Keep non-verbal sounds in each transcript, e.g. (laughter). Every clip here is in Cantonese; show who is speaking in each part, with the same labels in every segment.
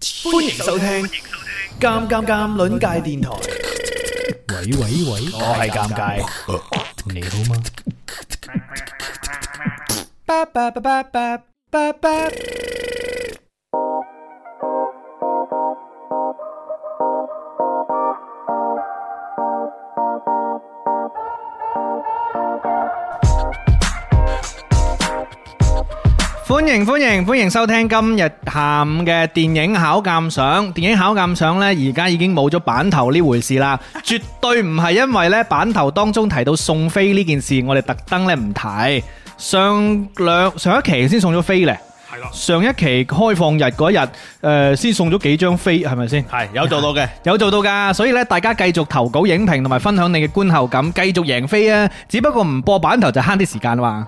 Speaker 1: 歡迎收聽《尷尷尷》鄰界電台。
Speaker 2: 喂喂喂，
Speaker 3: 哦
Speaker 1: 我係尷尬，
Speaker 2: 你好嗎？
Speaker 1: 巴巴巴巴巴巴巴。
Speaker 3: 歡迎歡迎歡迎收聽今日下午嘅電影考鑑賞。電影考鑑賞呢，而家已經冇咗版頭呢回事
Speaker 1: (laughs)
Speaker 3: 啦，絕對唔係因為呢版頭當中提到送飛呢件事，我哋特登呢唔提。上兩上一期先送咗飛呢，
Speaker 2: 係啦
Speaker 3: 上一期開放日嗰日，誒、先送咗幾張飛，係咪先？
Speaker 2: 係有做到嘅，
Speaker 3: 有做到噶，所以咧，大家繼續投稿影評同埋分享你嘅觀後感，繼續贏飛啊！只不過唔播版頭就慳啲時間啦嘛。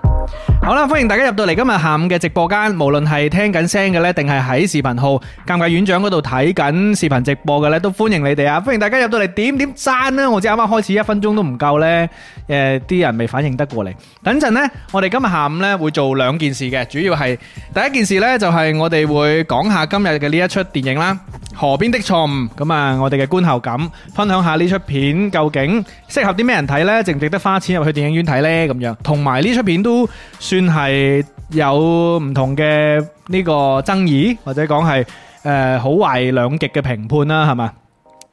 Speaker 3: 好啦，歡迎大家入到嚟今日下午嘅直播間，無論係聽緊聲嘅呢，定係喺視頻號尷尬院長嗰度睇緊視頻直播嘅呢，都歡迎你哋啊！歡迎大家入到嚟點點讚啦！啊我知啱啱開始一分鐘都唔夠呢，誒、啲人未反應得過嚟。等陣呢，我哋今日下午呢會做兩件事嘅，主要係第一件事呢，就係我哋會講下今日嘅呢一出電影啦。河邊的錯誤咁啊，我哋嘅觀後感，分享下呢出片究竟適合啲咩人睇呢？值唔值得花錢入去電影院睇呢？咁樣，同埋呢出片都算係有唔同嘅呢個爭議，或者講係誒好壞兩極嘅評判啦，係嘛？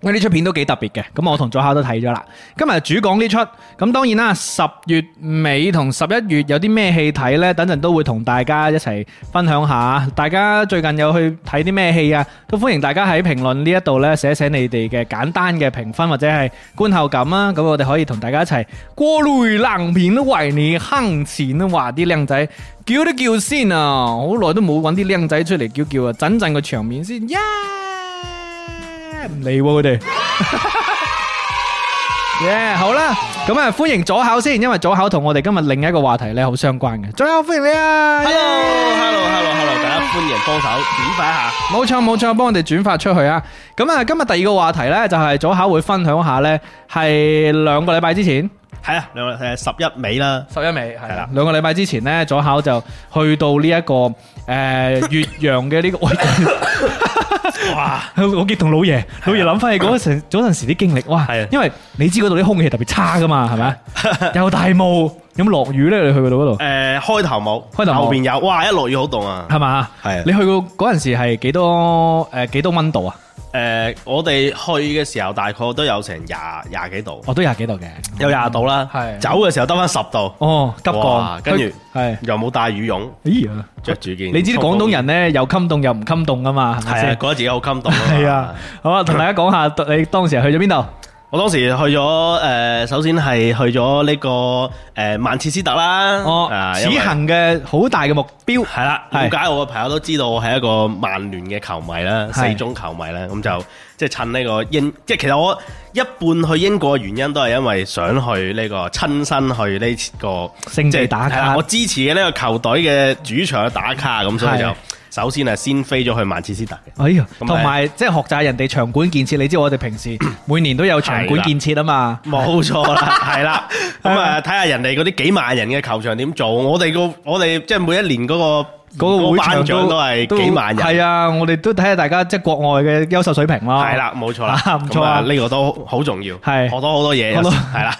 Speaker 3: 因為呢出片都幾特別嘅，咁我同左考都睇咗啦。今日主講呢出，咁當然啦，十月尾同十一月有啲咩戲睇呢？等陣都會同大家一齊分享下。大家最近有去睇啲咩戲啊？都歡迎大家喺評論呢一度呢寫寫你哋嘅簡單嘅評分或者係觀後感啊。咁我哋可以同大家一齊過濾冷片都為你坑錢啊！話啲靚仔叫都叫先啊，好耐都冇揾啲靚仔出嚟叫叫啊，陣陣個場面先呀！唔理喎佢哋。 (laughs) 耶，好啦，咁啊，歡迎左考先，因為左考同我哋今日另一個話題咧好相關嘅。左考歡迎你啊
Speaker 2: Hello，Hello，Hello，Hello，大家歡迎幫手轉發一下。
Speaker 3: 冇錯冇錯，幫我哋轉發出去啊！咁啊，今日第二個話題咧就係左考會分享下咧，係兩個禮拜之前，
Speaker 2: 係啊，兩誒十一尾啦，
Speaker 3: 十一尾係
Speaker 2: 係啦
Speaker 3: 啦，兩個禮拜之前咧，左考就去到呢、一個誒、呃 (laughs) 越洋嘅呢、個，
Speaker 2: 哇！
Speaker 3: (laughs) 喂，我記同老爺老爺諗翻起嗰
Speaker 2: (laughs)
Speaker 3: 陣嗰陣時啲經歷，哇
Speaker 2: 係啊！
Speaker 3: 因為你知嗰度啲空氣特別差
Speaker 2: (laughs)
Speaker 3: 噶嘛，係咪？又大霧，有冇落雨咧？你去到嗰度
Speaker 2: 誒開頭冇，
Speaker 3: 開頭冇
Speaker 2: 後邊有，哇！一落雨好凍啊。
Speaker 3: 係嘛？
Speaker 2: 係啊
Speaker 3: 你去過嗰陣時係幾多誒幾多温度啊？
Speaker 2: 誒，我哋去嘅時候大概都有成廿廿幾度，
Speaker 3: 我都廿幾度嘅。
Speaker 2: 有廿度啦。
Speaker 3: 嗯係
Speaker 2: 走嘅時候得翻十度，
Speaker 3: 哦，急
Speaker 2: 哇
Speaker 3: 降，
Speaker 2: 跟住
Speaker 3: 佢係，
Speaker 2: 又冇帶羽絨，
Speaker 3: 咦呀
Speaker 2: 着住件。
Speaker 3: 你知啲廣東人咧又襟凍又唔襟凍噶嘛，係咪
Speaker 2: 係啊，
Speaker 3: 先？
Speaker 2: 覺得自己好襟凍啊。
Speaker 3: (laughs) 係啊，，好啊，同大家講下你當時係去咗邊度？
Speaker 2: 我當時去咗誒、呃首先係去咗呢、個誒、呃曼徹斯特啦。
Speaker 3: 哦，
Speaker 2: 啊
Speaker 3: 此
Speaker 2: 因為
Speaker 3: 行嘅好大嘅目標
Speaker 2: 係啦，
Speaker 3: 係
Speaker 2: 了解我嘅朋友都知道我係一個曼聯嘅球迷啦，
Speaker 3: 係
Speaker 2: 四中球迷啦，咁就即係趁呢個英，即係其實我一半去英國嘅原因都係因為想去呢、個親身去呢、個
Speaker 3: 聖
Speaker 2: 即
Speaker 3: 地
Speaker 2: 係
Speaker 3: 打
Speaker 2: 係啦
Speaker 3: 卡
Speaker 2: 我，支持嘅呢個球隊嘅主場打卡，咁所以就
Speaker 3: 係
Speaker 2: 首先係先飛咗去曼徹斯特嘅。
Speaker 3: 哎呀，
Speaker 2: 咁
Speaker 3: 同埋即係學習人哋場館建設，你知我哋平
Speaker 2: (coughs)
Speaker 3: 時每年都有場館建設啊嘛。
Speaker 2: 冇錯
Speaker 3: (laughs)
Speaker 2: 啦，係啦，咁啊睇下人哋嗰啲幾萬人嘅球場點做，我哋個我哋即係每一年嗰個
Speaker 3: 嗰個會
Speaker 2: 頒
Speaker 3: 場
Speaker 2: 獎都係幾萬人，
Speaker 3: 係啊！我哋都睇下大家即係國外嘅優秀水平咯。
Speaker 2: 係，啦，冇錯啦，
Speaker 3: 哦啊唔錯啊
Speaker 2: 咁呢個都好重要，
Speaker 3: 係
Speaker 2: 學到好多嘢，
Speaker 3: 學到 (laughs)
Speaker 2: 係啦，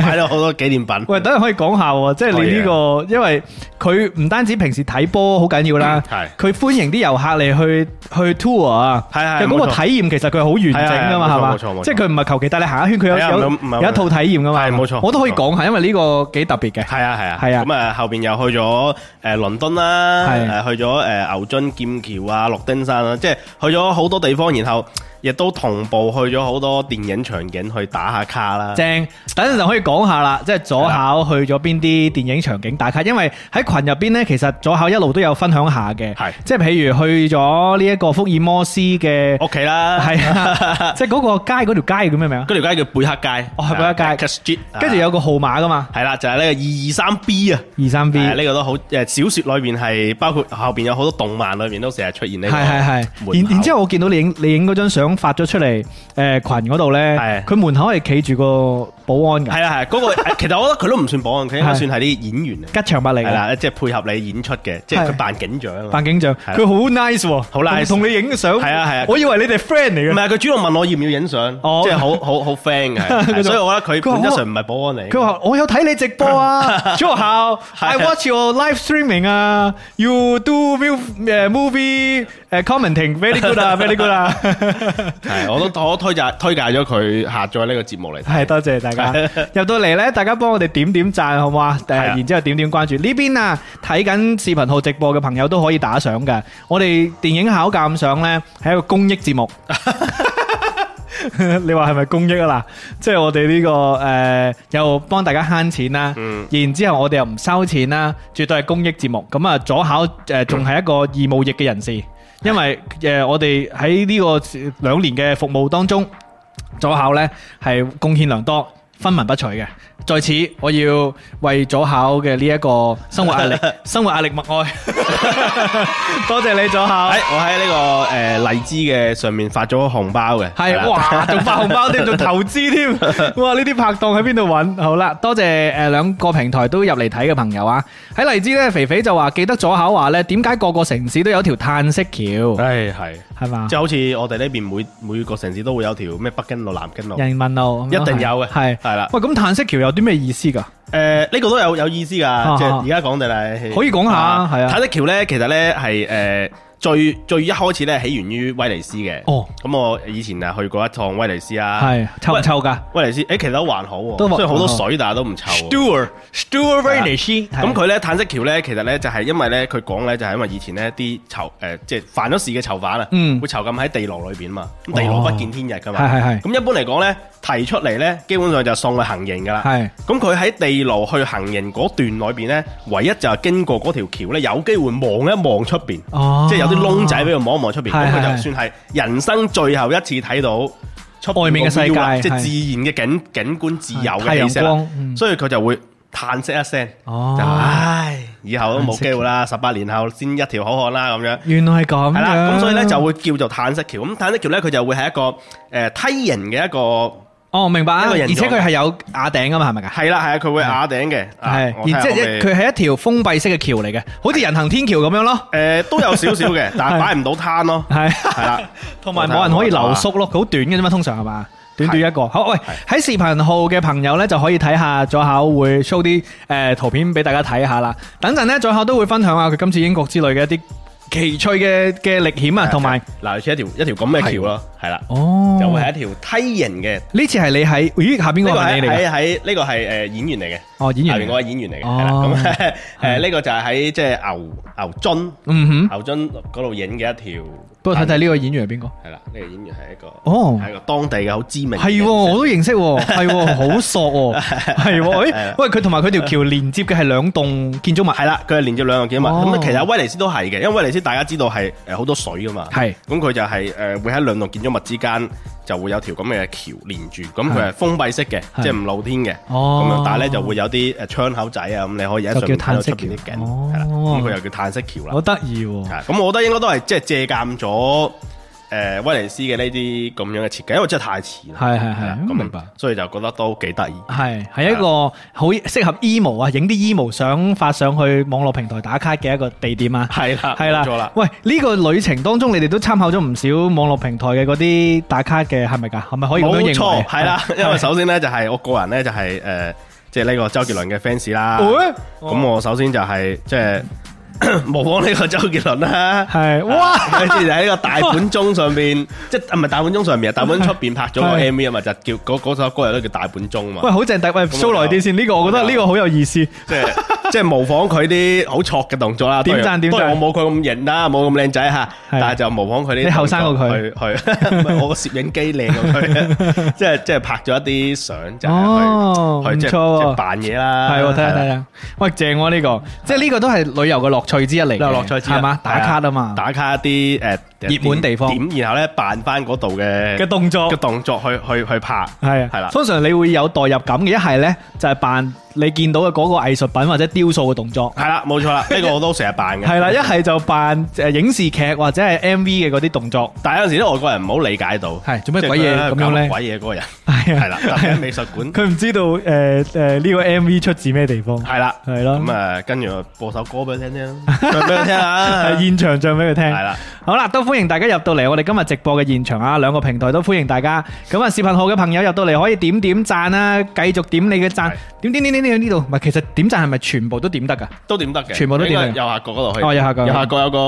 Speaker 2: 買到好多紀念品，
Speaker 3: 喂，等陣可以講下喎，即係
Speaker 2: 啊
Speaker 3: 你呢、個，因為佢唔單止平時睇波好緊要啦，
Speaker 2: 嗯
Speaker 3: 佢歡迎啲遊客嚟去去 tour 啊，
Speaker 2: 係係
Speaker 3: 其實嗰個
Speaker 2: 冇錯
Speaker 3: 體驗其實佢係好完整噶嘛，
Speaker 2: 係啊係
Speaker 3: 係嘛
Speaker 2: 冇錯冇錯？
Speaker 3: 即係佢唔係求其帶你行一圈，佢有
Speaker 2: 係啊
Speaker 3: 有
Speaker 2: 唔係唔係
Speaker 3: 有一套體驗噶嘛，
Speaker 2: 係冇錯
Speaker 3: 我都可以
Speaker 2: 冇錯
Speaker 3: 講下，因為呢個幾特別嘅，
Speaker 2: 係啊係啊
Speaker 3: 係啊
Speaker 2: 咁啊後邊又去咗誒倫敦啦，
Speaker 3: 係
Speaker 2: 誒去咗誒牛津劍橋啊、諾丁山啊，即係去咗好多地方，然後亦都同步去咗好多電影場景去打下卡啦，
Speaker 3: 正，等陣就可以講下啦，即係左考去咗邊啲電影場景打卡，因為喺群入邊呢，其實左考一路都有分享下嘅
Speaker 2: 係，
Speaker 3: 即係譬如去咗呢一個福爾摩斯嘅，
Speaker 2: (laughs) 屋企啦，
Speaker 3: 係啊，即係嗰個街嗰條街叫咩名啊？
Speaker 2: 嗰條街叫貝克街，
Speaker 3: 哦係貝克街
Speaker 2: 啊，Baker Street，啊
Speaker 3: 跟住有個號碼噶嘛，
Speaker 2: 係啦，就係呢個二二三 B 啊。
Speaker 3: 二三 B，
Speaker 2: 係啊呢個都好誒，小說裏邊係包括後邊有好多動漫裏邊都成日出現呢
Speaker 3: 係
Speaker 2: 個
Speaker 3: 係係。然
Speaker 2: 門口
Speaker 3: 然之後我見到你影你影嗰張相發咗出嚟，誒群嗰度咧
Speaker 2: 係，
Speaker 3: 佢門口係企住個保安㗎，
Speaker 2: 係啊啦係啦，
Speaker 3: (laughs)
Speaker 2: 嗰個其實我覺得佢都唔算保安，佢應該
Speaker 3: 係
Speaker 2: 算係啲演員啊，
Speaker 3: 吉祥物嚟
Speaker 2: 係
Speaker 3: 㗎，
Speaker 2: 啦，即係配合你演出嘅，即係佢扮警長啊嘛。
Speaker 3: 扮警長，
Speaker 2: 係
Speaker 3: 佢好 nice 喎，
Speaker 2: 好 nice
Speaker 3: 同同你影相，
Speaker 2: 係啊係啊
Speaker 3: 我以為你哋 friend 嚟
Speaker 2: 唔
Speaker 3: 嘅。
Speaker 2: 係佢主動問我要唔要影相，
Speaker 3: 哦
Speaker 2: 即係好好好
Speaker 3: (laughs)
Speaker 2: friend 嘅，係
Speaker 3: 佢就
Speaker 2: 所以我覺得佢
Speaker 3: 佢話
Speaker 2: 本質
Speaker 3: 我
Speaker 2: 上唔係保安嚟。
Speaker 3: 佢話：我有睇你直播啊，朱學校
Speaker 2: 啊
Speaker 3: ，I watch your live streaming 啊，you do move 誒 movie 誒 commenting very good 啊，very good 啊，
Speaker 2: 係我都我推介推介咗佢下載呢個節目嚟睇。
Speaker 3: 係多謝
Speaker 2: (laughs)
Speaker 3: 大家入到嚟咧，大家幫我哋點點讚好唔好啊？誒，
Speaker 2: 係啊
Speaker 3: 然之後點點關注呢邊啊，睇緊視頻號直播嘅朋友都可以打賞嘅。我哋電影考鑑賞咧係一個公益節目。 (laughs) 你話係咪公益啊？嗱，即係我哋呢、個誒、又幫大家慳錢啦，
Speaker 2: 嗯
Speaker 3: 然之後我哋又唔收錢啦，絕對係公益節目。咁啊，左考誒仲係一個義務役嘅人士，因為誒、我哋喺呢個兩年嘅服務當中，左考呢係貢獻良多。分文不取嘅，在此我要為左考嘅呢一個生活壓
Speaker 2: (laughs)
Speaker 3: 力、生活壓力默哀， (laughs) 多謝你左考。
Speaker 2: 喺哎我喺呢個诶荔枝嘅上面發咗紅包嘅，
Speaker 3: 系
Speaker 2: 啦
Speaker 3: 哇，仲發紅包添，仲投
Speaker 2: (laughs)
Speaker 3: 資添，哇！呢啲拍檔喺邊度揾？好啦，多謝诶两个平台都入嚟睇嘅朋友啊！喺荔枝咧，肥肥就話記得左考話咧，點解個個城市都有條嘆息橋
Speaker 2: 唉係。
Speaker 3: 係嘛
Speaker 2: 即？係好似我哋呢邊每每個城市都會有條咩北京路、南京路，誒呢、
Speaker 3: 人民路
Speaker 2: 一定有嘅
Speaker 3: 系
Speaker 2: 係啦
Speaker 3: 喂，咁嘆息橋有啲咩意思㗎？
Speaker 2: 個都有有意思
Speaker 3: 啊
Speaker 2: 㗎，即係而家講定係
Speaker 3: 可以講下係啊
Speaker 2: 坦德橋咧，其實咧係誒最最一開始咧起源於威尼斯嘅。
Speaker 3: 哦，
Speaker 2: 咁我以前啊去過一趟威尼斯啊，
Speaker 3: 係臭唔臭㗎
Speaker 2: 威尼斯誒、其實都還好
Speaker 3: 都
Speaker 2: 喎，
Speaker 3: 還啊
Speaker 2: 雖然好多水，但係都唔臭喎。
Speaker 3: ？Stewart Stewart
Speaker 2: 係啊
Speaker 3: Rainy 先，
Speaker 2: 咁佢咧，坦息橋咧，其實咧就係因為咧，佢講咧就係因為以前呢啲囚誒，即係犯咗事嘅囚犯啊，
Speaker 3: 嗯哦
Speaker 2: 會囚禁喺地牢裏邊嘛，咁地牢不見天日噶嘛，
Speaker 3: 係係係
Speaker 2: 咁一般嚟講咧，提出嚟咧，基本上就送去行刑噶啦。
Speaker 3: 係
Speaker 2: 咁佢喺地牢去行刑嗰段裏邊咧，唯一就係經過嗰條橋咧，有機會望一望出邊，
Speaker 3: 哦
Speaker 2: 即係有啲窿仔俾佢望一望出邊，咁
Speaker 3: 係
Speaker 2: 佢
Speaker 3: 係
Speaker 2: 就算係人生最後一次睇到。出邊
Speaker 3: 外面嘅世界
Speaker 2: view 啊即
Speaker 3: 係
Speaker 2: 係自然嘅景景觀自由
Speaker 3: 太
Speaker 2: 嘅
Speaker 3: 陽
Speaker 2: 氣息啦
Speaker 3: 光嗯
Speaker 2: 所以佢就會嘆息一聲，
Speaker 3: 哦
Speaker 2: 就唉，以後都冇機會啦，十八年後先一條好漢啦咁樣。
Speaker 3: 原來係咁
Speaker 2: 係
Speaker 3: 樣
Speaker 2: 啦，咁所以咧就會叫做嘆息橋。咁嘆息橋咧，佢就會係一個誒、呃梯形嘅一個
Speaker 3: 哦明白啊，
Speaker 2: 一個
Speaker 3: 而
Speaker 2: 人
Speaker 3: 且佢係有瓦頂㗎嘛，係咪㗎？
Speaker 2: 係啦係啊，佢會瓦頂嘅。啊我
Speaker 3: 系，然
Speaker 2: 睇
Speaker 3: 之後一
Speaker 2: 下可唔可以
Speaker 3: 佢係一條封閉式嘅橋嚟嘅，好似人行天橋咁樣咯，
Speaker 2: 誒呃都有少少
Speaker 3: (laughs)
Speaker 2: 嘅，但係擺唔到攤咯。 (laughs)
Speaker 3: 係，
Speaker 2: 係啦，
Speaker 3: 同埋冇人可以留宿咯，佢好短嘅啫嘛，通常係嘛，短短一個。好，喂，喺視頻號嘅朋友呢，就可以睇下左考會 show 啲誒圖片俾大家睇下啦。等陣呢，左考都會分享下佢今次英國之旅嘅一啲奇趣嘅嘅歷險啊，同埋
Speaker 2: 嗱，類似一條一條咁嘅橋咯，係啦，
Speaker 3: 哦，
Speaker 2: 就會係一條梯形嘅。
Speaker 3: 呢次係你喺，咦下邊
Speaker 2: 呢
Speaker 3: 個
Speaker 2: 個
Speaker 3: 係你
Speaker 2: 係
Speaker 3: 嚟嘅？
Speaker 2: 喺喺呢個係誒呃演員嚟嘅。
Speaker 3: 哦，演
Speaker 2: 下面
Speaker 3: 員嚟
Speaker 2: 嗰
Speaker 3: 嘅，
Speaker 2: 位演員嚟嘅，
Speaker 3: 哦嗯
Speaker 2: 係啦，咁 (laughs) 誒呢個就係喺即係牛牛津
Speaker 3: 嗯哼，
Speaker 2: 牛津嗰度影嘅一條，
Speaker 3: 不過睇睇呢個演員係邊個？
Speaker 2: 係啦，呢個演員係一個
Speaker 3: 哦
Speaker 2: 係一個當地嘅好知名嘅
Speaker 3: 係喎，我都認識喎，係喎， (laughs) 好索喎，係啊喎，誒，喂，佢同埋佢條橋連接嘅係兩棟建築物，
Speaker 2: 啊係啦，佢係連接兩個景物，
Speaker 3: 哦
Speaker 2: 咁其實威尼斯都係嘅，因為威尼斯大家知道係誒好多水噶嘛，
Speaker 3: 係
Speaker 2: 咁佢就係誒會喺兩棟建築物之間就會有條咁嘅橋連住，咁佢係封閉式嘅，
Speaker 3: 係
Speaker 2: 即係唔露天嘅，
Speaker 3: 哦
Speaker 2: 咁樣但係咧就會有啲誒窗口仔啊，咁你可以喺上
Speaker 3: 就
Speaker 2: 面
Speaker 3: 叫
Speaker 2: 睇到出
Speaker 3: 嘆息
Speaker 2: 邊啲
Speaker 3: 橋
Speaker 2: 景，
Speaker 3: 哦
Speaker 2: 係啦，咁佢又叫嘆息橋啦
Speaker 3: 好。得意喎。
Speaker 2: 啊，咁我覺得應該都係即係借鑑咗誒威尼斯嘅呢啲咁樣嘅設計，因為真係太似啦。
Speaker 3: 係係係
Speaker 2: 係啦
Speaker 3: 咁
Speaker 2: 咁
Speaker 3: 明白
Speaker 2: 所以就覺得都幾得意。
Speaker 3: 係啊係一個好適合 emo 啊，影啲 emo 相發上去網絡平台打卡嘅一個地點啊。
Speaker 2: 係啦
Speaker 3: 係
Speaker 2: 冇錯啦
Speaker 3: 啦，。喂，呢個旅程當中，你哋都參考咗唔少網絡平台嘅嗰啲打卡嘅，係咪㗎？係咪可以咁樣認為？
Speaker 2: 冇錯，係啦，
Speaker 3: 係
Speaker 2: (laughs) 因為首先咧就係我個人咧就係誒，即係呢個周杰倫
Speaker 3: (laughs) 哦
Speaker 2: 嘅 fans 啦。
Speaker 3: 喂
Speaker 2: 咁
Speaker 3: 哦
Speaker 2: 我首先就係即係 (coughs) 模仿呢個周杰倫啦。
Speaker 3: 係 (laughs)
Speaker 2: (laughs)
Speaker 3: 哇，
Speaker 2: 佢之前喺呢個大本鐘上邊，即係唔係大本鐘上面啊？大本鐘出邊拍咗個
Speaker 3: 係
Speaker 2: MV 啊嘛，就叫嗰嗰首歌又都叫大本鐘嘛
Speaker 3: 喂，。好正，但喂
Speaker 2: 我
Speaker 3: show 耐啲先，呢個我覺得
Speaker 2: 咁我
Speaker 3: 呢
Speaker 2: 就
Speaker 3: 個好有意思。
Speaker 2: 即係 (laughs) 即係模仿佢啲好挫嘅動作啦。
Speaker 3: 點讚
Speaker 2: 當然
Speaker 3: 點讚
Speaker 2: 當然我冇佢咁型啦，冇咁靚仔嚇，但係就模仿佢啲
Speaker 3: 你後生過佢
Speaker 2: 動作去 (laughs) 去，唔係我個攝影機
Speaker 3: (laughs)
Speaker 2: 靚過佢，即係即係拍咗一啲相就
Speaker 3: 哦
Speaker 2: 係去去即
Speaker 3: 唔錯喎
Speaker 2: 係即係扮嘢啦。
Speaker 3: 係喎，睇下睇
Speaker 2: 係啦。
Speaker 3: 下，喂，正喎呢個，即係呢個都係旅遊嘅樂趣之一嚟嘅，
Speaker 2: 落菜之後
Speaker 3: 係嘛？打卡啊嘛，
Speaker 2: 打卡一啲誒
Speaker 3: 熱門地方
Speaker 2: 點，然後咧扮翻嗰度嘅
Speaker 3: 嘅動作
Speaker 2: 嘅。動作去去去拍，
Speaker 3: 係啊，
Speaker 2: 係啦。
Speaker 3: 通常你會有代入感嘅，一係咧就係扮你見到嘅嗰個藝術品或者雕塑嘅動作，
Speaker 2: 係啦，冇錯啦，呢個我都成日扮嘅。
Speaker 3: 係啊啦，一係就扮誒影視劇或者係 MV 嘅嗰啲動作，
Speaker 2: 但係有陣時啲外國人唔好理解到，
Speaker 3: 係做咩
Speaker 2: 即係
Speaker 3: 鬼嘢
Speaker 2: 佢
Speaker 3: 咁樣咧
Speaker 2: 搞乜鬼嘢嗰個人，系啦，特別喺美術
Speaker 3: (laughs)
Speaker 2: 館
Speaker 4: 佢唔知道诶诶呢個 M V 出自咩地方，
Speaker 2: 係啦，
Speaker 4: 係咯
Speaker 2: 咁啊，跟住我播首歌俾佢聽聽，唱俾佢聽下，
Speaker 4: 係現場唱俾佢聽。
Speaker 2: 係啦，
Speaker 3: 好啦，都歡迎大家入到嚟我哋今日直播嘅現場啊，兩個平台都歡迎大家。咁啊，視頻號嘅朋友入到嚟可以點點讚啦，繼續點你嘅讚
Speaker 2: 係，
Speaker 3: 點點點點點呢度。唔係，其實點讚係咪全部都點得㗎？
Speaker 2: 都點得嘅，
Speaker 3: 全部都點得
Speaker 2: 應該右下角嗰度去，
Speaker 3: 哦右下角
Speaker 2: 右下角有個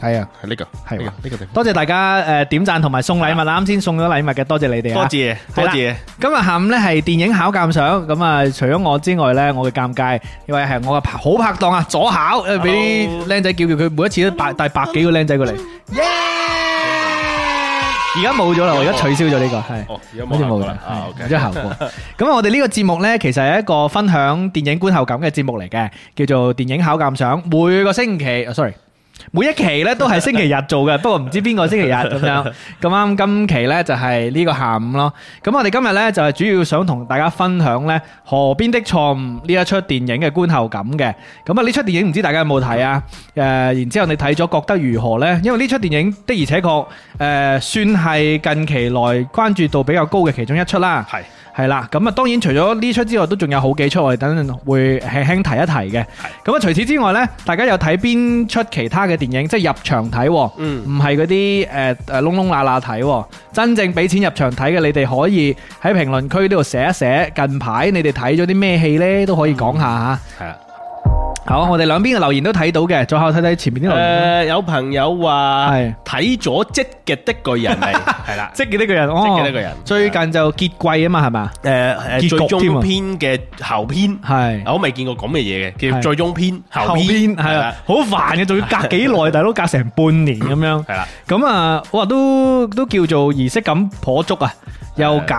Speaker 3: 係啊，
Speaker 2: 係呢
Speaker 3: 係
Speaker 2: 個，呢
Speaker 3: 喎
Speaker 2: 個呢個地方，
Speaker 3: 多謝大家誒點讚同埋送禮物啦。啱先送咗禮物嘅，多謝你哋啊
Speaker 2: 多。謝多謝，
Speaker 3: 今日下午咧係電影考鑑賞，咁啊除咗我之外咧，我嘅尷尬，因為係我嘅拍好拍檔啊，左考，
Speaker 2: Oh。
Speaker 3: 誒俾啲
Speaker 2: Hello
Speaker 3: 僆仔叫叫佢，每一次都帶
Speaker 2: Oh。
Speaker 3: 帶百幾個僆仔過嚟，耶！而家冇咗啦，我而家取消咗呢個係。
Speaker 2: 哦，而家
Speaker 3: 好
Speaker 2: 冇
Speaker 3: 似
Speaker 2: 效果
Speaker 3: 冇
Speaker 2: 啦
Speaker 3: 啦，
Speaker 2: 啊
Speaker 3: 係
Speaker 2: À, ，OK，
Speaker 3: 冇咗效果。咁
Speaker 2: (laughs)
Speaker 3: 我哋呢個節目呢，其實係一個分享電影觀後感嘅節目嚟嘅，叫做電影考鑑賞。每個星期啊，sorry。每一期呢都係星期日做嘅，不過唔知邊個星期日咁樣。咁啱今期呢就係呢個下午咯。咁我哋今日呢，就係主要想同大家分享呢《河邊的錯誤》呢一出電影嘅觀後感嘅。咁啊呢出電影唔知大家有冇睇啊？誒、然之後你睇咗覺得如何呢？因為呢出電影的而且確誒、呃算係近期來關注度比較高嘅其中一出啦。
Speaker 2: 係
Speaker 3: 係啦，咁啊當然除咗呢出之外，都仲有好幾出我哋等陣會輕輕提一提嘅。咁啊除此之外呢，大家有睇邊出其他嘅電影，即係入場睇喎，
Speaker 2: 嗯
Speaker 3: 唔係嗰啲誒誒窿窿罅罅睇喎，真正俾錢入場睇嘅，你哋可以喺評論區呢度寫一寫近排你哋睇咗啲咩戲呢，都可以講下嚇。
Speaker 2: 係啊。
Speaker 3: 好，我哋兩邊嘅留言都睇到嘅，再後睇睇前面啲留言。
Speaker 2: 诶，有朋友話
Speaker 3: 係
Speaker 2: 睇咗《積極的巨人》未？係啦，
Speaker 3: 即係呢個人，哦
Speaker 2: 即係呢個人
Speaker 3: 最近就結季啊嘛，係嘛？
Speaker 2: 诶诶，
Speaker 3: 結局
Speaker 2: 最
Speaker 3: 添啊
Speaker 2: 終篇嘅後篇，
Speaker 3: 係
Speaker 2: 我未見過咁嘅嘢嘅，叫
Speaker 3: 係
Speaker 2: 最終篇後
Speaker 3: 邊
Speaker 2: 篇，
Speaker 3: 係
Speaker 2: 係
Speaker 3: 啊
Speaker 2: 啦，，
Speaker 3: 好煩嘅，仲要隔幾
Speaker 2: (laughs)
Speaker 3: 耐，大佬隔成半年咁樣。
Speaker 2: 係啦，
Speaker 3: 咁啊，哇，都都叫做儀式感頗足啊！又搞，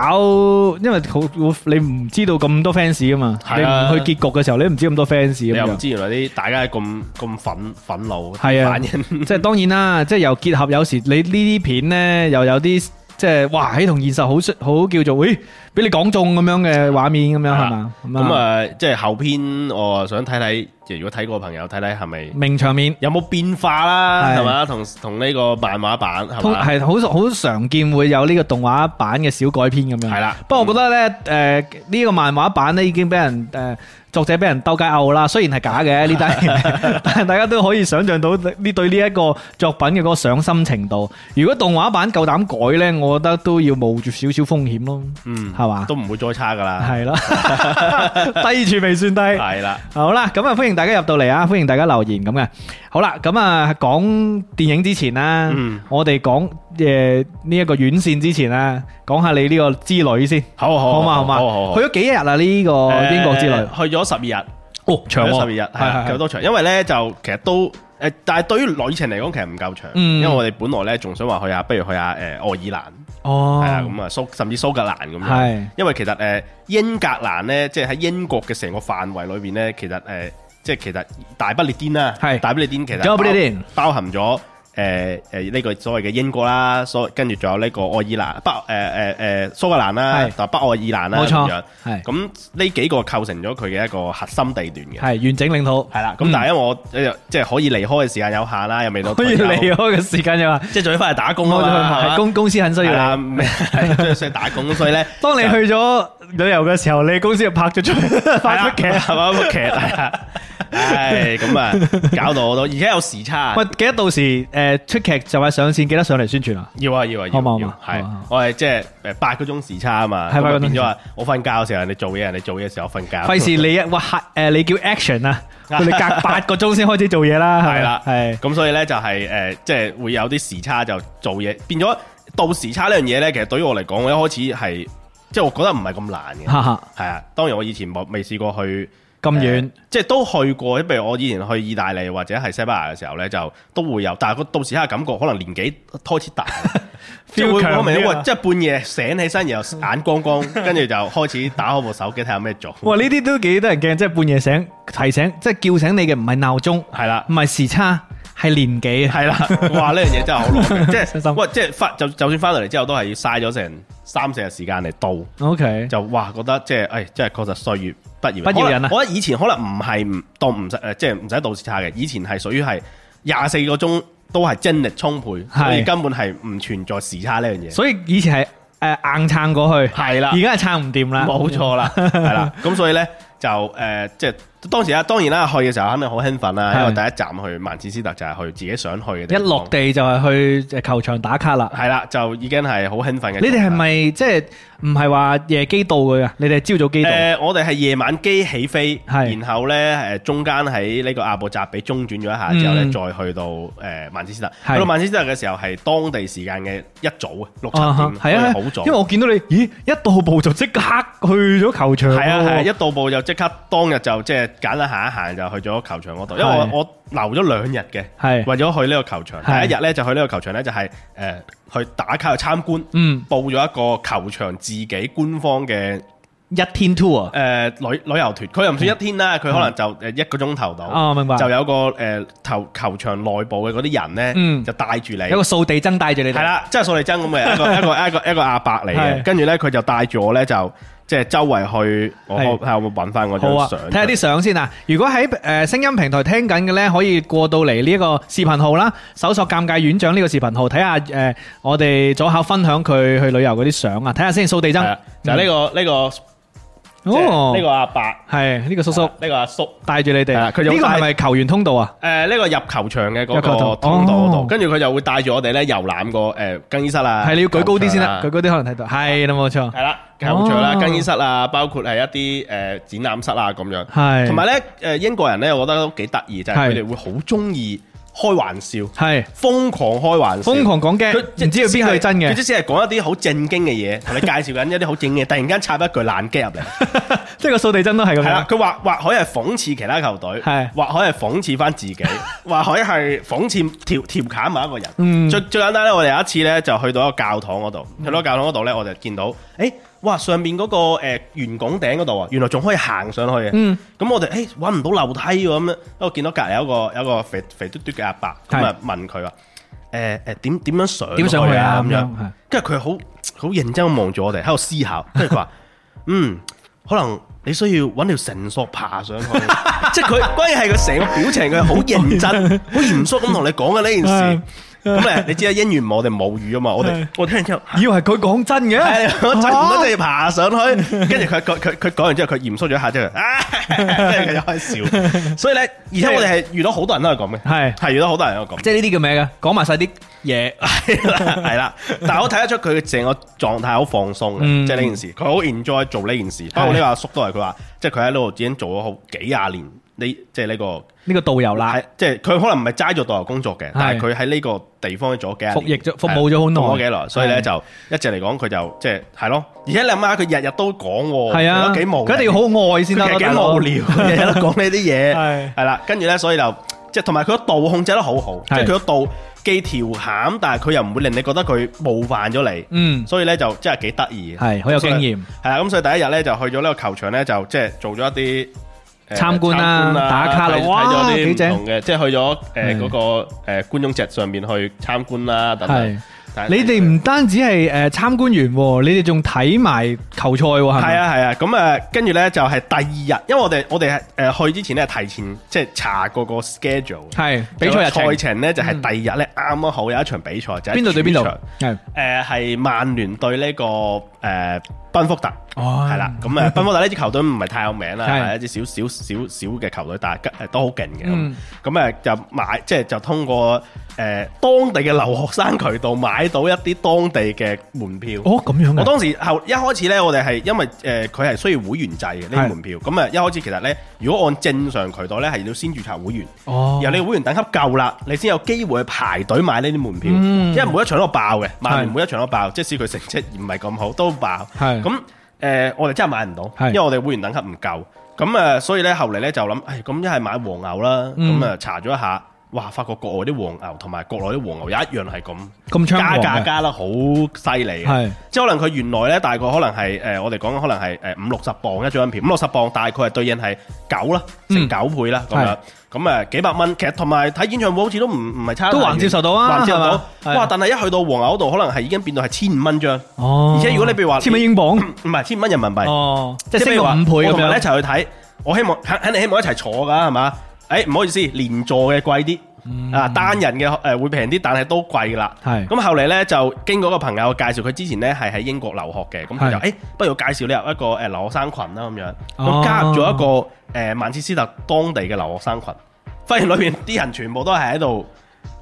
Speaker 3: 因為好你唔知道咁多 fans 啊嘛，你
Speaker 2: 係
Speaker 3: 唔
Speaker 2: 啊
Speaker 3: 去結局嘅時候，你都唔知咁多 fans
Speaker 2: 你
Speaker 3: 咁
Speaker 2: 又唔
Speaker 3: 樣。
Speaker 2: 知原來啲大家咁咁憤憤怒，
Speaker 3: 係啊
Speaker 2: 反應
Speaker 3: 即係當然啦，即係又結合有時你呢啲片呢，又有啲即係哇喺同現實好相好叫做，咦俾你講中咁樣嘅畫面咁樣係嘛？
Speaker 2: 咁，啊，即係後篇我想睇睇，即係如果睇過嘅朋友睇睇係咪
Speaker 3: 名場面。
Speaker 2: 有冇變化啦，
Speaker 3: 係
Speaker 2: 係嘛？同同呢個漫畫版係
Speaker 3: 通
Speaker 2: 嘛？
Speaker 3: 係好好常見會有呢個動畫版嘅小改編咁樣。
Speaker 2: 係啦
Speaker 3: 不過我覺得咧，誒呢個漫畫版咧已經俾人誒作者俾人兜街拗啦。雖然係
Speaker 2: (laughs)
Speaker 3: 假嘅呢單嘢，但係大家都可以想像到呢對呢一個作品嘅嗰個上心程度。如果動畫版夠膽改咧，我覺得都要冒住少少風險咯，
Speaker 2: 嗯，
Speaker 3: 係嘛？
Speaker 2: 都唔會再差噶啦，
Speaker 3: 係啦， (laughs) 低處未算低。
Speaker 2: 係啦，
Speaker 3: 好啦，咁啊，歡迎大家入到嚟啊，歡迎大家留言咁嘅。好啦，咁啊，講電影之前啦，
Speaker 2: 嗯
Speaker 3: 我哋講誒呢一個院線之前啦，講下你呢個之旅先，
Speaker 2: 好好
Speaker 3: 好嘛好嘛，
Speaker 2: 好好好呃
Speaker 3: 去咗幾日啊？呢個英國之旅，
Speaker 2: 誒去咗十二日。
Speaker 3: 哦，長
Speaker 2: 長
Speaker 3: 喎
Speaker 2: 十二日
Speaker 3: 係係
Speaker 2: 係夠多長，因為咧就其實都誒，但係對於旅程嚟講其實唔夠長，
Speaker 3: 嗯
Speaker 2: 因為我哋本來咧仲想話去下，不如去下誒呃愛爾蘭係啦，
Speaker 3: 哦，
Speaker 2: 咁啊蘇甚至蘇格蘭咁樣，
Speaker 3: 係
Speaker 2: 因為其實誒英格蘭咧，即係喺英國嘅成個範圍裏邊咧，其實誒即係其實大不列顛啦，
Speaker 3: 係
Speaker 2: 大不列顛其實
Speaker 3: 大不列顛
Speaker 2: 包包含咗。誒誒呢個所謂嘅英國啦，所跟住仲有呢個愛爾蘭、北誒誒誒蘇格蘭啦
Speaker 3: 係，
Speaker 2: 同埋北愛爾蘭啦
Speaker 3: 冇
Speaker 2: 咁
Speaker 3: 錯
Speaker 2: 樣。
Speaker 3: 係
Speaker 2: 咁呢幾個構成咗佢嘅一個核心地段嘅。
Speaker 3: 係完整領土，
Speaker 2: 系啦，咁但係因為我誒即係可以離開嘅時間有限啦，又未到
Speaker 3: 可以
Speaker 2: 退休
Speaker 3: 離，開嘅時間就話，
Speaker 2: 即係仲要翻嚟打工
Speaker 3: 我
Speaker 2: 啊
Speaker 3: 就
Speaker 2: 嘛，係嘛
Speaker 3: 係公公司很需
Speaker 2: 係
Speaker 3: 要
Speaker 2: 啦，
Speaker 3: 你。
Speaker 2: 係即係需要打
Speaker 3: (laughs)
Speaker 2: 工，所以咧，
Speaker 3: 當你去咗旅遊嘅時候，你公司就拍咗出
Speaker 2: 係
Speaker 3: 拍
Speaker 2: 啦
Speaker 3: 出
Speaker 2: (laughs)
Speaker 3: 劇。啊
Speaker 2: 係嘛，屋企係啦，唉，咁啊，搞到我都，而家有時差
Speaker 3: 喂，，記得到時誒出劇就係上線，記得上嚟宣傳啊！
Speaker 2: 要啊要啊
Speaker 3: 好
Speaker 2: 要
Speaker 3: 嘛好嘛
Speaker 2: 啊，要
Speaker 3: 好嘛
Speaker 2: 係我係即係誒八個鐘時差啊嘛，
Speaker 3: 係八個鐘
Speaker 2: 咁啊變
Speaker 3: 時
Speaker 2: 咗
Speaker 3: 差
Speaker 2: 話我瞓覺嘅時候人哋做嘢，人哋做嘢嘅時候我瞓覺，
Speaker 3: 費事你一哇嚇誒，你叫 action
Speaker 2: (laughs)
Speaker 3: 啊，佢哋隔八個鐘先開始做嘢啦，係咪
Speaker 2: 係啦
Speaker 3: 啊係
Speaker 2: 咁所以咧就係、誒、即係會有啲時差就做嘢，變咗到時差呢樣嘢咧，其實對於我嚟講，我一開始係即係我覺得唔係咁難嘅，
Speaker 3: 哈哈
Speaker 2: 係啊。當然我以前冇未試過去
Speaker 3: 咁遠
Speaker 2: 誒，即係都去過，譬如我以前去意大利或者係西班牙嘅時候咧，就都會有，但係個到時差嘅感覺可能年紀開始大，即
Speaker 3: (laughs)
Speaker 2: 係
Speaker 3: Feel
Speaker 2: 會
Speaker 3: 強
Speaker 2: 我明
Speaker 3: 啲啊
Speaker 2: 喂，即係半夜醒起身，然後眼光光，
Speaker 3: (laughs)
Speaker 2: 跟住就開始打開部手機睇下咩做，
Speaker 3: 哇！呢啲都幾得人驚，即係半夜醒提醒，即係叫醒你嘅唔係鬧鐘，
Speaker 2: 係啦 (laughs)
Speaker 3: 唔。係時差，係年紀啊！
Speaker 2: 系啦，哇！呢樣嘢真係好浪
Speaker 3: (laughs)
Speaker 2: 費，即
Speaker 3: 真心
Speaker 2: 係喂，即係翻就就算翻到嚟之後，都係要嘥咗成三四日時間嚟到， (laughs)
Speaker 3: OK，
Speaker 2: 就哇覺得即係，诶，即係確實歲月不饒
Speaker 3: 不饒人啊
Speaker 2: 可能我覺得以前可能唔係唔當唔使诶，呃即係唔使到時差嘅，以前係屬於係廿四個鐘都係精力充沛，所以根本係唔存在時差呢樣嘢。
Speaker 3: 所以以前係诶硬撐
Speaker 2: (laughs)
Speaker 3: 過去，
Speaker 2: 係啦
Speaker 3: 而家係撐唔掂啦，
Speaker 2: 冇錯啦，係啦，咁所以咧就誒、呃即係當時啊，當然啦，去嘅時候肯定好興奮啦，因為
Speaker 3: 係
Speaker 2: 第一站去曼徹斯特就係去自己想去嘅地
Speaker 3: (laughs) 一
Speaker 2: 方
Speaker 3: 落地就係去球場打卡啦。
Speaker 2: 係啦，就已經 (laughs) 係好興奮嘅。
Speaker 3: 你哋係咪即係唔係話夜機到嘅？你哋係朝早機到，
Speaker 2: 诶、呃我哋係夜晚機起飛，
Speaker 3: 係
Speaker 2: 然後咧诶中間喺呢個阿布扎比中轉咗一下之後咧，
Speaker 3: 嗯
Speaker 2: 再去到诶曼徹斯特。
Speaker 3: 係
Speaker 2: 去到曼徹斯特嘅時候係當地時間嘅一早啊，六七
Speaker 3: 啊哈
Speaker 2: 點，
Speaker 3: 係啊，
Speaker 2: 所以好早。
Speaker 3: 因為我見到你，咦，一到步就即刻去咗球場喎，
Speaker 2: 係啊係啊，一到步就即刻當日就即係揀咗行一行就去咗球場嗰度，因為
Speaker 3: 係
Speaker 2: 我我留咗兩日嘅，
Speaker 3: 係
Speaker 2: 為咗去呢個球場。
Speaker 3: 係
Speaker 2: 第一日咧就去呢個球場咧就係诶去打卡去參觀，
Speaker 3: 嗯
Speaker 2: 報咗一個球場自己官方嘅。
Speaker 3: 一天 tour
Speaker 2: 誒、呃旅旅遊團，佢又唔算一天啦，佢可能就呃誒一個鐘頭到，
Speaker 3: 嗯哦明白
Speaker 2: 就有個誒、球球場內部嘅嗰啲人咧，
Speaker 3: 嗯
Speaker 2: 就帶住你，
Speaker 3: 有個掃地僧帶住你哋，
Speaker 2: 係，啦，即係掃地僧咁
Speaker 3: (laughs)
Speaker 2: 嘅一個一個一個一個阿伯嚟嘅，
Speaker 3: 係
Speaker 2: 跟住咧佢就帶住我咧就即係周圍去，我
Speaker 3: 係
Speaker 2: 睇下我揾翻嗰
Speaker 3: 好
Speaker 2: 張
Speaker 3: 啊，
Speaker 2: 相，
Speaker 3: 睇下啲相先啊！如果喺誒聲音平台聽緊嘅咧，可以過到嚟呢一個視頻號啦，搜索尷尬院長呢個視頻號，睇下誒我哋左考分享佢去旅遊嗰啲相啊，睇下先掃地僧
Speaker 2: 係啊，就係呢個呢個即
Speaker 3: 哦
Speaker 2: 係呢個阿伯，呢
Speaker 3: 係呢個叔叔
Speaker 2: 個阿叔。
Speaker 3: 帶住你哋
Speaker 2: 係啦
Speaker 3: 啊，
Speaker 2: 佢就
Speaker 3: 呢個
Speaker 2: 帶
Speaker 3: 係咪球員通道啊？
Speaker 2: 誒呢個入球場嘅嗰
Speaker 3: 入球
Speaker 2: 個
Speaker 3: 場
Speaker 2: 通道嗰度，
Speaker 3: 哦
Speaker 2: 跟住佢就會帶住我哋咧遊覽個誒更衣室啊，
Speaker 3: 係你要舉高啲先啦，
Speaker 2: 球場啊
Speaker 3: 舉高啲可能睇到，係啦冇錯，
Speaker 2: 系啦，球場啦、
Speaker 3: 哦
Speaker 2: 更衣室啊，包括係一啲诶展覽室啊咁樣。
Speaker 3: 係
Speaker 2: 同埋咧，诶英國人咧，我覺得都幾得意，就係佢哋會好中意開玩笑，
Speaker 3: 係
Speaker 2: 瘋狂開玩笑，
Speaker 3: 瘋狂講
Speaker 2: 佢
Speaker 3: 嘅，唔知道邊個係真
Speaker 2: 佢
Speaker 3: 嘅，
Speaker 2: 即使係講一啲好正經嘅嘢，同你介紹緊一啲好正經嘅，突然間插一句爛機入嚟，
Speaker 3: 即係個掃地僧都係咁
Speaker 2: 係啦
Speaker 3: 樣，，
Speaker 2: 佢或或可以係諷刺其他球隊，
Speaker 3: 係
Speaker 2: 或可以係諷刺翻自己，
Speaker 3: (laughs)
Speaker 2: 或可以係諷刺調調侃某一個人。
Speaker 3: 嗯
Speaker 2: 最最簡單咧，我哋有一次咧就去到一個教堂嗰度，去到教堂嗰度咧，我就見到，誒、哇！上面嗰、個誒圓拱頂嗰度啊，原來仲可以行上去嘅。
Speaker 3: 嗯，
Speaker 2: 咁我哋誒揾唔到樓梯喎，咁樣，我見到隔離有一個有一個肥肥嘟嘟嘅阿伯，咁啊問佢話：誒誒點點樣上
Speaker 3: 點上去啊
Speaker 2: 咁
Speaker 3: 咁
Speaker 2: 樣
Speaker 3: 樣係。
Speaker 2: 跟住佢好好認真咁望住我哋喺度思考，跟
Speaker 3: (laughs)
Speaker 2: 住佢話：嗯，可能你需要揾條繩索爬上去。 (laughs) 即係佢，關鍵係佢成個表情，佢好認真、好嚴肅咁同你講嘅呢件事。咁誒，你知啊，英語我哋母語啊嘛，我哋
Speaker 3: 係
Speaker 2: 我聽完之後。
Speaker 3: 以為佢講真嘅，
Speaker 2: 係我真唔得就要爬上去，跟住佢佢佢佢講完之後，佢嚴肅咗一下之後， (laughs) 啊，跟住佢就開始笑。所以咧，而且我哋係遇到好多人都係咁嘅，
Speaker 3: 係
Speaker 2: 係遇到好多人都係咁，
Speaker 3: 即係呢啲叫咩嘅？講埋晒啲 (laughs) 嘢，
Speaker 2: 係啦係啦。但係我睇得出佢成個狀態好放鬆嘅，
Speaker 3: 嗯
Speaker 2: 即係呢件事，佢好 enjoy 做呢件事。不過呢個阿叔都係佢話，即係佢喺呢度已經做咗好幾廿年，呢即係呢個。
Speaker 3: 呢個導遊啦
Speaker 2: 係，即係佢可能唔係齋做導遊工作嘅，但係佢喺呢個地方做咗幾廿
Speaker 3: 服
Speaker 2: 年
Speaker 3: 役咗服務咗好耐
Speaker 2: 服務咗幾耐，所以咧
Speaker 3: 係
Speaker 2: 就一直嚟講佢就即係係咯，而且你諗下佢日日都講喎，
Speaker 3: 係啊，
Speaker 2: 佢哦都幾無，
Speaker 3: 佢一定要好愛先得
Speaker 2: 佢
Speaker 3: 咯，
Speaker 2: 其實
Speaker 3: 大
Speaker 2: 幾
Speaker 3: 佬
Speaker 2: 無聊，佢日
Speaker 3: (laughs)
Speaker 2: 日都講呢啲嘢，
Speaker 4: 係
Speaker 2: 係啦，跟住咧所以就即係同埋佢個度控制得好好，即係
Speaker 3: 係
Speaker 2: 佢個度既調侃，但係佢又唔會令你覺得佢冒犯咗你。
Speaker 3: 嗯，
Speaker 2: 所以咧就真係幾得意嘅，
Speaker 3: 係好有經驗。
Speaker 2: 係啦，咁所以第一日咧就去咗呢個球場咧，就即係做咗一啲呃
Speaker 3: 參觀啦
Speaker 2: 參觀
Speaker 3: 打卡啦
Speaker 2: 睇
Speaker 3: 哇
Speaker 2: 睇咗啲
Speaker 3: 幾
Speaker 2: 唔
Speaker 3: 正
Speaker 2: 同嘅，即係去咗誒
Speaker 3: 係
Speaker 2: 嗰個誒觀眾席上面去參觀啦等等
Speaker 3: 係。
Speaker 2: 但係
Speaker 3: 你哋唔單止係诶参观完喎，你哋仲睇埋球賽喎，係
Speaker 2: 係
Speaker 3: 咪？
Speaker 2: 啊係啊，咁誒跟住咧就係第二日，因為我哋我哋係呃誒去之前咧提前即係查過個 schedule 嘅。
Speaker 3: 係比賽日
Speaker 2: 賽
Speaker 3: 程，
Speaker 2: 程咧就係第二日咧啱啱好有一場比賽，就喺
Speaker 3: 邊度對邊
Speaker 2: 主
Speaker 3: 度
Speaker 2: 場？
Speaker 3: 係
Speaker 2: 誒係曼聯對呢個誒賓福特，
Speaker 3: 哦
Speaker 2: 係啦，咁
Speaker 3: (laughs)
Speaker 2: 啊賓福特呢支球隊唔係太有名啦，
Speaker 3: 係
Speaker 2: 係一支少少少少嘅球隊，但係吉誒都好勁嘅咁
Speaker 3: 嗯。
Speaker 2: 咁誒就買，即係就通過誒當地嘅留學生渠道買到一啲當地嘅門票。
Speaker 3: 哦咁樣
Speaker 2: 我
Speaker 3: 嘅，
Speaker 2: 當時後一開始咧，我哋係因為誒佢係需要會員制嘅呢啲
Speaker 3: 係
Speaker 2: 門票，咁啊一開始其實咧，如果按正常渠道咧，係要先註冊會員。
Speaker 3: 哦
Speaker 2: 由你會員等級夠啦，你先有機會去排隊買呢啲門票，
Speaker 3: 嗯
Speaker 2: 因為每一場都爆嘅，曼聯
Speaker 3: 係
Speaker 2: 每一場都爆，即使佢成績唔係咁好都爆。
Speaker 3: 係
Speaker 2: 咁誒、呃我哋真係買唔到，
Speaker 3: 係
Speaker 2: 因為我哋會員等級唔夠。咁誒、呃所以咧後嚟咧就諗，唉，咁一係買黃牛啦，咁
Speaker 3: 嗯
Speaker 2: 啊、查咗一下。哇！發覺國外啲黃牛同埋國內啲黃牛有一樣係咁
Speaker 3: 咁猖
Speaker 2: 加
Speaker 3: 狂
Speaker 2: 價
Speaker 3: 嘅，
Speaker 2: 加得好犀利嘅，
Speaker 3: 係
Speaker 2: 即係可能佢原來咧大概可能係誒、呃我哋講緊可能係誒五六十磅一張片，五六十磅大概係對應係九啦，成
Speaker 3: 嗯
Speaker 2: 九倍啦咁樣。咁誒幾百蚊，其實同埋睇演唱會好似都唔唔係差得
Speaker 3: 都
Speaker 2: 太遠
Speaker 3: 還接受到啊
Speaker 2: 還接受
Speaker 3: 係
Speaker 2: 到。
Speaker 3: 嘛
Speaker 2: 哇！
Speaker 3: 係
Speaker 2: 但係一去到黃牛度，可能係已經變到係千五蚊張，
Speaker 3: 哦
Speaker 2: 而且如果你譬如話
Speaker 3: 千蚊英鎊，
Speaker 2: 唔係千五蚊人民幣。
Speaker 3: 哦，即係
Speaker 2: 譬
Speaker 3: 升
Speaker 2: 如話
Speaker 3: 咗五倍
Speaker 2: 我同
Speaker 3: 咁
Speaker 2: 人一
Speaker 3: 樣，
Speaker 2: 齊去睇，我希望肯肯定希望一齊坐㗎係嘛？誒唔好意思，連座嘅貴啲。啊單人嘅誒會平啲，但係都貴啦。
Speaker 3: 嗯係
Speaker 2: 咁後嚟咧就經過一個朋友介紹，佢之前咧係喺英國留學嘅，咁佢就
Speaker 3: 係
Speaker 2: 誒不如我介紹你入一個誒留學生群啦咁樣，
Speaker 3: 哦
Speaker 2: 咁加入咗一個誒曼徹斯特當地嘅留學生群，發現裏邊啲人全部都係喺度。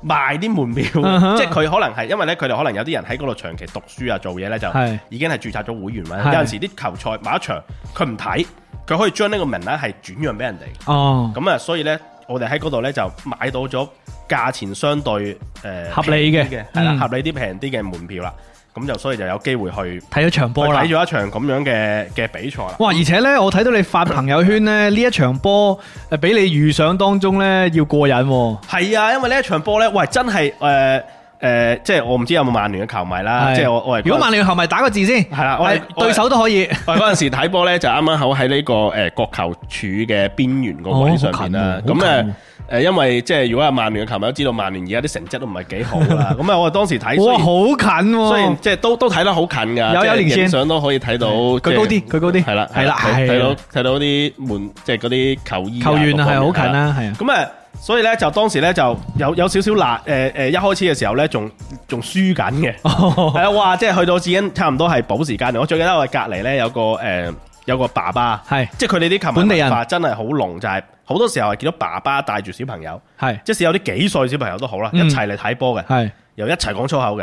Speaker 2: 賣啲門
Speaker 3: (laughs)
Speaker 2: 票
Speaker 3: 嗯哼
Speaker 2: 即係佢可能係因為咧，佢哋可能有啲人喺嗰度長期讀書啊、做嘢咧，就
Speaker 3: 係
Speaker 2: 已經係註冊咗會員啦。
Speaker 3: 係
Speaker 2: 有陣時啲球賽某一場佢唔睇，佢可以將呢個名額係轉讓俾人哋。
Speaker 3: 哦，
Speaker 2: 咁啊，所以咧，我哋喺嗰度咧就買到咗價錢相對誒、呃
Speaker 3: 合理嘅
Speaker 2: 平啲係啦
Speaker 3: 嗯，
Speaker 2: 合理啲平啲嘅門票啦。咁就所以就有機會去去
Speaker 3: 睇咗場波啦
Speaker 2: 睇。咗一場咁樣嘅嘅比賽啦。
Speaker 3: 哇！而且呢，我睇到你發朋友圈呢，呢一場波誒，俾你預想當中呢，要過癮喎。
Speaker 2: 係啊，因為呢一場波咧，喂，真係誒誒，即係我唔知有冇曼聯嘅球迷啦，
Speaker 3: 係
Speaker 2: 啊即係我我係
Speaker 3: 如果曼聯後咪打個字先，
Speaker 2: 係啦我係
Speaker 3: 係
Speaker 2: 我係
Speaker 3: 對手都可以。
Speaker 2: 我嗰陣時睇波咧，就啱啱好喺呢個誒國球柱嘅邊緣個位上邊啦
Speaker 3: 哦。好
Speaker 2: 咁
Speaker 3: 近喎好近
Speaker 2: 誒誒，因為即係如果係曼聯嘅球迷都知道，曼聯而家啲成績都唔係幾好
Speaker 3: (laughs)
Speaker 2: 啦。咁啊，我當時睇，雖
Speaker 3: 哇，
Speaker 2: 然
Speaker 3: 好近喎！
Speaker 2: 雖然即係都都睇得好近㗎，
Speaker 3: 哦有
Speaker 2: 即係
Speaker 3: 有連線
Speaker 2: 影相都可以睇到。
Speaker 3: 佢高啲
Speaker 2: 即係
Speaker 3: 佢高啲
Speaker 2: 係啦，
Speaker 3: 係啦
Speaker 2: 睇
Speaker 3: 係
Speaker 2: 睇到睇到啲門，即係嗰啲球衣啊
Speaker 3: 球員啊，係好
Speaker 2: 各方面
Speaker 3: 近啦，係啊。
Speaker 2: 咁啊，所以咧就當時咧就有有少少辣，誒誒，一開始嘅時候咧仲仲輸緊嘅，
Speaker 3: 哦
Speaker 2: 係啊，哇！即係去到已經差唔多係補時間，我最記得我隔離咧有個誒有個爸爸，
Speaker 3: 係
Speaker 2: 即係佢哋啲球
Speaker 3: 本地
Speaker 2: 迷
Speaker 3: 人
Speaker 2: 文化真係好濃，就係好多時候係見到爸爸帶住小朋友，
Speaker 3: 係
Speaker 2: 即使有啲幾歲小朋友都好啦，一
Speaker 3: 嗯
Speaker 2: 齊嚟睇波嘅。
Speaker 3: 係
Speaker 2: 又一齊講粗
Speaker 3: (laughs)
Speaker 2: 口嘅，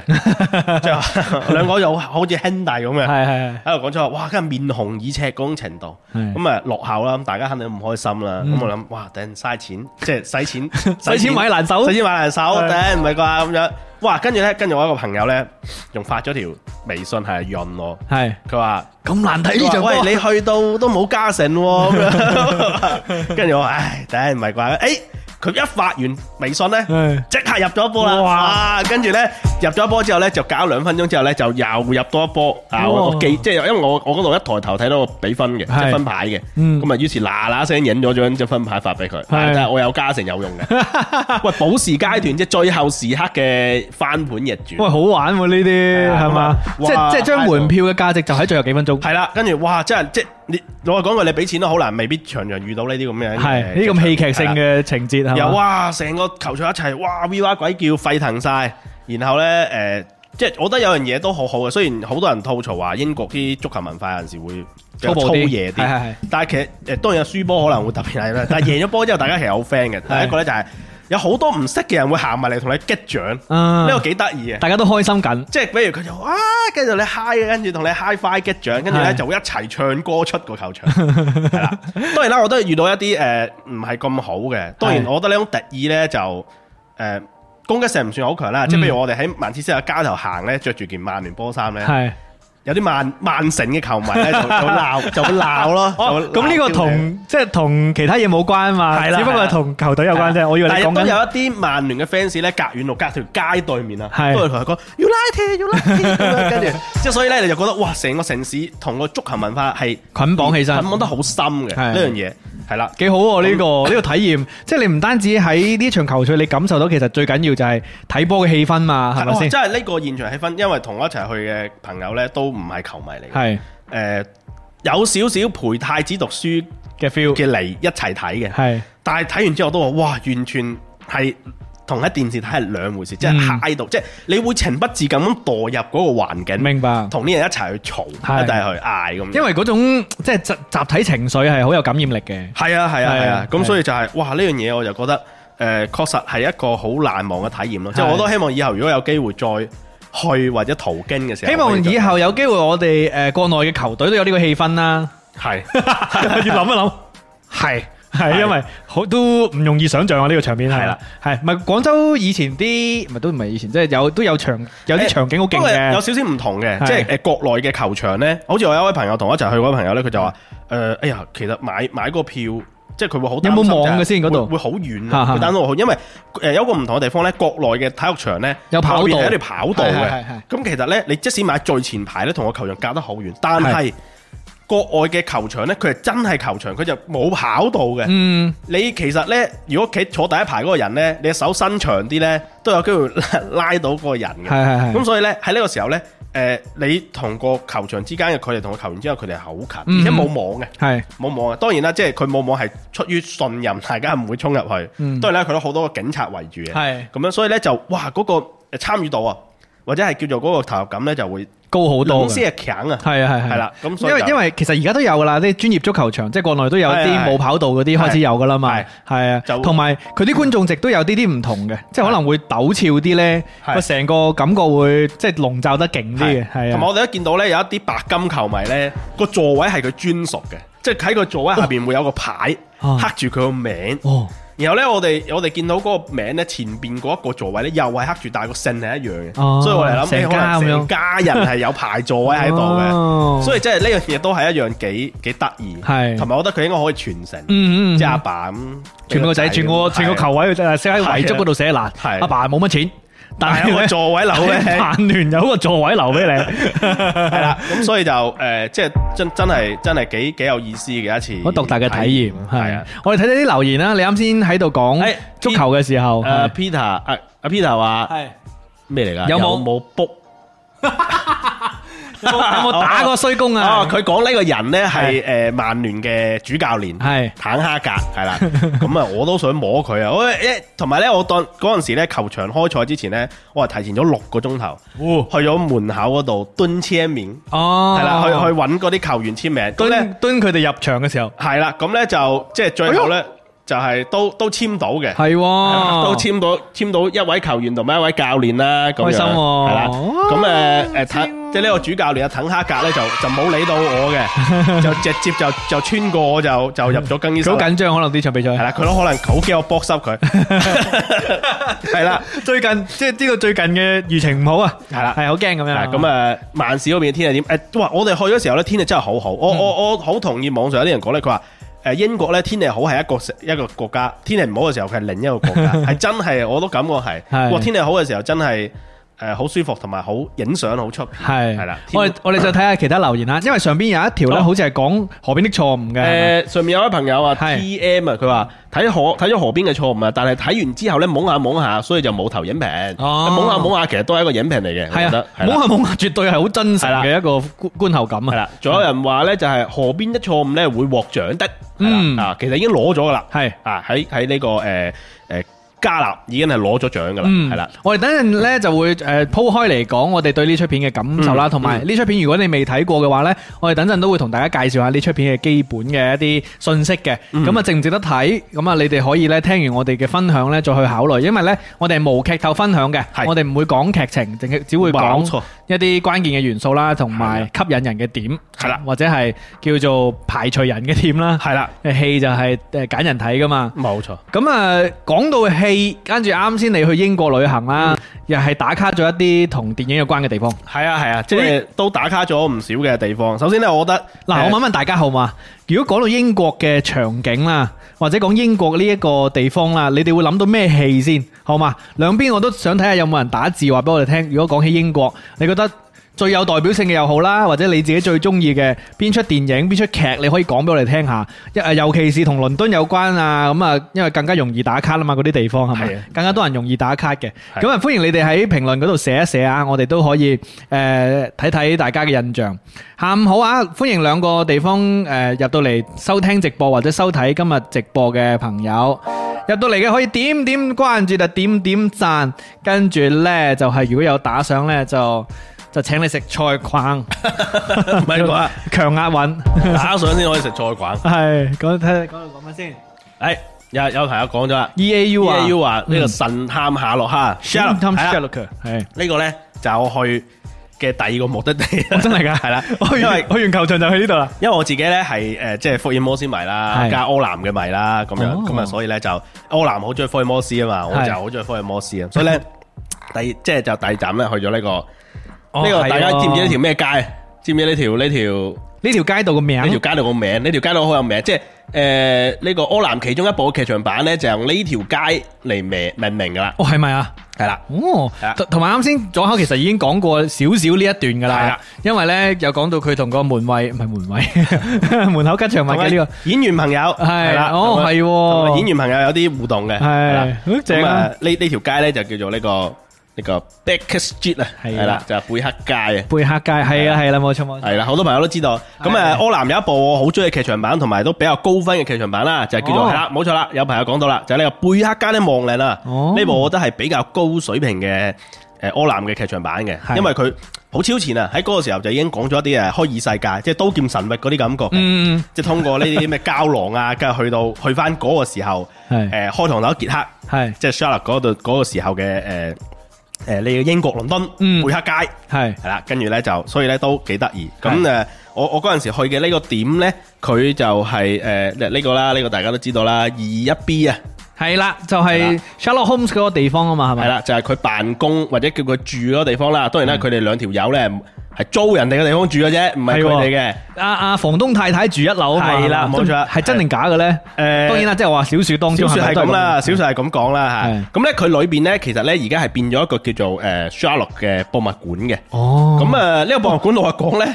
Speaker 2: 即係 (laughs) 兩個又好似兄弟咁
Speaker 3: 係
Speaker 2: 嘅，
Speaker 3: 係
Speaker 2: 喺度講粗口，哇！梗係面紅耳赤嗰種程度，
Speaker 3: 係嗯
Speaker 2: 咁啊落後啦，咁大家肯定唔開心啦。咁我諗，哇！頂嘥錢，即係使
Speaker 3: (laughs)
Speaker 2: 錢，
Speaker 3: 係，使錢買難手
Speaker 2: 使，錢買難手，
Speaker 4: 係
Speaker 2: 頂唔係啩咁樣。哇！跟住咧，跟住我一個朋友咧，仲發咗條微信係潤我，
Speaker 3: 係
Speaker 2: 佢話。
Speaker 3: 咁難睇
Speaker 2: 佢話喂，你去到都冇加成喎，咁
Speaker 3: (laughs)
Speaker 2: 樣跟住我話，唉，頂唔係啩？誒，佢一發完微信咧。
Speaker 4: 唉
Speaker 2: 即刻入咗一波啦！
Speaker 4: 哇
Speaker 2: 哇，跟住呢，入咗一波之後呢，就搞兩分鐘之後呢，就又入多一波啊！我
Speaker 4: 哇
Speaker 2: 我記即係因為我我嗰度一抬頭睇到個比分嘅，即係分牌嘅，
Speaker 4: 嗯
Speaker 2: 咁啊於是嗱嗱聲影咗張張分牌發俾佢，但係我有加成有用嘅。
Speaker 3: (laughs)
Speaker 2: 喂，補時階段即係最後時刻嘅翻盤逆轉
Speaker 3: 喂，。好玩喎呢啲係嘛？即
Speaker 2: 哇
Speaker 3: 即係將門票嘅價值就喺最後幾分鐘。
Speaker 2: 係啦，跟住哇，真係即係你老實講句，你俾錢都好難，未必常常遇到呢啲咁樣嘅
Speaker 3: 係呢啲咁戲劇性
Speaker 2: 係啦啊
Speaker 3: 嘅情節係嘛
Speaker 2: 又哇，成個球場一齊哇 V 哇鬼叫沸騰晒，然後呢，誒、即係我覺得有樣嘢都好好嘅，雖然好多人吐槽話英國啲足球文化有陣時會比較
Speaker 3: 粗暴
Speaker 2: 粗
Speaker 3: 啲
Speaker 2: 野
Speaker 3: 係係
Speaker 2: 啲
Speaker 3: 係，
Speaker 2: 但係其實誒當然有輸波可能會特別係啦，但係贏咗波之後大家其實好 friend 嘅。第一個呢，就係有好多唔識嘅人會行埋嚟同你擊掌，
Speaker 3: 啊
Speaker 2: 呢個幾得意嘅。
Speaker 3: 大家都開心緊，
Speaker 2: 即係比如佢就啊，跟住你嗨，跟住同你嗨 i g 擊掌，跟住咧
Speaker 3: 係
Speaker 2: 就會一齊唱歌出個球場，係啦。當然啦，我都係遇到一啲誒唔係咁好嘅。當然，
Speaker 3: 係
Speaker 2: 我覺得呢種敵意咧就誒、呃攻擊性唔算好
Speaker 4: 嗯
Speaker 2: 強啦。即係譬如我哋喺曼徹斯特街頭行咧，着住件曼聯波衫咧，
Speaker 3: 係
Speaker 2: 有啲曼曼城嘅球迷咧就就鬧就會鬧咯。就會
Speaker 4: 哦
Speaker 2: 鬧
Speaker 4: 咁呢
Speaker 2: 挑
Speaker 4: 個
Speaker 2: 你
Speaker 4: 同即係同其他嘢冇關嘛，
Speaker 2: 係
Speaker 4: 只
Speaker 2: 啦
Speaker 4: 不過係同球隊有關
Speaker 2: 係
Speaker 4: 啫。
Speaker 2: 啊
Speaker 4: 我以為你
Speaker 2: 但係
Speaker 4: 講
Speaker 2: 都有
Speaker 4: 緊
Speaker 2: 一啲曼聯嘅 fans 咧，隔遠路隔條街對面啊，
Speaker 4: 係
Speaker 2: 都會同佢講 United United 咁 (laughs) 樣，跟住即係所以咧，你就覺得哇，成個城市同個足球文化係
Speaker 3: 捆綁起身
Speaker 2: 捆綁得好深嘅
Speaker 3: 係
Speaker 2: 呢樣嘢，係啦，
Speaker 3: 幾好喎呢個呢個體驗，即係你唔單止喺呢場球賽你感受到，其實最緊要就係睇波嘅氣氛嘛，係咪
Speaker 2: 哇
Speaker 3: 先？
Speaker 2: 哦真係呢個現場氣氛，因為同我一齊去嘅朋友咧都唔係球迷嚟嘅，
Speaker 3: 係
Speaker 2: 誒有少少陪太子讀書
Speaker 3: 嘅 feel，
Speaker 2: 嘅嚟一齊睇嘅，
Speaker 3: 係
Speaker 2: 但係睇完之後都話哇，完全係。同喺電視睇係兩回事，即係
Speaker 3: 嗯
Speaker 2: 嗨到，即係你會情不自禁咁墮入嗰個環境。
Speaker 3: 明白。
Speaker 2: 同啲人一齊去嘈，
Speaker 3: 係
Speaker 2: 一齊去嗌咁樣。
Speaker 3: 因為嗰種即係集集體情緒係好有感染力嘅，
Speaker 2: 係啊係啊
Speaker 3: 係啊
Speaker 2: 係啊，
Speaker 3: 係
Speaker 2: 咁所以就係哇呢樣嘢我就覺得誒確實係一個好難忘嘅體驗咯。即係
Speaker 3: 係
Speaker 2: 我都希望以後如果有機會再去或者途經嘅時候，
Speaker 3: 希
Speaker 2: 可
Speaker 3: 望
Speaker 2: 就
Speaker 3: 以後有機會我哋誒國內嘅球隊都有呢個氣氛啦。
Speaker 2: 係
Speaker 4: 要諗一諗，
Speaker 2: 係
Speaker 4: 係因為好都唔容易想像啊呢個場面係
Speaker 2: 係啦，
Speaker 3: 係咪廣州以前啲唔係都唔係以前，即係有都有場有啲場景好勁
Speaker 2: 不過有
Speaker 3: 嘅，
Speaker 2: 少少唔同嘅，
Speaker 3: 係
Speaker 2: 即係誒國內嘅球場咧，好似我有一位朋友同我一齊去嗰位朋友咧，佢就話誒哎呀，其實買買個票。即係佢會好擔心
Speaker 3: 有冇
Speaker 2: 就係
Speaker 3: 網嘅先嗰度
Speaker 2: 會會好遠
Speaker 3: 嚇嚇
Speaker 2: 啊！佢擔心我好，因為誒有一個唔同嘅地方咧，國內嘅體育場咧
Speaker 3: 有跑道
Speaker 2: 後邊係一條跑道
Speaker 3: 係係係
Speaker 2: 嘅
Speaker 3: 係。
Speaker 2: 咁其實咧，你即使買最前排咧，同個球場隔得好遠，但係國外嘅球場咧，佢係真係球場，佢就冇跑道嘅。
Speaker 3: 嗯，
Speaker 2: 你其實咧，如果企坐第一排嗰個人 (laughs) 咧，你手伸長啲咧，都有機會拉拉到嗰個人嘅。
Speaker 3: 係係係
Speaker 2: 咁所以咧喺呢個時候咧，诶、你同個球場之間嘅距離同個球員之間嘅距離係好近，
Speaker 3: 嗯
Speaker 2: 而且冇網嘅，
Speaker 3: 係
Speaker 2: 冇網嘅。當然啦，即係佢冇網係出於信任， (laughs) 大家唔會衝入去。
Speaker 3: 嗯
Speaker 2: 當然啦，佢都好多個警察圍住嘅，
Speaker 3: 係
Speaker 2: 咁樣，所以咧就哇嗰、個誒參與度啊，或者係叫做嗰個投入感咧就會
Speaker 3: 高好多
Speaker 2: 領
Speaker 3: 嘅。
Speaker 2: 先係強啊，
Speaker 3: 係啊係啊
Speaker 2: 係啦。咁所
Speaker 3: 因為
Speaker 2: 以就
Speaker 3: 因為其實而家都有噶啦，啲專業足球場即係國內都有
Speaker 2: 係
Speaker 3: 啲
Speaker 2: 係
Speaker 3: 冇跑道嗰啲開始有噶啦嘛
Speaker 2: 係，
Speaker 3: 係啊
Speaker 2: 就，
Speaker 3: 同埋佢啲觀眾席都有啲啲唔同嘅，即係可能會陡峭啲咧，
Speaker 2: 係
Speaker 3: 個成個感覺會即係籠罩得勁啲嘅，係
Speaker 2: 同
Speaker 3: 啊，
Speaker 2: 埋我哋都見到咧，有一啲白金球迷咧，個座位係佢專屬嘅，即係喺個座位下邊會有個牌
Speaker 3: 哦
Speaker 2: 刻住佢個名。
Speaker 3: 哦，
Speaker 2: 然後咧，我哋我哋見到嗰個名咧，前邊嗰一個座位咧又係刻住，但係個姓係一樣嘅，
Speaker 3: 哦
Speaker 2: 所以我哋諗起
Speaker 3: 成
Speaker 2: 可
Speaker 3: 家
Speaker 2: 能
Speaker 3: 咁樣
Speaker 2: 成家人係有排座位喺度
Speaker 3: 哦
Speaker 2: 嘅，所以即係呢樣嘢都係一樣幾幾得意，
Speaker 3: 係
Speaker 2: 同埋我覺得佢應該可以傳承，
Speaker 3: 嗯嗯嗯
Speaker 2: 即係阿爸咁，
Speaker 3: 全個仔全個全個球位誒寫喺遺囑嗰度寫嗱，
Speaker 2: 係
Speaker 3: 阿爸冇乜錢，但係
Speaker 2: 但係有個
Speaker 3: (laughs) 咧
Speaker 2: 啊座位留
Speaker 4: 喺
Speaker 3: 啊
Speaker 2: 咧。
Speaker 4: 曼聯有個座位留俾你，
Speaker 2: 系啦，咁所以就诶、呃即係真真系真係幾几有意思嘅一次，
Speaker 3: 好獨特嘅體驗
Speaker 2: 係
Speaker 3: 係
Speaker 2: 啊
Speaker 3: 啊。。我哋睇睇啲留言啦，你啱先喺度講
Speaker 2: 誒
Speaker 3: 足球嘅時候，
Speaker 2: 诶，Peter，啊阿 Peter 話
Speaker 3: 係
Speaker 2: 咩嚟㗎？
Speaker 3: 有冇
Speaker 2: 冇 book？
Speaker 3: (laughs) 有冇有冇打過衰工啊
Speaker 2: 哦，？佢講呢個人咧係诶曼聯嘅主教練，
Speaker 3: 係
Speaker 2: 坦哈格
Speaker 3: (laughs)
Speaker 2: 係啦。咁啊，我都想摸佢啊！我一同埋咧，我當嗰阵时咧球場開賽之前咧，我係提前咗六個鐘頭去咗門口嗰度蹲簽名，
Speaker 3: 哦，
Speaker 2: 係啦，去去揾嗰啲球員簽名。咁咧
Speaker 3: 蹲蹲佢哋入場嘅時候。
Speaker 2: 系啦，咁咧就即係最後
Speaker 3: 哎
Speaker 2: 咧就係都都签到嘅，
Speaker 3: 系喎，
Speaker 2: 都簽到簽到一位球員同埋一位教練啦，咁樣
Speaker 3: 開心喎哦
Speaker 2: 係啦。
Speaker 3: 哇
Speaker 2: 咁诶诶，滕即係呢個主教練阿滕哈格咧，就就冇理到
Speaker 3: (laughs)
Speaker 2: 我嘅，就直接就就穿過我就就入咗更衣室
Speaker 3: 佢好
Speaker 2: 啦。
Speaker 3: 緊張，可能呢場比
Speaker 2: 係
Speaker 3: 賽。
Speaker 2: 啦，佢都可能好驚我
Speaker 3: (laughs)
Speaker 2: box up 佢。 (laughs) 係啦，
Speaker 3: 最近即係呢個最近嘅疫情唔好啊，
Speaker 2: 係啦
Speaker 3: 係好驚咁
Speaker 2: 啊
Speaker 3: 樣。
Speaker 2: 咁啊，萬市嗰邊嘅天氣點？誒，哇！我哋去嗰時候咧，天氣真係好好。
Speaker 3: 嗯
Speaker 2: 我我我好同意網上有啲人講咧，佢話誒英國咧天氣好係一個一個國家，天氣唔好嘅時候佢係另一個國
Speaker 3: (laughs)
Speaker 2: 家，係真係我都感覺係。
Speaker 3: 係
Speaker 2: 哇！天氣好嘅時候真係誒好舒服，同埋好影相好出片。
Speaker 3: 係
Speaker 2: 係啦
Speaker 3: 我哋我哋就睇下其他留言啦，因為上邊有一條咧，
Speaker 2: 好
Speaker 3: 好似係講河邊的錯誤嘅。係咪
Speaker 2: 誒，上面有位朋友啊
Speaker 3: 係
Speaker 2: ，T M 啊，佢話睇河睇咗河邊嘅錯誤啊，但係睇完之後咧，懵下懵下，所以就冇投影評。
Speaker 3: 哦
Speaker 2: 懵下懵下，其實都係一個影評嚟嘅。我
Speaker 3: 係
Speaker 2: 覺
Speaker 3: 啊
Speaker 2: 得，係啦
Speaker 3: 冇下冇下，絕對係好真實
Speaker 2: 係啦
Speaker 3: 嘅一個觀觀後
Speaker 2: (laughs)
Speaker 3: 感
Speaker 2: 系
Speaker 3: 啊。
Speaker 2: 啦，仲有人話咧，就係河邊的錯誤咧會獲獎的，係
Speaker 3: 嗯
Speaker 2: 啦啊，其實已經攞咗噶啦，
Speaker 3: 係。
Speaker 2: 啊喺喺呢個诶诶加納已經係攞咗獎噶啦，
Speaker 3: 嗯，
Speaker 2: 係啦，
Speaker 3: 我哋等陣咧就會誒鋪開嚟講我哋對呢出片嘅感受啦，
Speaker 2: 嗯
Speaker 3: 同埋呢出片如果你未睇過嘅話咧，我哋等陣都會同大家介紹下呢出片嘅基本嘅一啲信息嘅。咁啊，值唔值得睇？咁啊，你哋可以咧聽完我哋嘅分享咧再去考慮，因為咧我哋係無劇透分享嘅，
Speaker 2: 係
Speaker 3: 我哋唔會講劇情，淨係只會
Speaker 2: 冇
Speaker 3: 講
Speaker 2: 錯
Speaker 3: 一啲關鍵嘅元素啦，同埋
Speaker 2: 係
Speaker 3: 吸引人嘅點，
Speaker 2: 係啦
Speaker 3: 或者係叫做排除人嘅
Speaker 2: (laughs)
Speaker 3: 點啦。
Speaker 2: 係啦，
Speaker 3: 戲就係誒揀人睇噶嘛。
Speaker 2: 冇錯，
Speaker 3: 咁啊，講到戲，跟住啱先你去英國旅行啦，又係打卡咗一啲同電影有關嘅地方。
Speaker 2: 係啊係啊，即係都打卡咗唔少嘅地方。首先咧，我覺得
Speaker 3: 嗱，
Speaker 2: 誒
Speaker 3: 我問問大家好嘛？如果講到英國嘅場景啦，或者講英國呢一個地方啦，你哋會諗到咩戲先？好嘛？兩邊我都想睇下有冇人打字話俾我哋聽。如果講起英國，你覺得最有代表性嘅又好啦，或者你自己最中意嘅邊出電影、邊出劇，你可以講俾我哋聽下。一誒尤其是同倫敦有關啊，咁啊，因為更加容易打卡啦嘛，嗰啲地方係
Speaker 2: 係啊
Speaker 3: 咪？更加多人容易打卡嘅。
Speaker 2: 係
Speaker 3: 咁啊，歡迎你哋喺評論嗰度寫一寫啊，我哋都可以誒睇睇大家嘅印象。下午好啊！歡迎兩個地方誒、呃入到嚟收聽直播或者收睇今日直播嘅朋友，入到嚟嘅可以點點關注就點點讚，跟住呢，就係、如果有打賞呢，就就請你食菜 (laughs) 框
Speaker 2: 唔係講啊，
Speaker 3: 強壓韻，
Speaker 2: 打上先可以食菜館。
Speaker 3: 係講睇睇講到講乜先
Speaker 2: 誒，有有朋友講咗啦
Speaker 3: (laughs) ？E A U 啊
Speaker 2: ，U 話呢個神探夏洛克 s h e r
Speaker 3: Tom
Speaker 2: r
Speaker 3: Sherlock 係
Speaker 2: 呢個咧就係我去嘅第二個目的地，
Speaker 3: 真 (laughs) 係㗎
Speaker 2: 係啦，
Speaker 3: 我去
Speaker 2: 因為
Speaker 3: 完去完球場就去呢度啦，
Speaker 2: 因為我自己咧係誒即係福爾摩斯迷啦，
Speaker 3: 係
Speaker 2: 加柯南嘅迷啦，咁樣
Speaker 3: 哦
Speaker 2: 咁啊，所以咧就柯南好中意福爾摩斯啊嘛，我
Speaker 3: 係
Speaker 2: 就好中意福爾摩斯啊，所以咧 (laughs) 第即係就第二站咧去咗呢個
Speaker 3: 哦
Speaker 2: 呢個，
Speaker 3: 係
Speaker 2: 大家
Speaker 3: 喎
Speaker 2: 知唔知呢條咩街？啊知唔知呢條呢條
Speaker 3: 呢條街道嘅名
Speaker 2: 呢條街道個名？呢條街道好有名，即係誒呢個柯南其中一部嘅劇場版咧，就用呢條街嚟命命名噶啦，
Speaker 3: 哦係咪啊？
Speaker 2: 係啦，
Speaker 3: 哦
Speaker 2: 係啦，
Speaker 3: 同同埋啱先左口其實已經講過少少呢一段噶
Speaker 2: 係
Speaker 3: 啦
Speaker 2: 啦，
Speaker 3: 因為咧有講到佢同個門衞唔 (laughs) 係門衞門口吉祥物嘅呢個
Speaker 2: 演員朋友
Speaker 3: 係
Speaker 2: 啦，
Speaker 3: 哦
Speaker 2: 咁啊
Speaker 3: 係喎
Speaker 2: 同埋演員朋友有啲互動嘅，
Speaker 3: 係
Speaker 2: 啦
Speaker 3: 好正
Speaker 2: 咁
Speaker 3: 啊
Speaker 2: 啊呢呢條街咧就叫做呢個呢個 Baker Street 啊，
Speaker 3: 係
Speaker 2: 係
Speaker 3: 啦
Speaker 2: 啦，就係貝克街啊。
Speaker 3: 貝克街係啦係啦，冇錯冇錯。
Speaker 2: 係啦，好多朋友都知道。
Speaker 3: 係
Speaker 2: 咁誒，柯南有一部我好中意嘅劇場版，同埋都比較高分嘅劇場版啦，就係叫做
Speaker 3: 哦
Speaker 2: 係啦，冇錯啦。有朋友講到啦，就係呢個貝克街的望靚啦。
Speaker 3: 哦
Speaker 2: 呢部我覺得係比較高水平嘅誒柯南嘅劇場版嘅，
Speaker 3: 係
Speaker 2: 因為佢好超前啊！喺嗰個時候就已經講咗一啲誒開異世界，即係刀劍神域嗰啲感覺嘅。
Speaker 3: 嗯，
Speaker 2: 即係通過呢啲咩膠囊啊，跟住去到去翻嗰個時候，
Speaker 3: 係
Speaker 2: 誒、開堂口傑克，
Speaker 3: 係
Speaker 2: 即係 Sherlock 嗰度嗰個時候嘅誒誒，你英國倫敦、
Speaker 3: 嗯
Speaker 2: 貝克街
Speaker 3: 係
Speaker 2: 係啦，跟住咧就所以咧都幾得意。咁
Speaker 3: 係
Speaker 2: 誒、我我嗰陣時去嘅呢個點咧，佢就係誒呢個啦，呢、個大家都知道啦，二一 B 啊，
Speaker 3: 係啦，就
Speaker 2: 係
Speaker 3: 係
Speaker 2: 啦
Speaker 3: Sherlock Holmes 嗰個地方啊嘛，係咪？
Speaker 2: 係啦，就係、佢辦公或者叫佢住嗰個地方啦。當然啦，佢哋兩條友咧係租人哋嘅地方住嘅啫，唔
Speaker 3: 嗯
Speaker 2: 係
Speaker 3: 係喎
Speaker 2: 佢哋嘅。
Speaker 3: 阿阿房東太太住一樓啊嘛，
Speaker 2: 係啦
Speaker 3: 係嘛
Speaker 2: 冇錯
Speaker 3: 係真定假嘅咧？
Speaker 2: 誒
Speaker 3: 當然啦，即係話小説當
Speaker 2: 小
Speaker 3: 中
Speaker 2: 説
Speaker 3: 咪
Speaker 2: 係
Speaker 3: 都
Speaker 2: 咁啦，小説係咁講啦
Speaker 3: 係
Speaker 2: 嚇。咁咧佢裏邊咧其實咧而家係變咗一個叫做誒 Sherlock 嘅博物館嘅。
Speaker 3: 哦，
Speaker 2: 咁啊呢個博物館老實講咧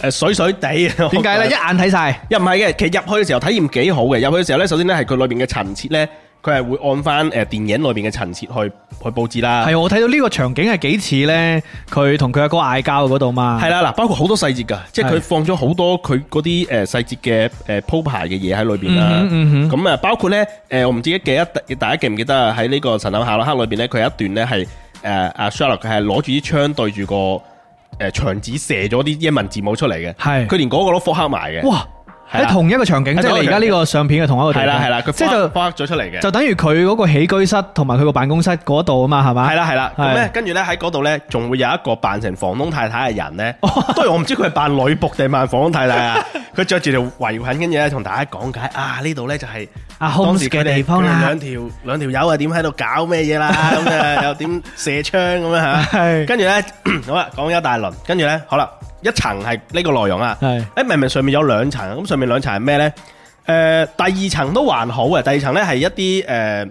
Speaker 2: 誒水水地，啊
Speaker 3: (laughs) 點解咧？一
Speaker 2: (laughs)
Speaker 3: 眼睇晒，
Speaker 2: 又唔係嘅，其實入去嘅時候體驗幾好嘅。入去嘅時候咧，首先咧係佢裏邊嘅陳設咧，佢係會按翻誒電影裏邊嘅陳設去去佈置啦。
Speaker 3: 係我睇到呢個場景係幾似咧，佢同佢阿哥嗌交嗰度嘛，
Speaker 2: 係啦，嗱，包括好多細節㗎，即
Speaker 3: 嗯
Speaker 2: 係
Speaker 3: 係
Speaker 2: 佢放咗好多佢嗰啲誒細節嘅誒鋪排嘅嘢喺裏邊啦
Speaker 3: 嗯哼嗯。
Speaker 2: 咁啊，包括咧誒，我唔知記得大家記唔記得啊？喺呢個神探夏洛克裏邊咧，佢有一段咧係誒阿 Sherlock 佢係攞住啲槍對住個誒牆紙射咗啲英文字母出嚟嘅，
Speaker 3: 係
Speaker 2: 佢連嗰個都腹黑埋嘅。
Speaker 3: 哇！
Speaker 2: 係啦
Speaker 3: 喺同一個場景，
Speaker 2: 喺
Speaker 3: 即
Speaker 2: 同
Speaker 3: 係
Speaker 2: 一個
Speaker 3: 你而家呢個相片嘅同一個地
Speaker 2: 係
Speaker 3: 方，
Speaker 2: 啦係啦，佢
Speaker 3: 即
Speaker 2: 即
Speaker 3: 係
Speaker 2: 係
Speaker 3: 就
Speaker 2: 腹黑咗出嚟嘅。
Speaker 3: 就等於佢嗰個起居室同埋佢個辦公室嗰度啊嘛，係嘛？
Speaker 2: 係啦係啦，咁咧
Speaker 3: 係
Speaker 2: 跟住咧喺嗰度咧，仲會有一個扮成房東太太嘅人
Speaker 3: (laughs)
Speaker 2: 咧，當然我唔知佢係扮女仆定扮房東太太啊， (laughs) 佢着住條圍裙，跟住咧同大家講解啊呢度咧就係
Speaker 3: 阿
Speaker 2: 當
Speaker 3: Holmes
Speaker 2: 時佢
Speaker 3: 啊嘅
Speaker 2: 哋
Speaker 3: 地方
Speaker 2: 佢哋
Speaker 3: 啦
Speaker 2: 兩，條兩條友啊點喺度搞咩嘢啦，
Speaker 3: (laughs)
Speaker 2: 咁啊又點射槍咁啊吓，
Speaker 3: 係
Speaker 2: 跟住咧 (clears throat) 好啦講咗一大輪，跟住咧好啦一層係呢個內容啊，
Speaker 3: 係
Speaker 2: 誒明明上面有兩層，咁上面兩層係咩咧？誒、呃第二層都還好嘅，第二層咧係一啲誒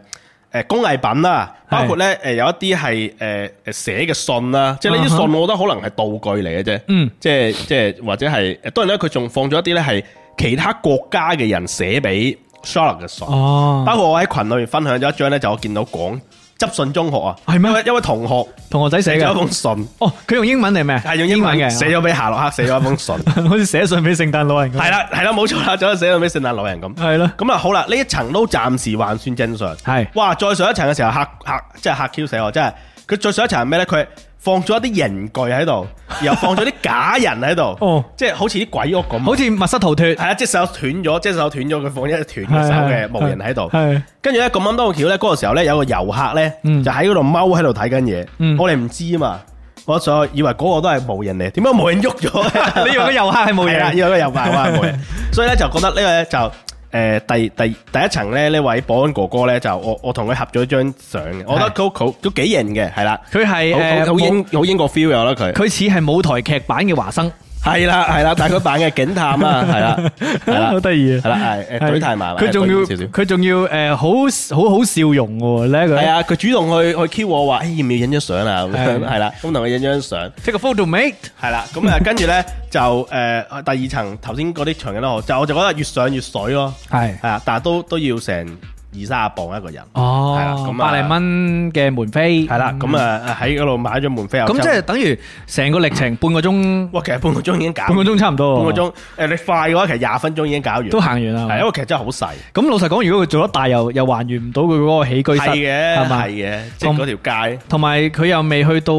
Speaker 2: 誒工藝品啦，
Speaker 3: 係
Speaker 2: 包括咧誒、有一啲係誒誒寫嘅信啦，即係呢啲
Speaker 3: 啊哈
Speaker 2: 信我覺得可能係道具嚟嘅啫，
Speaker 3: 嗯
Speaker 2: 即係即係或者係誒當然咧佢仲放咗一啲咧係其他國家嘅人寫俾 Sherlock 嘅信，
Speaker 3: 哦，
Speaker 2: 包括我喺群裏面分享咗一張咧，就我見到廣執信中學啊，
Speaker 3: 係咩
Speaker 2: 一位一位同學
Speaker 3: 同學仔
Speaker 2: 寫
Speaker 3: 寫
Speaker 2: 咗一
Speaker 3: 嘅，
Speaker 2: 封信，
Speaker 3: 哦，佢用英文定咩？
Speaker 2: 係用英文
Speaker 3: 嘅，哦
Speaker 2: 寫咗俾夏洛克，寫咗一封信。
Speaker 3: (laughs) 好似寫信俾聖誕老人咁。
Speaker 2: 系啦，系啦，冇錯啦，就寫到俾聖誕老人咁。
Speaker 3: 係咯
Speaker 2: 咁啊，好啦，呢一層都暫時還算正常。
Speaker 3: 係
Speaker 2: 哇，再上一層嘅時候嚇嚇，即係嚇 Q 死我，真係。佢再上一層係咩咧？佢係放咗一啲人具
Speaker 3: (laughs)
Speaker 2: 喺度，然後放咗啲假人喺度，
Speaker 3: 哦
Speaker 2: 即係好似啲鬼屋咁。
Speaker 3: 好似密室逃脱
Speaker 2: 係，啊，隻手斷咗，隻手斷咗，佢放一隻斷嘅手嘅模型喺度。
Speaker 3: 係
Speaker 2: 跟住咧咁啱得咁巧咧，嗰個時候咧有個遊客咧
Speaker 3: 嗯
Speaker 2: 就喺嗰度踎喺度睇緊嘢，
Speaker 3: 嗯
Speaker 2: 我哋唔知啊嘛，我就以為嗰個都係模型嚟，點解模型喐咗？
Speaker 3: (laughs) 你以為個遊客係冇
Speaker 2: (laughs) 係啦，
Speaker 3: 嘢？
Speaker 2: 要有個遊化話冇
Speaker 3: (laughs)
Speaker 2: 嘢，所以咧就覺得呢個咧就誒、呃第第第一層咧呢位保安哥哥咧就我我同佢合咗張相嘅，我覺得佢好都幾型嘅，係啦，
Speaker 3: 佢係
Speaker 2: 好好
Speaker 3: 誒
Speaker 2: 好
Speaker 3: 舞
Speaker 2: 英好英國 feel 有啦佢，
Speaker 3: 佢似係舞台劇版嘅華生，
Speaker 2: 係啦係啦，但係佢扮嘅警探啦，係
Speaker 3: (laughs)
Speaker 2: 啦係啦
Speaker 3: 好得意啊
Speaker 2: 係啦係誒懟太埋，
Speaker 3: 佢仲要
Speaker 2: 少少。
Speaker 3: 佢仲要誒好好好笑容喎咧
Speaker 2: 系
Speaker 3: 佢，
Speaker 2: 啊，佢主動去去 Q 我話，诶、要唔要影張相啊？咁樣
Speaker 3: 係
Speaker 2: 係啦，咁同佢影張相，
Speaker 3: take a photo mate，
Speaker 2: 係啦，咁啊，跟住咧就诶、呃第二層頭先嗰啲長嘅都好，就我就覺得越上越水咯，
Speaker 3: 係
Speaker 2: 係啊，但係都都要成二三十磅一個人，係啦
Speaker 3: 哦
Speaker 2: 咁，啊
Speaker 3: 百零蚊嘅門飛，
Speaker 2: 係啦，咁啊喺嗰度買咗門飛後，
Speaker 3: 咁即係等於成個歷程半個鐘，
Speaker 2: 哇，其實半個鐘已經搞，
Speaker 3: 半個
Speaker 2: 半
Speaker 3: 鐘差哦唔多，
Speaker 2: 個鐘，诶、你快嘅話，其實廿分鐘已經搞完，
Speaker 3: 都行完啦。
Speaker 2: 係因為其實真係好細，
Speaker 3: 咁老實講，如果佢做得大，又又還原唔到佢嗰個起居室，
Speaker 2: 係嘅，
Speaker 3: 係
Speaker 2: 係
Speaker 3: 嘛？
Speaker 2: 嘅，即係嗰條街。
Speaker 3: 同埋佢又未去到，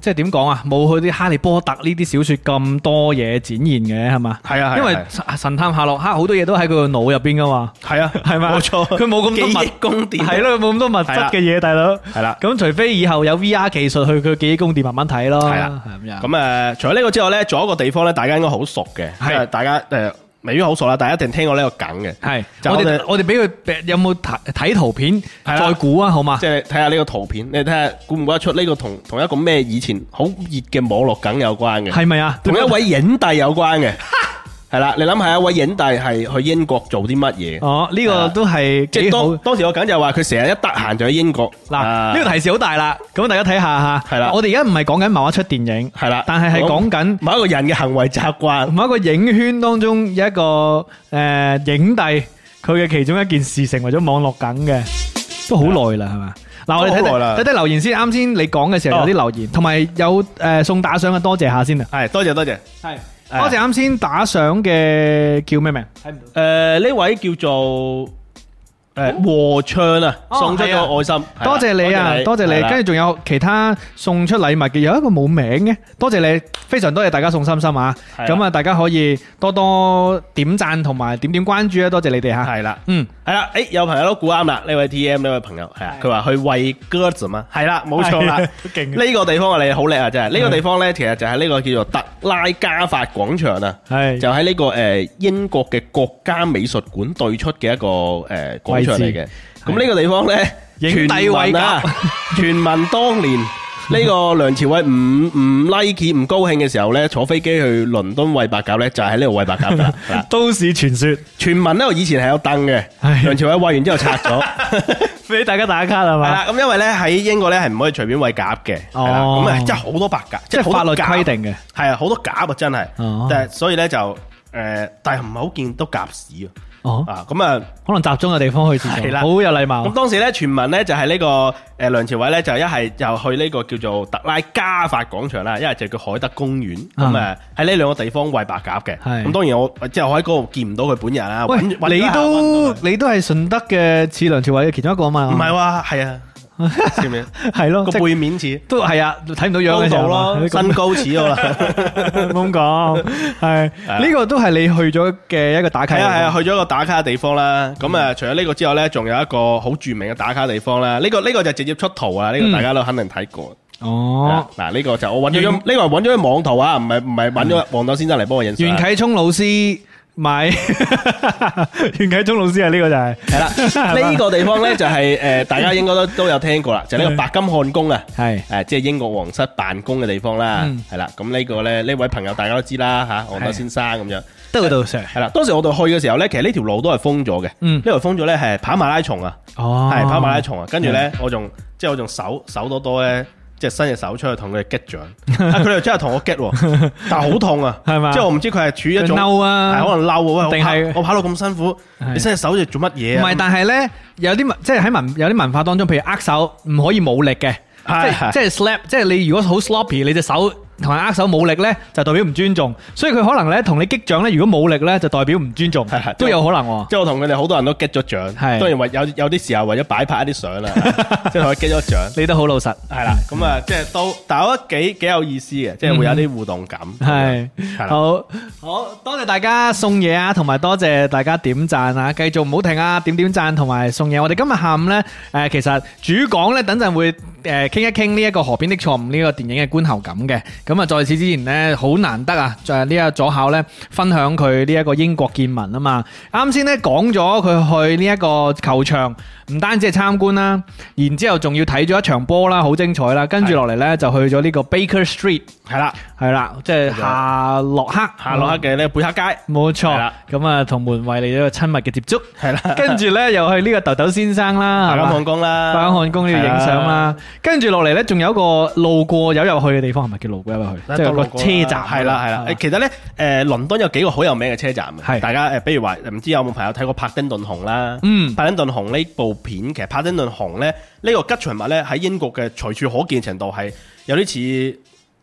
Speaker 3: 即係點講啊？冇去啲哈利波特呢啲小説咁多嘢展現嘅，係嘛？
Speaker 2: 係啊係啊
Speaker 3: 因為
Speaker 2: 係啊
Speaker 3: 神神探夏洛克好多嘢都喺佢個腦入邊噶嘛，
Speaker 2: 系啊，
Speaker 3: 係嘛？
Speaker 2: 冇錯，
Speaker 3: 佢冇咁多物
Speaker 2: 記憶宮殿
Speaker 3: 係咯，佢冇咁多物質嘅嘢，大佬。
Speaker 2: 係啦。
Speaker 3: 咁除非以後有 VR 技術去佢記憶宮殿慢慢睇咯，
Speaker 2: 係啦
Speaker 3: 啊係咁樣。
Speaker 2: 咁誒，除咗呢個之外咧，仲有一個地方咧，大家應該好熟嘅，
Speaker 3: 係啊
Speaker 2: 因為大家誒未必好熟啦，但係一定聽過呢個梗嘅，
Speaker 3: 係，
Speaker 2: 就
Speaker 3: 我
Speaker 2: 我
Speaker 3: 哋
Speaker 2: 哋
Speaker 3: 我哋俾佢有冇睇睇圖片
Speaker 2: 係啦
Speaker 3: 再估啊，好嘛？
Speaker 2: 即係睇下呢個圖片，你睇下估唔估得出呢個同同一個咩以前好熱嘅網絡梗有關嘅，
Speaker 3: 係咪啊？
Speaker 2: 同一位影帝有關嘅，係啦，你諗下一位影帝係去英國做啲乜嘢？
Speaker 3: 哦，呢個都係
Speaker 2: 即係
Speaker 3: 幾好。
Speaker 2: 當當時個梗就係話佢成日一得閒就去英國，啊
Speaker 3: 嗱，呢個
Speaker 2: 個
Speaker 3: 提示好大啦，咁大家睇下吓。
Speaker 2: 係啦
Speaker 3: 我哋而家唔係講緊漫畫出電影，
Speaker 2: 係啦，
Speaker 3: 但係係講嗯緊
Speaker 2: 某一個人嘅行為習慣，
Speaker 3: 某一個影圈當中有一個诶影帝，佢嘅其中一件事成為咗網絡梗嘅，都好耐啦，係嘛？嗱，我哋睇
Speaker 2: 都
Speaker 3: 睇
Speaker 2: 好耐啦
Speaker 3: 睇睇留言先。啱先你講嘅時候有啲留言，同埋有诶送打賞嘅，多謝下先啊。
Speaker 2: 係多謝多謝。
Speaker 3: 系，多謝啱先打賞嘅叫咩名？睇唔到。
Speaker 2: 诶，呃呢位叫做诶和唱啊，
Speaker 3: 哦
Speaker 2: 送出咗愛心，係啦
Speaker 3: 多謝你啊，多謝
Speaker 2: 係
Speaker 3: 你，
Speaker 2: 啦
Speaker 3: 跟住仲有其他送出禮物嘅，有一個冇名嘅，多謝你，非常多謝大家送心心啊！
Speaker 2: 係啦
Speaker 3: 咁啊，大家可以多多點贊同埋點點關注啊，多謝你哋吓。
Speaker 2: 係啦。
Speaker 3: 嗯，
Speaker 2: 系啦，诶，有朋友都估啱啦，呢位 T M 呢位朋友系啊，佢話去喂 girls 嘛，係啦，冇錯 (laughs) 啦，
Speaker 4: 勁
Speaker 2: 呢個地方我哋好叻啊，真係，
Speaker 3: 嗯
Speaker 2: 呢個地方咧其實就係呢個叫做特拉加法廣場啊，
Speaker 4: 係
Speaker 2: 就喺呢個诶英國嘅國家美術館對出嘅一個诶广场嚟
Speaker 4: 位
Speaker 2: 嘅，咁呢個地方咧，
Speaker 3: 影帝位
Speaker 2: 傳聞
Speaker 3: (laughs)
Speaker 2: 啊，傳聞當年。呢個梁朝偉唔唔 like 唔高興嘅時候咧，坐飛機去倫敦喂白鴿咧，就係喺呢度喂白鴿
Speaker 3: (laughs)
Speaker 2: 噶啦。係啦
Speaker 4: 都市傳說，
Speaker 2: 傳聞呢，我以前係有凳嘅，
Speaker 4: 係
Speaker 2: 梁朝偉喂完之後拆
Speaker 3: (laughs)
Speaker 2: 咗。
Speaker 4: 俾大家打卡係
Speaker 2: 系
Speaker 4: 嘛？
Speaker 2: 啦，咁因為咧喺英國咧係唔可以隨便喂鴿嘅，係啦
Speaker 3: 哦
Speaker 2: 咁啊真係好多白鴿，
Speaker 3: 即係
Speaker 2: 係
Speaker 3: 法律
Speaker 2: 好多鴿
Speaker 3: 規，定嘅。
Speaker 2: 係啊好多鴿啊真係
Speaker 3: 哦，
Speaker 2: 但係所以咧就诶，但係唔係好見到鴿屎
Speaker 3: 哦，
Speaker 2: 啊，啊咁啊
Speaker 3: 可能集中嘅地方去厕
Speaker 2: 係
Speaker 3: 所，
Speaker 2: 啦
Speaker 3: 好有禮貌
Speaker 2: 咁。當時咧傳聞咧就係呢個诶梁朝偉咧就一係就去呢個叫做特拉加法廣場啦，一係就叫海德公園，
Speaker 3: 嗯
Speaker 2: 咁啊喺呢兩個地方喂白鴿嘅，
Speaker 3: 係
Speaker 2: 咁當然我即係我喺嗰度見唔到佢本人啊，
Speaker 3: 喂，
Speaker 2: 搵搵
Speaker 3: 你
Speaker 2: 下搵
Speaker 3: 都
Speaker 2: 唔到佢
Speaker 3: 你都係順德嘅似梁朝偉嘅其中一個啊嘛？
Speaker 2: 唔係喎，係
Speaker 3: (laughs)
Speaker 2: 啊，知唔知？
Speaker 3: 係咯，
Speaker 2: 個
Speaker 3: 即係
Speaker 2: 背面似
Speaker 3: 都係啊，睇唔到樣
Speaker 2: 高
Speaker 3: 嘅時候
Speaker 2: 度
Speaker 3: 係
Speaker 2: 咯，
Speaker 3: 嘛
Speaker 2: 身高
Speaker 3: (laughs)
Speaker 2: 似我啦。啊
Speaker 4: 咁講係
Speaker 3: 呢個都係你去咗嘅一個打卡。
Speaker 2: 系啊系啊，去咗一個打卡嘅地方啦。咁啊，除咗呢個之外呢，仲有一個好著名嘅打卡地方啦。呢個呢個就直接出圖啊，呢
Speaker 3: 嗯
Speaker 2: 個大家都肯定睇過。
Speaker 3: 哦。嗯
Speaker 2: 嗱，呢個就我揾咗張，呢個係揾咗張網圖啊，唔係唔係揾咗黃豆先生嚟幫我影相
Speaker 3: 袁
Speaker 2: 啊。
Speaker 3: 啟聰老師買 (laughs)
Speaker 4: 袁啟忠老師啊，呢個就係
Speaker 3: (laughs)
Speaker 2: 係啦，呢個地方呢，就係诶，大家應該都都有聽過啦，就係
Speaker 3: 嗯
Speaker 2: 呢個白金漢宮啊。
Speaker 3: 係
Speaker 2: 誒，即係英國皇室辦公嘅地方啦
Speaker 3: 嗯，
Speaker 2: 係啦、咁呢個咧，呢位朋友大家都知啦嚇，黃豆先生咁樣，
Speaker 3: 得到 Sir
Speaker 2: 係啦。當時我哋去嘅時候呢，其實呢條路都係封咗嘅，呢、
Speaker 3: 嗯
Speaker 2: 條封咗呢，係跑馬拉松啊。
Speaker 3: 哦
Speaker 2: 係跑馬拉松啊，跟住咧我仲即係我仲手手多多咧，即係伸隻手出去同佢哋擊掌，啊佢哋真係同我
Speaker 3: (laughs)
Speaker 2: 擊喎，但係好痛啊，
Speaker 3: 係嘛
Speaker 2: 即係我唔知佢係處於一種
Speaker 3: 嬲啊
Speaker 2: 係可能嬲啊，喂，
Speaker 3: 定係
Speaker 2: 我跑我跑到咁辛苦，
Speaker 3: 係
Speaker 2: 你伸隻手嚟做乜
Speaker 3: 唔
Speaker 2: 嘢啊？
Speaker 3: 係，但係咧有啲文即係喺文有啲文化當中，譬如握手唔可以冇力嘅，即
Speaker 2: 係
Speaker 3: 係
Speaker 2: 係
Speaker 3: 即係 slap，即係你如果好 sloppy，你隻手同人握手冇力咧，就代表唔尊重。所以佢可能咧同你擊掌咧，如果冇力咧，就代表唔尊重
Speaker 2: 係係，
Speaker 3: 都有可能喎。
Speaker 2: 即係我同佢哋好多人都擊咗掌，
Speaker 3: 係
Speaker 2: 當然為有有啲時候為咗擺拍一啲相啦，即係同佢擊咗掌。
Speaker 3: 你都好老實，
Speaker 2: 係啦，咁啊，即係都，但係我覺得幾幾有意思嘅，即係會有啲互動感。
Speaker 3: 係
Speaker 2: 係啦，
Speaker 3: 好好多謝大家送嘢啊，同埋多謝大家點贊啊，繼續唔好停啊，點點贊同埋送嘢。我哋今日下午呢，誒、其實主講呢，等陣會誒傾、一傾呢一個河邊的錯誤呢個電影嘅觀後感嘅。咁啊，在此之前呢，好難得啊，就係呢個左考呢，分享佢呢一個英國見聞啊嘛。啱先呢，講咗佢去呢一個球場，唔單止係參觀啦，然之後仲要睇咗一場波啦，好精彩啦。跟住落嚟呢，就去咗呢個 Baker Street。
Speaker 2: 係啦，
Speaker 3: 系啦，即係夏洛克，
Speaker 2: 夏洛克嘅呢貝克街，
Speaker 3: 冇錯
Speaker 2: 係啦。
Speaker 3: 咁啊，同門卫嚟咗個親密嘅接
Speaker 2: (laughs)
Speaker 3: 觸，
Speaker 2: 係啦，
Speaker 3: 跟住咧又去呢個豆豆先生啦，
Speaker 2: 白金
Speaker 3: 係嘛
Speaker 2: 漢宮啦，
Speaker 3: 白金漢宮呢度影相啦。跟住落嚟咧，仲有一個路過有入去嘅地方，係咪叫路過有入去？即係有個車站。
Speaker 2: 係啦係啦。誒，啊其實咧，誒倫敦有幾個好有名嘅車站
Speaker 3: 係
Speaker 2: 嘅，大家誒，比如話唔知有冇朋友睇過《柏丁頓紅》啦，
Speaker 3: 嗯
Speaker 2: 《柏丁頓紅》呢部片，其實《柏丁頓紅》咧呢個吉祥物咧喺英國嘅隨處可見程度係有啲似，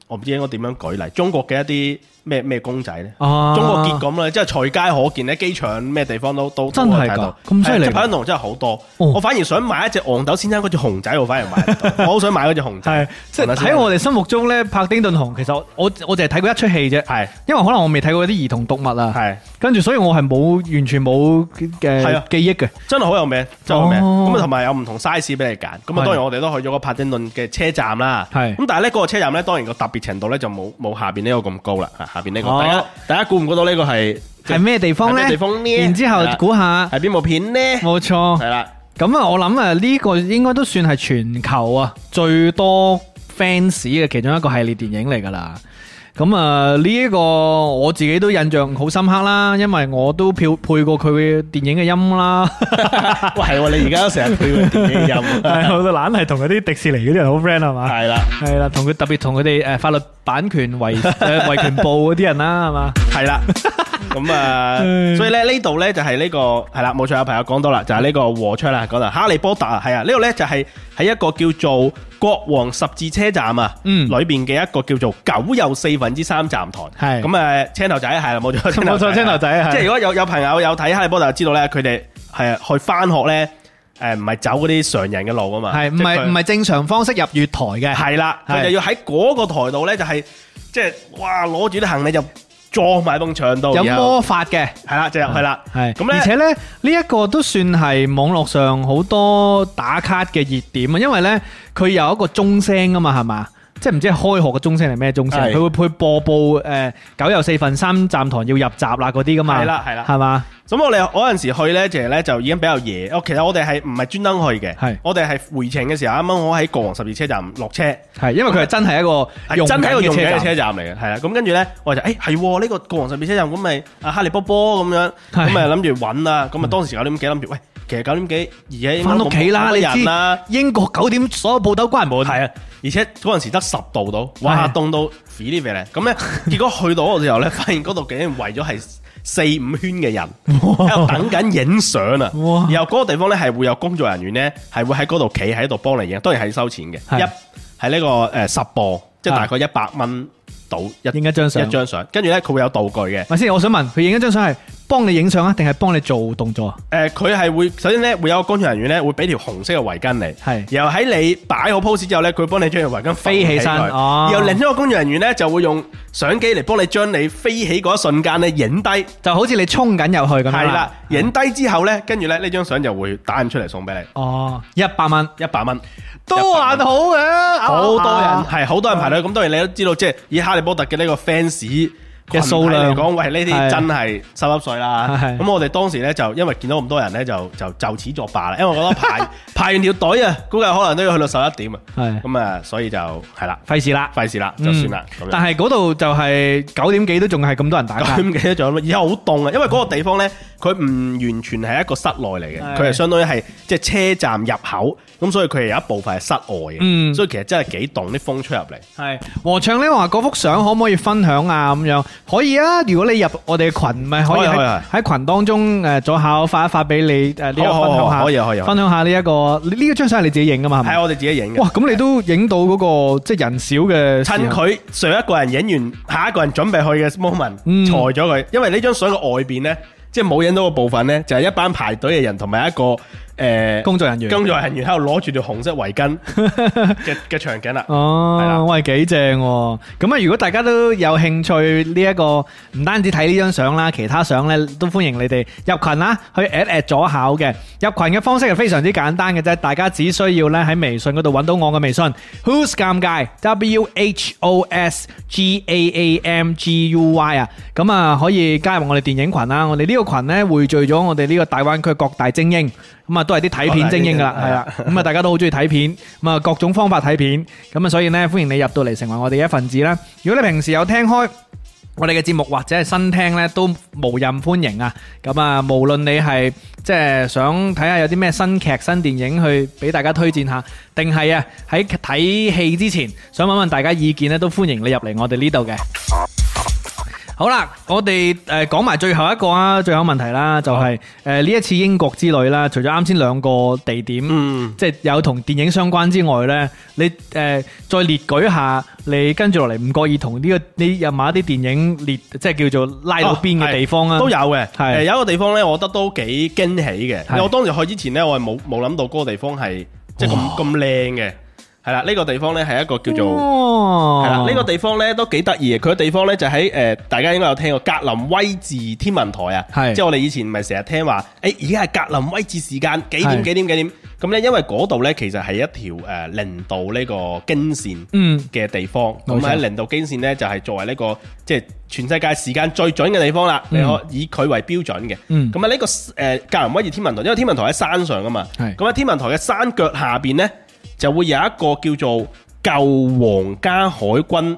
Speaker 2: 我唔知應該點樣舉例，中國嘅一啲咩咩公仔咧。
Speaker 3: 哦，
Speaker 2: 中國結咁啦，即係隨街可見咧，機場咩地方都都
Speaker 3: 真係㗎咁犀利
Speaker 2: 柏丁頓真係好多，
Speaker 3: 哦
Speaker 2: 我反而想買一隻憨豆先生嗰隻熊仔，我反而買唔到，我好想買嗰隻
Speaker 3: (laughs)
Speaker 2: 熊仔
Speaker 3: 係，即係喺我哋心目中咧，柏丁頓紅其實我我我淨係睇過一出戲啫，
Speaker 2: 係
Speaker 3: 因為可能我未睇過啲兒童讀物啊，
Speaker 2: 係。
Speaker 3: 跟住所以我係冇完全冇
Speaker 2: 係
Speaker 3: 嘅
Speaker 2: 啊
Speaker 3: 記憶嘅。
Speaker 2: 真係好有名，真係好有名。
Speaker 3: 哦
Speaker 2: 咁啊，同埋有唔同 size 俾你揀。咁
Speaker 3: 係
Speaker 2: 啊，當然我哋都去咗個帕丁頓嘅車站啦。
Speaker 3: 係
Speaker 2: 咁但係呢嗰個車站呢，當然個特別程度呢就冇冇下邊呢個咁高啦。嚇啊下邊呢個，
Speaker 3: 哦
Speaker 2: 大家大家估唔估到呢個係
Speaker 3: 係咩地方
Speaker 2: 係
Speaker 3: 咧？
Speaker 2: 咩地方呢？
Speaker 3: 然之後
Speaker 2: 係啦
Speaker 3: 估下，
Speaker 2: 係邊部片呢？
Speaker 3: 冇錯。
Speaker 2: 係啦， (laughs)
Speaker 3: 咁啊，我諗啊，呢個應該都算係全球啊最多 fans 嘅其中一個系列電影嚟㗎啦。咁啊，呢一個我自己都印象好深刻啦，因為我都配配過佢嘅電影嘅音啦。
Speaker 2: 喂係喎，你而家都成日配佢電影
Speaker 3: (laughs)
Speaker 2: 音，
Speaker 4: 係我到懶係同嗰啲迪士尼嗰啲人好 friend 係嘛？
Speaker 2: 係啦，
Speaker 3: 係啦，同
Speaker 4: (laughs)
Speaker 3: 佢特別同佢哋誒法律版權維誒維權部嗰啲人啦，係嘛？
Speaker 2: 係啦。 (laughs) 咁啊，所以咧呢度咧就係呢個係啦，冇錯，有朋友講到啦，就係呢個和窗啦，講到哈利波特啊，係啊，呢度咧就係喺一個叫做國王十字車站啊，
Speaker 3: 嗯
Speaker 2: 裏邊嘅一個叫做九又四分之三站台，
Speaker 4: 係
Speaker 2: 咁啊，青頭仔
Speaker 3: (laughs)
Speaker 2: 係啦，冇錯，青
Speaker 4: 冇
Speaker 2: 頭仔
Speaker 4: 錯，青頭仔係
Speaker 2: 即係如果有有朋友有睇哈利波特，就知道咧佢哋係去翻學咧，誒唔係走嗰啲常人嘅路啊嘛，
Speaker 3: 係唔
Speaker 2: 即
Speaker 3: 係
Speaker 2: 佢
Speaker 3: 唔係正常方式入月台嘅？
Speaker 2: 系啦，
Speaker 3: 係
Speaker 2: 佢就要喺嗰個台度咧，就係即係哇攞住啲行李就撞埋埲牆度，
Speaker 3: 有
Speaker 2: 然後
Speaker 3: 魔法嘅，
Speaker 2: 係啦，就係啦，
Speaker 3: 啊係
Speaker 2: 咁咧
Speaker 3: 而且咧呢一個都算係網絡上好多打卡嘅熱點啊，因為咧佢有一個鐘聲啊嘛，係嘛？即係唔知係開學嘅鐘聲係咩鐘聲？
Speaker 2: 係
Speaker 3: 佢會配播報誒九又四分三站堂要入閘啦嗰啲噶嘛？
Speaker 2: 係啦係啦
Speaker 3: 係嘛？
Speaker 2: 咁我哋嗰陣時去咧，其實咧就已經比較夜。哦我其實我哋係唔係專登
Speaker 3: 係
Speaker 2: 去嘅？我哋係回程嘅時候，啱啱我喺國王十二車站落車，
Speaker 3: 係因為佢係真係一個
Speaker 2: 係真係一個用緊嘅
Speaker 3: 站
Speaker 2: 車站嚟嘅，係啦。咁跟住咧，我就誒係喎呢個國王十二車站，咁咪啊哈利波波咁樣，
Speaker 3: 係
Speaker 2: 咁咪諗住揾啦。咁啊當時九點幾諗住，喂，其實九點幾而家應該
Speaker 3: 翻屋企啦，
Speaker 2: 冇
Speaker 3: 你
Speaker 2: 乜人啦
Speaker 3: 知。英國九點所有鋪頭關門。
Speaker 2: 係啊，而且嗰陣時得十度到，哇
Speaker 3: 係
Speaker 2: 凍到 f e e 咧，咁咧結果去到嗰度之後咧，發現嗰度竟然圍咗係四五圈嘅人
Speaker 3: (laughs)
Speaker 2: 喺度等緊影相啊
Speaker 3: 哇！
Speaker 2: 然後嗰個地方咧係會有工作人員咧係會喺嗰度企喺度幫你影，當然係收錢嘅，
Speaker 3: 係
Speaker 2: 一係呢個誒十磅，即係
Speaker 3: 係
Speaker 2: 大概一百蚊到一
Speaker 3: 影一張相
Speaker 2: 一張相，跟住咧佢會有道具嘅。
Speaker 3: 咪先，我想問佢影一張相係幫你影相啊，定係幫你做動作啊？
Speaker 2: 誒呃佢係會首先咧會有個工作人員咧會俾條紅色嘅圍巾你，
Speaker 3: 係
Speaker 2: 然後喺你擺好 pose 之後咧，佢會幫你將條圍巾浮
Speaker 3: 飛起身
Speaker 2: 佢
Speaker 3: 哦
Speaker 2: 然後另一個工作人員咧就會用相機嚟幫你將你飛起嗰一瞬間咧影低，
Speaker 3: 就好似你衝緊入去咁樣啊
Speaker 2: 係啦，影低之後咧，跟住咧呢張相就會打印出嚟送俾你，
Speaker 3: 哦，一百蚊
Speaker 2: 一百蚊，
Speaker 3: 啊都還好嘅，
Speaker 2: 好多人
Speaker 3: 啊
Speaker 2: 係好多人排隊，咁當然你都知道，即係以哈利波特嘅呢個 fans。
Speaker 3: 嘅數量
Speaker 2: 嚟講，喂呢
Speaker 3: 係
Speaker 2: 啲真係濕濕碎啦。
Speaker 3: 係
Speaker 2: 咁我哋當時咧就因為見到咁多人咧，就就就此作罷啦。因為我覺得
Speaker 3: (laughs)
Speaker 2: 排排完條隊啊，估計可能都要去到十一點啊。
Speaker 3: 係
Speaker 2: 咁啊，所以就係啦，
Speaker 3: 費事啦，
Speaker 2: 費事啦，就算啦。咁
Speaker 3: 嗯
Speaker 2: 樣
Speaker 3: 但係嗰度就係九點幾都啊仲係咁多人打卡，
Speaker 2: 咁記得仲有乜？而家好凍啊，因為嗰個地方咧，佢唔完全係一個室內嚟
Speaker 3: 係
Speaker 2: 嘅，佢係相當於係即係車站入口，咁所以佢係有一部分係室外嘅，
Speaker 3: 嗯
Speaker 2: 所以其實真係幾凍，啲風吹入嚟。
Speaker 3: 係和唱咧話嗰幅相可唔可以分享啊？咁樣可以啊，如果你入我哋嘅群，咪可以
Speaker 2: 可以可以
Speaker 3: 喺喺群當中誒左下我發一發俾你誒呢個
Speaker 2: 好好
Speaker 3: 分享下，
Speaker 2: 好可以可以可以
Speaker 3: 分享下呢一個呢呢張相係你自己影噶嘛？係咪
Speaker 2: 係我哋自己影嘅
Speaker 3: 嗯哇！。啊咁你都影到嗰個即係人少嘅時候，
Speaker 2: 趁佢上一個人影完，下一個人準備去嘅 moment
Speaker 3: 嗯
Speaker 2: 裁咗佢，因為呢張相嘅外邊咧，即係冇影到個部分咧，就係一班排隊嘅人同埋一個誒
Speaker 3: 工作人員
Speaker 2: 工作人員喺度攞住條紅色圍巾嘅嘅場景啦。係
Speaker 3: (laughs)
Speaker 2: 啦
Speaker 3: 哦，喂，幾正喎！咁啊，如果大家都有興趣呢一個，唔單止睇呢張相啦，其他相呢都歡迎你哋入群啦，去 at at 左考嘅。入群嘅方式係非常之簡單嘅啫，大家只需要呢喺微信嗰度揾到我嘅微信，Who's 尷尬 W H O S G A A M G U Y 啊，咁啊可以加入我哋電影群啦。我哋呢個群呢匯聚咗我哋呢個大灣區各大精英，咁啊都係啲睇片精英噶啦，
Speaker 2: 各大精英
Speaker 3: 係啦。咁啊，大家都好中意睇片，咁啊各種方法睇片，咁啊所以呢，歡迎你入到嚟成為我哋一份子啦。如果你平時有聽開我哋嘅節目或者係新聽呢，都無任歡迎啊。咁啊，無論你係即係想睇下有啲咩新劇、新電影去俾大家推薦下，定係啊喺睇戲之前想問問大家意見呢，都歡迎你入嚟我哋呢度嘅。好啦，我哋誒講埋最後一個啊，最後問題啦，就係誒呢一次英國之旅啦，除咗啱先兩個地點。
Speaker 2: 嗯，
Speaker 3: 即係有同電影相關之外呢，你誒、呃再列舉下你跟住落嚟唔覺意同呢、個你有某一啲電影列，即係叫做拉到邊嘅地方啊？
Speaker 2: 哦都有嘅。
Speaker 3: 係
Speaker 2: 誒有一個地方咧，我覺得都幾驚喜嘅。因
Speaker 3: 係
Speaker 2: 為我當時去之前咧，我係冇冇諗到嗰個地方係即係咁咁靚嘅。係啦，呢個地方咧係一個叫做。
Speaker 3: 哦，
Speaker 2: 係啦，呢個地方咧都幾得意嘅。佢嘅地方咧就喺誒、呃大家應該有聽過格林威治天文台啊。
Speaker 3: 係
Speaker 2: 即係我哋以前咪成日聽話，誒而家係格林威治時間幾
Speaker 3: 係
Speaker 2: 點幾點幾點。咁咧，因為嗰度咧其實係一條誒、呃、零度呢個經線
Speaker 3: 嗯
Speaker 2: 嘅地方。
Speaker 3: 冇
Speaker 2: 咁
Speaker 3: 錯
Speaker 2: 喺零度經線咧就係、作為呢、個即係全世界時間最準嘅地方啦。你可以佢為標準嘅。
Speaker 3: 嗯
Speaker 2: 咁啊呢個誒、呃格林威治天文台，因為天文台喺山上噶嘛。
Speaker 3: 係
Speaker 2: 咁喺天文台嘅山腳下邊咧，就會有一個叫做舊皇家海軍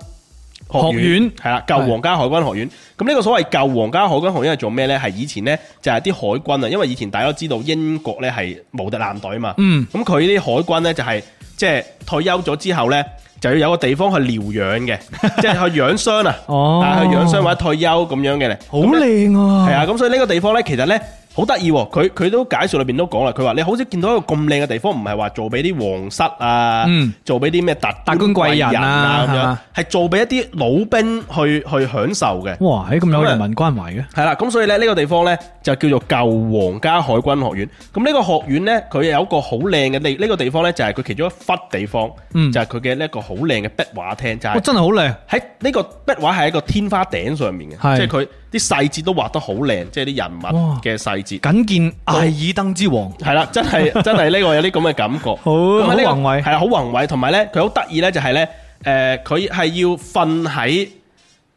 Speaker 2: 學
Speaker 3: 學院
Speaker 2: 院，係啦，舊皇家海軍學院。咁呢個所謂舊皇家海軍學院係做咩呢？係以前呢，就係啲海軍啊，因為以前大家都知道英國呢係無敵艦隊嘛，
Speaker 3: 嗯
Speaker 2: 咁佢啲海軍呢，就係即係退休咗之後呢，就要有個地方去療養
Speaker 3: (laughs)
Speaker 2: 嘅，即係去養傷啊，
Speaker 4: 哦
Speaker 2: 啊去養傷或者退休咁樣嘅咧，
Speaker 4: 好靚啊！
Speaker 2: 係啊，咁所以呢個地方咧，其實咧好得意喎，佢佢都解説裏邊都講啦，佢話你好少見到一個咁靚嘅地方，唔係話做俾啲皇室啊，
Speaker 3: 嗯
Speaker 2: 做俾啲咩特
Speaker 3: 達官貴人啊係
Speaker 2: 咁樣
Speaker 3: 嘛，
Speaker 2: 係做俾一啲老兵去去享受嘅。
Speaker 3: 哇，喺咁有人民關懷嘅，
Speaker 2: 係啦，咁所以咧呢個地方呢，就叫做舊皇家海軍學院。咁呢個學院呢，佢有一個好靚嘅地，呢、個地方呢，就係佢其中一忽地方，
Speaker 3: 嗯
Speaker 2: 就係佢嘅呢一個好靚嘅壁畫廳，就
Speaker 3: 哇，
Speaker 2: 係
Speaker 3: 真係好靚，
Speaker 2: 喺呢個壁畫係一個天花頂上面嘅，
Speaker 3: 係
Speaker 2: 即係佢啲細節都畫得好靚，即係啲人物
Speaker 3: 哇
Speaker 2: 嘅細節。
Speaker 3: 僅見艾爾登之王，
Speaker 2: 係啦，真係
Speaker 3: (laughs)
Speaker 2: 真係呢個有啲咁嘅感覺，好
Speaker 4: 好宏偉
Speaker 2: 係啦，好宏偉，同埋呢，佢好得意呢，就係呢，誒佢係要瞓喺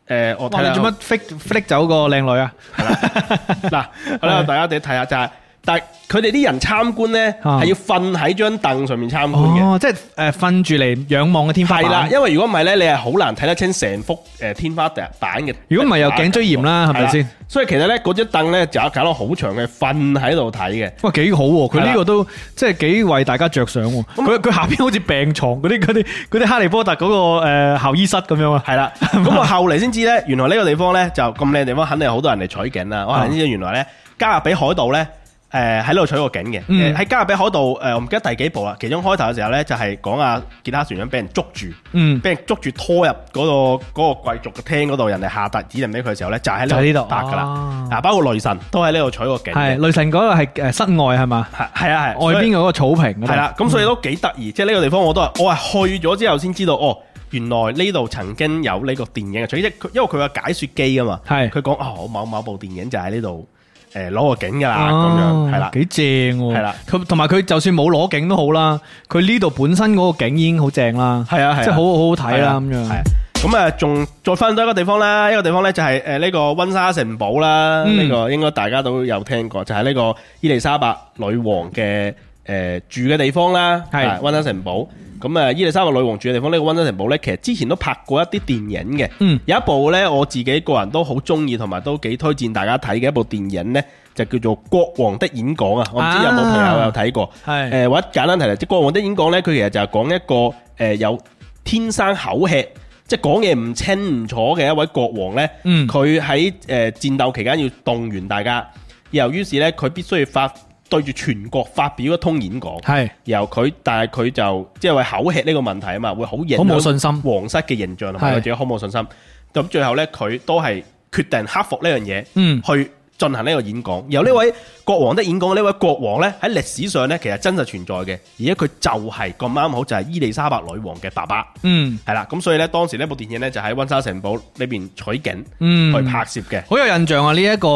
Speaker 2: 誒我睇
Speaker 3: 哇！
Speaker 2: 下
Speaker 3: 你做乜 flick flick 走個靚女啊？ (laughs)
Speaker 2: 嗱，好啦，大家哋睇下就係，但係佢哋啲人參觀咧
Speaker 3: 啊
Speaker 2: 係要瞓喺張凳上面參觀嘅。
Speaker 3: 哦，即係誒瞓住嚟仰望嘅天花
Speaker 2: 係啦，
Speaker 3: 板。
Speaker 2: 因為如果唔係咧，你係好難睇得清成幅誒天花板嘅。
Speaker 3: 如果唔係有頸椎炎啦
Speaker 2: 係
Speaker 3: 係咪先？
Speaker 2: 所以其實咧，嗰張凳咧就搞到好長嘅，瞓喺度睇嘅。
Speaker 3: 哇，幾好喎！佢
Speaker 2: 係
Speaker 3: 呢
Speaker 2: 啦
Speaker 3: 個都即係幾為大家着想喎。
Speaker 4: 佢佢下邊好似病床嗰啲嗰啲嗰啲哈利波特嗰個誒校醫室咁樣啊，
Speaker 3: (laughs)
Speaker 2: 係啦，咁我後嚟先知咧，原來呢個地方咧就咁靚地方，肯定有好多人嚟取景
Speaker 3: 嗯
Speaker 2: 啦。我後嚟先知原來咧加勒比海盜咧。誒喺度取過景嘅，
Speaker 3: 嗯
Speaker 2: 誒喺加勒比海盜誒，我唔記得第幾部啦。其中開頭嘅時候咧，就係講阿傑克船長俾人捉住，
Speaker 3: 嗯，
Speaker 2: 俾人捉住拖入嗰、個嗰、個貴族嘅廳嗰度，人哋下達指令俾佢嘅時候咧，就喺呢
Speaker 3: 就喺呢
Speaker 2: 度
Speaker 3: 度
Speaker 2: 達噶
Speaker 3: 哦
Speaker 2: 啦。嗱，包括雷神都喺呢度取個景
Speaker 3: 係
Speaker 2: 嘅，
Speaker 3: 雷神嗰個係誒室外係嘛？
Speaker 2: 係係啊係
Speaker 3: 外邊嗰個草坪嗰度
Speaker 2: 係啦，咁所以都幾得意。即係呢個地方我都係我係去咗之後先知道，哦，原來呢度曾經有呢個電影嘅取景，即係佢因為佢有解説機啊嘛，
Speaker 3: 係
Speaker 2: 佢講哦，我某某部電影就喺呢度誒攞個景㗎啦，咁
Speaker 3: 哦
Speaker 2: 樣係啦。
Speaker 3: 幾正喎。
Speaker 2: 係啦，
Speaker 3: 佢同埋佢就算冇攞景都好啦，佢呢度本身嗰個景已經好正啦，
Speaker 2: 係啊係啊
Speaker 3: 即係好好好睇啦咁
Speaker 2: 係
Speaker 3: 樣。
Speaker 2: 啊咁啊，仲再分多一個地方啦，一個地方咧就係呃誒呢個温莎城堡啦，
Speaker 3: 嗯
Speaker 2: 呢個應該大家都有聽過，就係呢個伊麗莎白女王嘅誒住嘅地方啦，
Speaker 3: 係
Speaker 2: 啊温莎城堡。咁啊，伊麗莎白女王住嘅地方，呢個温莎城堡咧，其實之前都拍過一啲電影嘅，
Speaker 3: 嗯
Speaker 2: 有一部咧我自己個人都好中意，同埋都幾推薦大家睇嘅一部電影咧，就叫做《國王的演講》啊，我唔知有冇朋友有睇過。
Speaker 3: 係
Speaker 2: 誒呃或者簡單提嚟，即係國王的演講咧，佢其實就係講一個誒、有天生口吃，即係講嘢唔清唔楚嘅一位國王咧。
Speaker 3: 嗯
Speaker 2: 佢喺誒戰鬥期間要動員大家，由於是咧佢必須要發對住全國發表一通演講。
Speaker 3: 係
Speaker 2: 然後佢，但係佢就即係為口吃呢個問題啊嘛，會好影響
Speaker 3: 好冇信心
Speaker 2: 皇室嘅形象同埋
Speaker 3: 係
Speaker 2: 佢自己好冇信心。咁最後呢，佢都係決定克服呢樣嘢，
Speaker 3: 嗯
Speaker 2: 去進行呢個演講。由呢位國王的演講，呢位國王呢，喺歷史上呢，其實真實存在嘅，而且佢就係咁啱好就係伊麗莎白女王嘅爸爸。
Speaker 3: 嗯
Speaker 2: 係啦，咁所以呢，當時呢部電影呢，就喺温莎城堡呢邊取景、
Speaker 3: 嗯，
Speaker 2: 去拍攝嘅，
Speaker 3: 好有印象啊！呢一個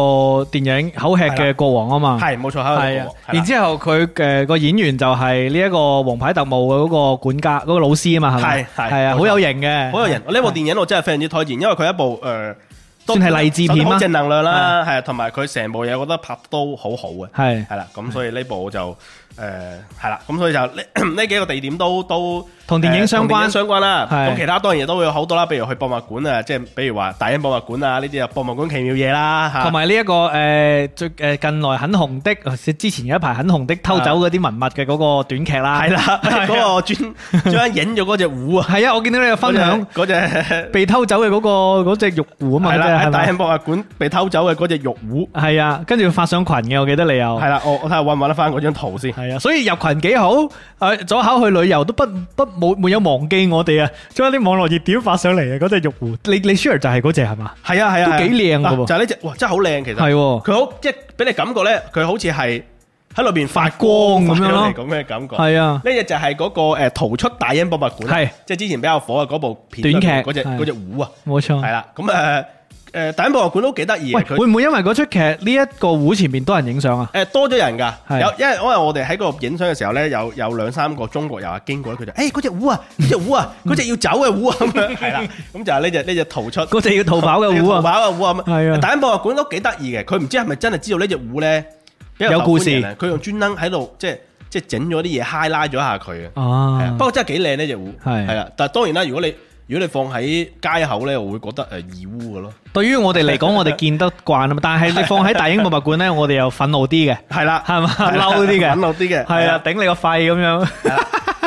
Speaker 3: 電影口吃嘅國王啊嘛。
Speaker 2: 係冇錯，
Speaker 3: 係
Speaker 2: 喺
Speaker 3: 啊
Speaker 2: 度，
Speaker 3: 然之後佢誒個演員就係呢一個王牌特務嘅嗰個管家嗰個老師啊嘛，係咪
Speaker 2: 係？係
Speaker 3: 係啊，
Speaker 2: 冇錯
Speaker 3: 好有型嘅，
Speaker 2: 好有人，呢部電影我真係非常之推薦，因為佢一部誒都
Speaker 3: 算係勵志片嗎
Speaker 2: 好正能量啦，係啊，同埋佢成部嘢我覺得拍都好好嘅，
Speaker 3: 係
Speaker 2: 係啦，咁所以呢部就誒係啦，咁所以就呢 (clears throat) 呢幾個地點都都
Speaker 3: 同電影
Speaker 2: 誒
Speaker 3: 相
Speaker 2: 同電
Speaker 3: 關。
Speaker 2: 相關啦，
Speaker 3: 係
Speaker 2: 咁其他當然都會有好多啦，譬如去博物館啊，即係比如話大英博物館啊，呢啲啊博物館奇妙嘢啦嚇，
Speaker 3: 同
Speaker 2: (laughs)
Speaker 3: 埋呢一個誒最誒近來很紅的，呃之前有一排很紅的偷走嗰啲文物嘅嗰個短劇啦，
Speaker 2: 係啦，嗰
Speaker 3: (laughs)
Speaker 2: 個專專影咗嗰只壺啊，
Speaker 3: 係啊，我見到你有分享 (laughs)
Speaker 2: 嗰隻嗰
Speaker 3: 被偷走嘅嗰個嗰只玉壺啊
Speaker 2: 只
Speaker 3: 嘛，
Speaker 2: 係啦，
Speaker 3: 嗰隻
Speaker 2: 喺
Speaker 3: 係
Speaker 2: 大
Speaker 3: 咪？
Speaker 2: 英博物館被偷走嘅嗰只玉壺，
Speaker 3: 係啊，跟住發上群嘅，我記得你有
Speaker 2: 係。啦，我我睇下揾唔揾得翻嗰張圖先。
Speaker 3: 係啊，所以入群幾好，誒左考去旅遊都不不冇沒有忘記我哋啊！
Speaker 4: 將啲網絡熱點發上嚟啊！嗰只玉壺，
Speaker 3: 你你 share 就係嗰只係嘛？
Speaker 2: 係啊係啊，
Speaker 3: 都幾靚㗎喎
Speaker 2: 嗱就係呢只，哇真係好靚其實。
Speaker 3: 係喎
Speaker 2: 佢好即係俾你感覺咧，佢好似係喺裏邊發光
Speaker 3: 發光咁樣咯
Speaker 2: 發出嚟咁嘅感覺。
Speaker 3: 係啊
Speaker 2: 呢只就係嗰個誒逃出大英博物館，啊
Speaker 3: 係
Speaker 2: 即係之前比較火嘅嗰部片
Speaker 3: 短劇
Speaker 2: 裏面嗰只
Speaker 3: 係
Speaker 2: 嗰只壺啊，
Speaker 3: 冇錯。
Speaker 2: 係啦。咁誒誒大英博物館都幾得意嘅
Speaker 3: 喂，
Speaker 2: 佢
Speaker 3: 會唔會因為嗰出劇呢一個湖前面多人影相啊？
Speaker 2: 誒多咗人㗎，
Speaker 3: 係
Speaker 2: 有因為因為我哋喺嗰度影相嘅時候咧，有有兩三個中國遊客經過咧，佢就誒嗰只壺啊，
Speaker 3: (laughs)
Speaker 2: 嗰只壺啊，嗰只要走嘅壺啊咁樣，係啦，咁就係呢只呢只逃出
Speaker 3: 嗯嗰只要逃跑嘅壺
Speaker 2: 要
Speaker 3: 啊！
Speaker 2: 逃跑嘅壺啊咁，
Speaker 3: 係啊
Speaker 2: 大英博物館都幾得意嘅，佢唔知係咪真係知道呢只壺咧
Speaker 3: 有故事
Speaker 2: 啊佢用專登喺度即係即係整咗啲嘢 high 拉咗一下佢嘅，係啊
Speaker 3: 啊，
Speaker 2: 不過真係幾靚呢只壺，
Speaker 3: 係
Speaker 2: 係啦，但係當然啦，如果你如果你放喺街口咧，我會覺得誒呃義烏嘅咯，
Speaker 3: 對於我哋嚟講，我哋見得慣啊嘛，但係你放喺大英博物館咧，我哋又憤怒啲嘅，
Speaker 2: 係啦，
Speaker 3: 係嘛
Speaker 2: 係啦
Speaker 3: 嬲啲嘅
Speaker 2: 憤怒啲嘅，
Speaker 3: 係啊，頂你個肺咁樣。
Speaker 2: Vậy thì,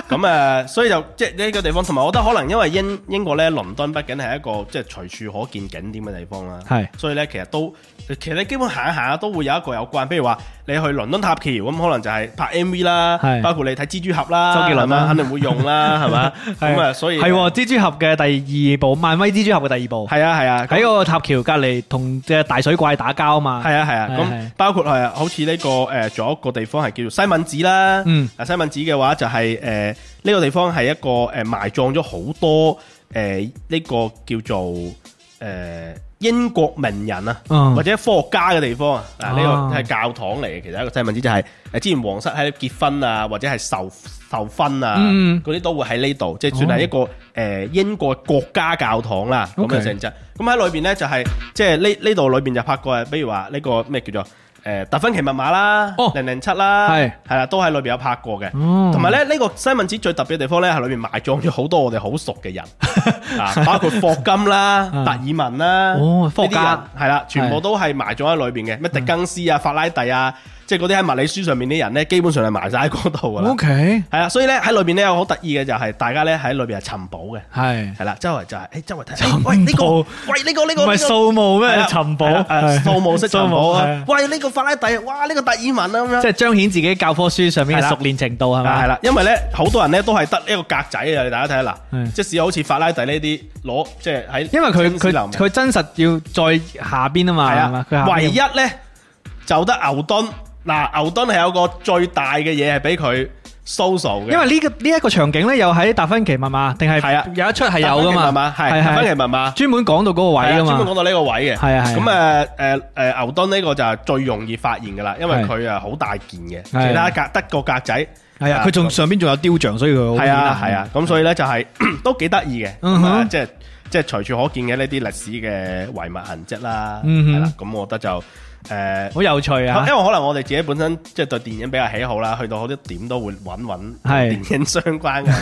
Speaker 2: 咁啊，所以就即係呢個地方，同埋我覺得可能因為英英國咧，倫敦畢竟係一個即係隨處可見景點嘅地方啦。
Speaker 3: 係
Speaker 2: 所以咧其實都其實你基本行一行都會有一個有關，譬如話你去倫敦塔橋咁，可能就係拍 MV 啦
Speaker 3: 係，
Speaker 2: 包括你睇蜘蛛俠啦，
Speaker 3: 周杰倫啦
Speaker 2: 係嘛肯定會用啦，係嘛？
Speaker 3: (laughs) 係
Speaker 2: 咁啊，所以
Speaker 3: 係喎蜘蛛俠嘅第二部，漫威蜘蛛俠嘅第二部，
Speaker 2: 係啊係啊，
Speaker 3: 喺個塔橋隔離同只大水怪打交啊嘛。
Speaker 2: 係啊係啊，
Speaker 3: 係係
Speaker 2: 咁包括係好似呢個誒，仲有一個地方係叫做西敏寺啦。
Speaker 3: 嗯，
Speaker 2: 啊西敏寺嘅話就係誒呢個地方係一個誒埋葬咗好多誒呢個叫做誒英國名人啊。
Speaker 3: 嗯
Speaker 2: 或者科學家嘅地方啊，嗱呢
Speaker 3: 啊
Speaker 2: 個係教堂嚟嘅，其實一個西敏寺就係誒之前皇室喺結婚啊，或者係受受婚啊，
Speaker 3: 嗯哦
Speaker 2: 嗰啲都會喺呢度，即係算係一個誒英國國家教堂啦咁啊
Speaker 3: OK
Speaker 2: 嘅性質。咁喺裏邊咧就係即係呢呢度裏邊就拍過，比如話呢個咩叫做誒達芬奇密碼啦
Speaker 3: 哦、
Speaker 2: 零零七啦，
Speaker 3: 係
Speaker 2: 係啦，都喺裏邊有拍過嘅。
Speaker 3: 哦
Speaker 2: 同埋咧，呢個西敏寺最特別嘅地方咧，係裏面埋葬咗好多我哋好熟
Speaker 3: (laughs)
Speaker 2: 嘅人，啊，包括霍金啦、
Speaker 3: 啊
Speaker 2: 達爾文啦，
Speaker 3: 哦科學家
Speaker 2: 呢啲人係啦，全部都係埋葬喺裏邊嘅，咩狄更斯啊、法拉第啊，即係嗰啲喺物理書上面啲人咧，基本上係埋晒喺嗰度噶啦。
Speaker 3: K，
Speaker 2: 係啊，所以咧喺裏邊咧有好得意嘅就係大家咧喺裏邊係尋寶嘅，
Speaker 3: 係
Speaker 2: 係啦，周圍就係誒周圍睇，
Speaker 4: 尋
Speaker 2: 誒喂呢個，
Speaker 4: 寶
Speaker 2: 喂呢個呢個
Speaker 4: 唔係
Speaker 2: 呢個
Speaker 4: 掃墓咩
Speaker 2: 係？啦
Speaker 4: 尋寶
Speaker 2: 係啦誒掃墓式
Speaker 4: 掃
Speaker 2: 尋
Speaker 4: 墓
Speaker 2: 寶
Speaker 4: 係
Speaker 2: 啊
Speaker 4: 啊！
Speaker 2: 喂呢個法拉第，哇呢個達爾文啊咁樣
Speaker 3: 即。係彰顯自己教科書上面嘅
Speaker 2: 係啦
Speaker 3: 熟練程度係
Speaker 2: 啊，
Speaker 3: 咪？
Speaker 2: 系啦，因為咧好多人咧都係得一個格仔啊，你大家睇下嗱，
Speaker 3: 係
Speaker 2: 即使好似法拉第呢啲攞，即係喺
Speaker 3: 因為佢
Speaker 2: 伊斯蘭
Speaker 3: 佢佢真實要再下邊啊嘛，係嘛？
Speaker 2: 系
Speaker 3: 佢下
Speaker 2: 啊，
Speaker 3: 邊
Speaker 2: 唯一咧就得牛頓嗱，牛頓係有個最大嘅嘢係俾佢 social 嘅，
Speaker 3: 因為呢個呢一個場景咧，又喺達芬奇密碼定係
Speaker 2: 係啊
Speaker 3: 有一出係有噶
Speaker 2: 文
Speaker 3: 嘛，
Speaker 2: 嘛，係分歧文嘛。
Speaker 3: 專門講到嗰個位
Speaker 2: 係啊
Speaker 3: 噶
Speaker 2: 專門
Speaker 3: 嘛，
Speaker 2: 講到呢個位嘅，
Speaker 3: 係啊係啊
Speaker 2: 咁誒誒誒牛頓呢個就係最容易發現噶啦，因為
Speaker 3: 係
Speaker 2: 佢啊好大件嘅，
Speaker 3: 係
Speaker 2: 其他格得個格仔，
Speaker 3: 係啊，佢仲上邊仲有雕像，所以佢好
Speaker 2: 係啊
Speaker 3: 顯眼
Speaker 2: 係啊，，咁所以咧就係 (clears throat) 都幾得意嘅，
Speaker 3: 嗯
Speaker 2: 咁
Speaker 3: 哼
Speaker 2: 啊即係即係隨處可見嘅呢啲歷史嘅遺物痕跡啦，
Speaker 3: 嗯哼
Speaker 2: 係啦，咁我覺得就誒。
Speaker 3: 好有趣啊
Speaker 2: 因！為可能我哋自己本身即係對電影比較喜好啦，去到好多點都會揾揾
Speaker 3: 係
Speaker 2: 電影相關嘅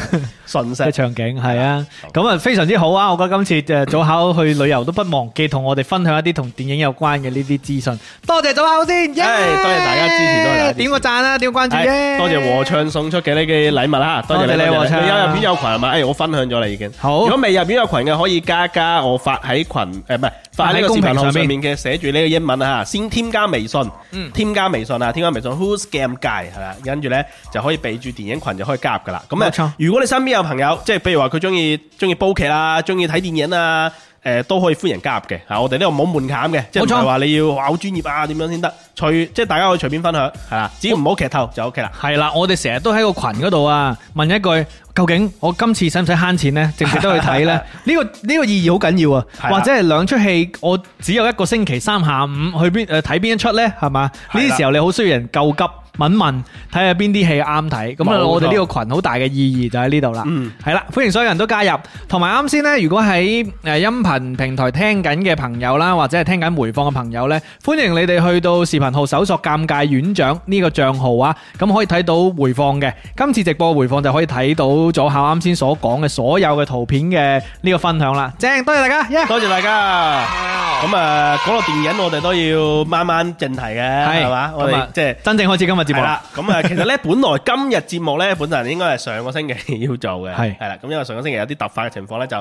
Speaker 2: 信
Speaker 3: (laughs) 嘅
Speaker 2: 息。
Speaker 3: 場景係啊，咁啊非常之好啊！我覺得今次誒早考去旅遊都不忘記同我哋分享一啲同電影有關嘅呢啲資訊。多謝早考先，耶
Speaker 2: 唉多謝大家支持多謝大家支持
Speaker 3: 點個讚啦，點個關注
Speaker 2: 係
Speaker 3: 啫，
Speaker 2: 哎多謝和唱送出嘅呢嘅禮物啦，多謝
Speaker 3: 多謝
Speaker 2: 你
Speaker 3: 你
Speaker 2: 多謝
Speaker 3: 和唱
Speaker 2: 你有入片有群係嘛？誒，我分享咗啦已經。
Speaker 3: 好
Speaker 2: 如果未入片有群嘅，可以加加我發喺群呃誒，唔係發喺呢個視頻號上面嘅，寫住呢個英文啊，先添加微信，添加微信啊，添加微信 Who's Game Guy 係啦，跟住咧就可以備注電影群就可以加入噶啦。咁
Speaker 3: 冇錯
Speaker 2: 啊，如果你身邊有朋友，即係譬如話佢中意中意煲劇啦，中意睇電影啊。誒都可以歡迎加入嘅嚇，我哋呢度冇門檻嘅，即係唔
Speaker 3: 冇錯
Speaker 2: 係話你要哇好專業啊點樣先得，隨即係大家可以隨便分享係啦，只要唔好劇透就 OK 啦。
Speaker 3: 啊係啦，我哋成日都喺個群嗰度啊，問一句究竟我今次使唔使慳錢呢？值唔值得去睇
Speaker 2: (laughs)
Speaker 3: 呢？呢、個呢、個意義好緊要啊！
Speaker 2: 係啦
Speaker 3: 或者係兩出戲，我只有一個星期三下午去邊誒睇邊一出呢？係嘛？呢
Speaker 2: 係啦
Speaker 3: 啲時候你好需要人救急問問，睇下邊啲戲啱睇。咁
Speaker 2: 冇
Speaker 3: 啊，
Speaker 2: 錯
Speaker 3: 我哋呢個群好大嘅意義就喺呢度啦。
Speaker 2: 嗯
Speaker 3: 係啦，歡迎所有人都加入。同埋啱先呢，如果喺誒音頻平台聽緊嘅朋友啦，或者係聽緊回放嘅朋友呢，歡迎你哋去到視頻號搜索尷尬院長呢個帳號啊，咁可以睇到回放嘅。今次直播回放就可以睇到左下啱先所講嘅所有嘅圖片嘅呢個分享啦。正，多謝大家，耶！
Speaker 2: 多謝大家。咁啊，講到電影，我哋都要慢慢正題嘅，
Speaker 3: 係
Speaker 2: 係嘛？我
Speaker 3: 咁
Speaker 2: 哋
Speaker 3: 啊
Speaker 2: 即係
Speaker 3: 真正開始今日節
Speaker 2: 係
Speaker 3: 目啦
Speaker 2: 啦。。
Speaker 3: (laughs)
Speaker 2: 咁啊，其實咧，本來今日節目咧，本來應該係上個星期要做嘅，
Speaker 3: 係
Speaker 2: 係啦。咁因為上個星期有啲突發嘅情況咧，就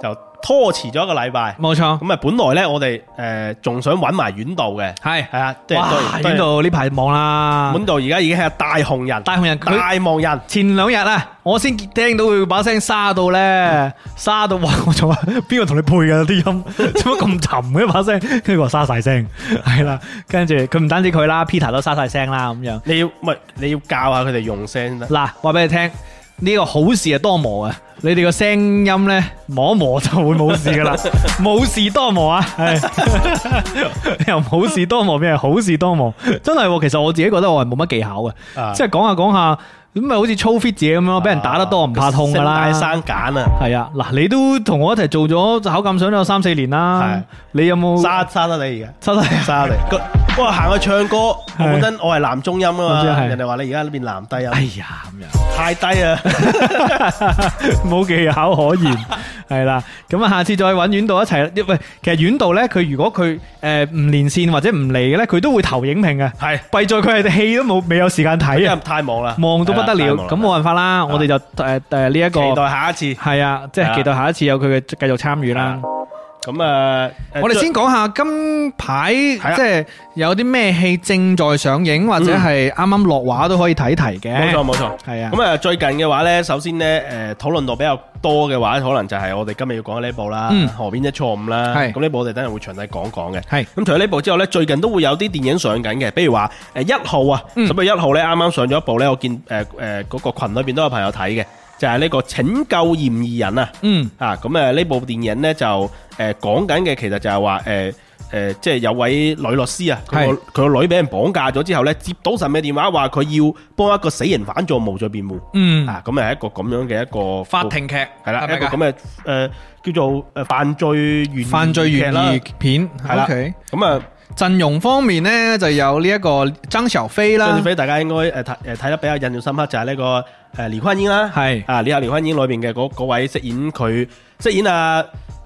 Speaker 2: 就拖遲咗一個禮拜。
Speaker 3: 冇錯，
Speaker 2: 咁啊，本來咧，我哋誒仲想揾埋院度嘅，
Speaker 3: 係
Speaker 2: 係啊，即
Speaker 3: 哇！
Speaker 2: 係
Speaker 3: 呢度呢排忙啦，
Speaker 2: 本度而家已經係大紅人、
Speaker 3: 大紅人佢。
Speaker 2: 大忙人。
Speaker 3: 前兩日啊，我先聽到佢把聲沙到咧，沙到哇！我就話邊個同你配㗎啲音， (laughs) 做乜咁沉嘅把聲？跟住佢話沙晒聲， (laughs) 係啦。跟住佢唔單止佢啦，Peter 都沙晒聲啦咁樣。
Speaker 2: 你要唔係你要教下佢哋用聲先得。
Speaker 3: 嗱，話俾你聽，呢、個好事係多磨啊！你哋個聲音咧磨一磨就會冇事噶啦，冇事多磨啊！ (laughs) 係由冇事多磨變係好事多磨，真係喎。其實我自己覺得我係冇乜技巧嘅，
Speaker 2: 啊
Speaker 3: 即係講下講下咁咪好似操 fit 自己咁咯，俾人打得多唔怕痛噶啦。
Speaker 2: 聲帶生繭啊！
Speaker 3: 系啊，嗱，你都同我一齊做咗考鑑賞都有三四年啦
Speaker 2: 係，
Speaker 3: 你有冇
Speaker 2: 沙沙得你而家。
Speaker 3: 沙晒？
Speaker 2: 沙嚟，個哇，行去唱歌，我本身我係男中音啊嘛，
Speaker 4: 我知係
Speaker 2: 人哋話你而家變男低
Speaker 4: 哎
Speaker 2: 音，
Speaker 4: 呀咁樣。 (laughs)
Speaker 2: 太
Speaker 3: (laughs)
Speaker 2: 低啊！
Speaker 4: 冇技巧可
Speaker 2: (laughs)
Speaker 4: 言，系啦。咁啊，下次再揾院度一齊。喂，其實院度咧，佢如果佢诶唔連線或者唔嚟嘅咧，佢都會投影評嘅。
Speaker 3: 哎
Speaker 2: 係
Speaker 4: 弊在佢係戲都冇未有時間睇
Speaker 2: 因
Speaker 4: 啊
Speaker 2: 為，太忙啦，
Speaker 4: 忙到不得
Speaker 2: 哎係
Speaker 4: 了。
Speaker 2: 啦
Speaker 4: 咁冇辦法啦，我哋就诶诶呢一個
Speaker 2: 期待下一次。
Speaker 4: 係啊，即
Speaker 2: 係
Speaker 4: 係
Speaker 2: 啦
Speaker 4: 期待下一次有佢嘅繼續參與啦。
Speaker 2: 咁啊，誒
Speaker 3: 我哋先講下今排
Speaker 2: 啊嗯
Speaker 3: 即係有啲咩戲正在上映，或者係啱啱落畫都可以睇睇
Speaker 2: 冇
Speaker 3: 嘅。
Speaker 2: 錯冇錯。
Speaker 3: 係啊，
Speaker 2: 咁啊，最近嘅話咧，首先咧，誒討論度比較多嘅話，可能就係我哋今日要講嘅呢部啦，
Speaker 3: 嗯
Speaker 2: 河邊一錯誤》啦。
Speaker 3: 係
Speaker 2: 咁呢部我哋等陣會詳細講講嘅。
Speaker 3: 係
Speaker 2: 咁除咗呢部之後咧，最近都會有啲電影上緊嘅，比如話誒一號啊，
Speaker 3: 嗯
Speaker 2: 咁啊一號咧啱啱上咗一部咧，我見誒誒嗰個群裏邊都有朋友睇嘅，就係呢個拯救嫌疑人啊。
Speaker 3: 嗯
Speaker 2: 啊，咁誒呢部電影咧就誒講緊嘅，其實就係話誒誒，即係有位女律師啊，佢
Speaker 3: 係
Speaker 2: 個佢個女俾人綁架咗之後咧，接到神秘電話話佢要幫一個死人犯做無罪辯護。
Speaker 3: 嗯，
Speaker 2: 啊，咁係一個咁樣嘅一個
Speaker 3: 法庭劇
Speaker 2: 係啦，
Speaker 3: 係咪
Speaker 2: 一個
Speaker 3: 㗎
Speaker 2: 咁嘅誒叫做誒犯罪懸疑
Speaker 3: 犯罪
Speaker 2: 劇
Speaker 3: 懸
Speaker 2: 啦
Speaker 3: 疑片
Speaker 2: 係啦
Speaker 3: o k
Speaker 2: 咁啊，
Speaker 3: 陣容方面呢，就有呢一個張小飛
Speaker 2: 張
Speaker 3: 啦
Speaker 2: 小，飛大家應該誒睇誒睇得比較印象深刻就係呢個誒李煥英啦，
Speaker 3: 係
Speaker 2: 啊李下李煥英裏邊嘅嗰嗰位飾演佢飾演啊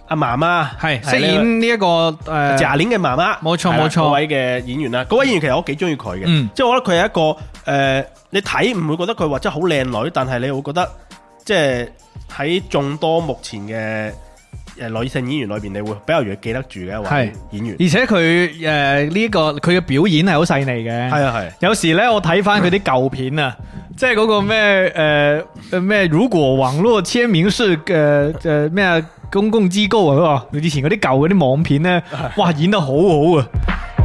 Speaker 2: 阿媽媽
Speaker 3: 係
Speaker 2: 係
Speaker 3: 飾
Speaker 2: 呢個
Speaker 3: 演呢一個呃誒
Speaker 2: 廿年嘅媽媽，
Speaker 3: 冇錯
Speaker 2: 係啦
Speaker 3: 冇錯
Speaker 2: 嗰位嘅演員啦，嗰位演員其實我幾中意佢嘅，
Speaker 3: 嗯
Speaker 2: 即係我覺得佢係一個誒、呃你睇唔會覺得佢話真係好靚女，但係你會覺得即係喺眾多目前嘅誒女性演員裏邊，你會比較容易記得住嘅一
Speaker 3: 係
Speaker 2: 位演員。
Speaker 3: 而且佢誒呢個佢嘅表演係好細膩嘅，
Speaker 2: 係啊係，
Speaker 4: 有時咧，我睇翻佢啲舊片啊，即係嗰個咩诶
Speaker 3: 呃
Speaker 4: 诶咩，如果網絡簽名是诶诶咩啊公共機構啊，嗰個以前嗰啲舊嗰啲網片咧，哇演得好好啊！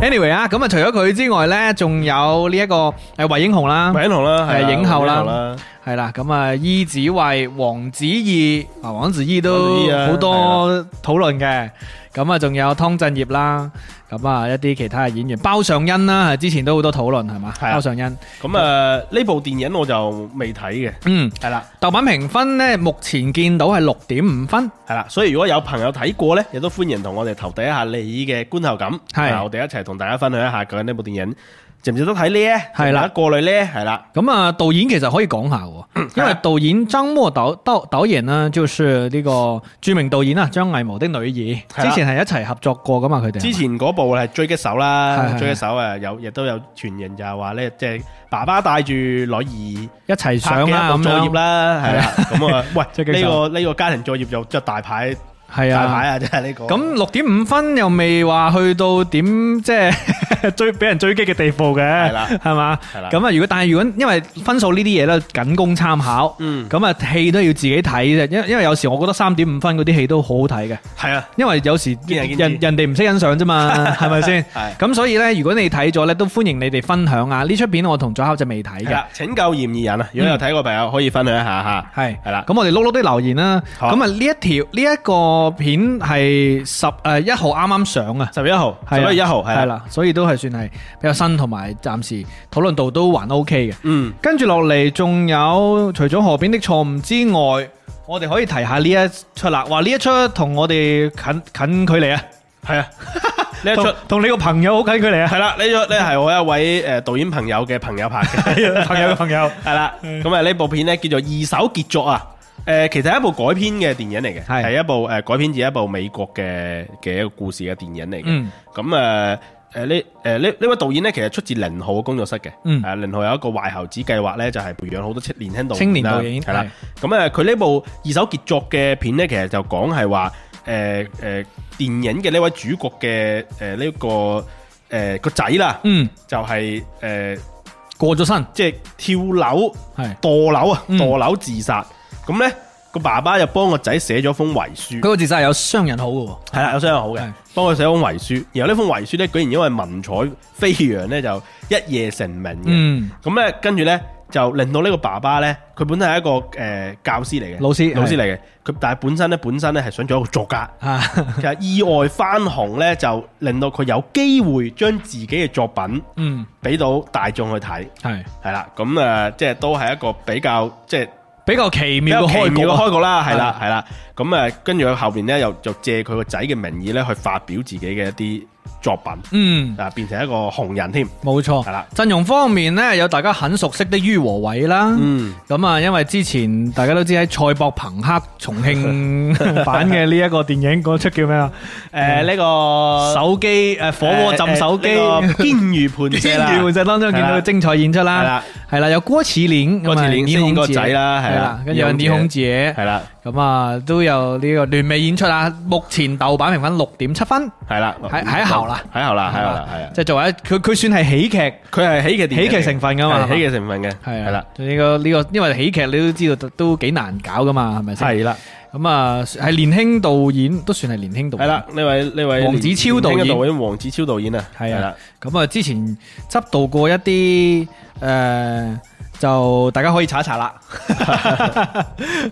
Speaker 3: Anyway 啊，咁啊，除咗佢之外呢，仲有呢一個誒惠英紅啦，
Speaker 2: 魏欣彤啦，係
Speaker 3: 係
Speaker 2: 啊
Speaker 3: 影后啦
Speaker 2: 魏欣彤啦，
Speaker 3: 係啦，咁啊，伊子慧、黃子怡啊，黃子怡
Speaker 2: 黃
Speaker 3: 都
Speaker 2: 子怡啊
Speaker 3: 好多討論嘅，咁啊，仲有湯鎮業啦，咁啊，一啲其他嘅演員，包尚恩啦，之前都好多討論係嘛，
Speaker 2: 係啊
Speaker 3: 包尚恩，
Speaker 2: 咁啊呢部電影我就未睇嘅，
Speaker 3: 嗯，
Speaker 2: 係啦
Speaker 3: 豆瓣評分呢，目前見到係六點五分，
Speaker 2: 係啦，所以如果有朋友睇過呢，亦都歡迎同我哋投遞一下你嘅觀後感，
Speaker 3: 係
Speaker 2: 啊我哋一齊同大家分享一下究竟呢部電影值唔值得睇呢？
Speaker 3: 係啦
Speaker 2: 值唔值得過濾呢？係啦。
Speaker 3: 咁啊，導演其實可以講下喎，
Speaker 2: 嗯啊
Speaker 3: 因為導演張默導導導演呢，就是呢個著名導演啊，張藝謀的女兒，
Speaker 2: 係啦
Speaker 3: 之前係一齊合作過噶嘛，佢哋係嘛
Speaker 2: 之前嗰部係追擊手啦，
Speaker 3: 係係
Speaker 2: 追擊手誒有亦都有傳言就係話咧，即係爸爸帶住女兒
Speaker 3: 一齊
Speaker 2: 拍
Speaker 3: 上啦
Speaker 2: 嘅一
Speaker 3: 咁
Speaker 2: 部作業
Speaker 3: 樣，
Speaker 2: 啦，係啦，
Speaker 3: (laughs)
Speaker 2: 咁啊，
Speaker 4: 追
Speaker 2: 喂
Speaker 4: 擊
Speaker 2: 呢
Speaker 4: 手
Speaker 2: 個呢個家庭作業又即係大牌
Speaker 3: 係
Speaker 2: 大
Speaker 3: 啊
Speaker 2: 牌。啊，真係呢個
Speaker 3: 咁六點五分又未話去到點 (laughs) 即係
Speaker 4: 追俾人追擊嘅地步嘅，
Speaker 2: 係啦
Speaker 4: 係嘛？
Speaker 2: 係啦，
Speaker 3: 咁啊！如果但係如果因為分數呢啲嘢咧僅供參考，
Speaker 2: 嗯
Speaker 3: 咁啊戲都要自己睇啫。因因為有時我覺得三點五分嗰啲戲都好好睇嘅，
Speaker 2: 係啊，
Speaker 3: 因為有時
Speaker 2: 見仁見智
Speaker 3: 人人哋唔識欣賞啫
Speaker 2: (laughs)
Speaker 3: 嘛，係咪先？
Speaker 2: 係
Speaker 3: 咁所以呢，如果你睇咗呢，都歡迎你哋分享啊！呢出片我同左口就未睇
Speaker 2: 係
Speaker 3: 嘅，
Speaker 2: 啦，拯救嫌疑人啊，
Speaker 3: 嗯
Speaker 2: 如果有睇過朋友可以分享一下嚇，
Speaker 3: 係
Speaker 2: 係啦，
Speaker 3: 咁我哋碌碌啲留言啦。
Speaker 2: 好啊
Speaker 3: 咁啊呢一條呢一個片係十誒一號啱啱上啊。
Speaker 2: 十月一號，
Speaker 3: 係
Speaker 2: 十
Speaker 3: 啊
Speaker 2: 一月一號係
Speaker 3: 係
Speaker 2: 啦，
Speaker 3: 啦，所以都係算係比較新，同埋暫時討論度都還 OK 嘅。
Speaker 2: 嗯，
Speaker 3: 跟住落嚟，仲有除咗河邊的錯誤之外，我哋可以提下呢一出啦。哇，呢一出同我哋近近距離啊，
Speaker 2: 係啊，呢一出
Speaker 4: 同同你個朋友好近距離啊，
Speaker 2: 係啦，呢出呢係我一位誒導演朋友嘅啊朋友拍嘅。
Speaker 4: 朋友嘅朋友。
Speaker 2: 系啦，
Speaker 3: 嗯
Speaker 2: 咁啊呢部片咧叫做《二手傑作》啊。誒，其實係一部改編嘅電影嚟嘅，
Speaker 3: 係
Speaker 2: 係一部誒呃改編自一部美國嘅嘅一個故事嘅電影嚟嘅
Speaker 3: 嗯。
Speaker 2: 咁誒誒呢誒呢呢位導演咧，其實出自零號嘅工作室嘅。
Speaker 3: 嗯
Speaker 2: 誒零號有一個壞猴子計劃咧，就係培養好多青年輕導演啦
Speaker 3: 青年導演
Speaker 2: 係啦。咁啊，佢呢部二手傑作嘅片咧，其實就講係話誒誒電影嘅呢位主角嘅誒呢個誒個仔啦，
Speaker 3: 嗯，
Speaker 2: 就係呃誒
Speaker 3: 過咗身，
Speaker 2: 即係跳樓。
Speaker 3: 係
Speaker 2: 墮樓啊，
Speaker 3: 嗯
Speaker 2: 墮樓自殺。咁呢個爸爸就幫個仔寫咗封遺書
Speaker 3: 佢，個自殺係有商人好嘅喎。
Speaker 2: 係啦，有相當好嘅
Speaker 3: 係，
Speaker 2: 幫佢寫封遺書。然後呢封遺書呢，居然因為文采飛揚呢，就一夜成名嘅。
Speaker 3: 嗯，
Speaker 2: 咁呢，跟住呢，就令到呢個爸爸呢，佢本身係一個誒、呃教師嚟嘅，
Speaker 3: 老師
Speaker 2: 老師
Speaker 3: 係
Speaker 2: 嚟嘅。佢但係本身呢，本身呢係想做一個作家，
Speaker 3: 啊， (laughs)
Speaker 2: 其實意外翻紅呢，就令到佢有機會將自己嘅作品
Speaker 3: 嗯，
Speaker 2: 俾到大眾去睇，
Speaker 3: 係
Speaker 2: 係啦。咁誒、呃即係都係一個比較即係。
Speaker 3: 比較奇
Speaker 2: 比
Speaker 3: 妙
Speaker 2: 較
Speaker 3: 嘅
Speaker 2: 奇
Speaker 3: 開局
Speaker 2: 妙嘅
Speaker 3: 啊。
Speaker 2: 開局啦，係啦
Speaker 3: 係
Speaker 2: 係啦，咁誒跟住佢後邊咧又就借佢個仔嘅名義咧去發表自己嘅一啲作品，
Speaker 3: 嗯，
Speaker 2: 啊變成一個紅人添，
Speaker 3: 冇錯
Speaker 2: 係。啦，
Speaker 3: 陣容方面呢，有大家很熟悉的于和偉啦。
Speaker 2: 嗯，
Speaker 3: 咁啊，因為之前大家都知喺賽博朋克重
Speaker 2: (laughs)
Speaker 3: 慶版嘅呢一個電影嗰出叫咩啊？
Speaker 2: 嗯
Speaker 3: 誒呢個
Speaker 4: 手機誒火鍋浸手機，
Speaker 2: 誒
Speaker 3: (laughs)
Speaker 2: 呢個堅如磐石啦，
Speaker 3: 天耀就當中見到佢精彩演出
Speaker 2: 係
Speaker 3: 啦，
Speaker 2: 啦，
Speaker 3: 係啦，有郭麒麟，
Speaker 2: 郭麒麟
Speaker 3: 咁啊
Speaker 2: 飾演個
Speaker 3: 倪匡
Speaker 2: 仔啦，係
Speaker 3: 係啦
Speaker 2: 啦，，
Speaker 3: 跟住有倪匡姐，
Speaker 2: 係啦，
Speaker 3: 咁啊都有呢個聯袂演出啊。目前豆瓣評分六點七分，
Speaker 2: 係啦，
Speaker 3: 喺喺校啦，
Speaker 2: 喺校啦，喺校啦，係啊，
Speaker 3: 即係作為一佢佢算係喜劇
Speaker 2: 佢係啊喜劇電影嚟
Speaker 3: 喜劇成分㗎嘛
Speaker 2: 係
Speaker 3: 係嘛
Speaker 2: 喜劇成分嘅，
Speaker 3: 係
Speaker 2: 係啦，，
Speaker 3: 呢個呢個因為喜劇你都知道都都幾難搞噶嘛，係咪先？
Speaker 2: 係啦，
Speaker 3: 咁啊係年輕導演都算係年輕導
Speaker 2: 係
Speaker 3: 演。
Speaker 2: 啦，呢位呢位
Speaker 3: 黃子超導演
Speaker 2: 年輕嘅導演黃子超導演啊，
Speaker 3: 係啊
Speaker 2: 啦，
Speaker 3: 咁啊，之前執導過一啲誒、呃就大家可以查一查
Speaker 2: (laughs)
Speaker 3: 啦。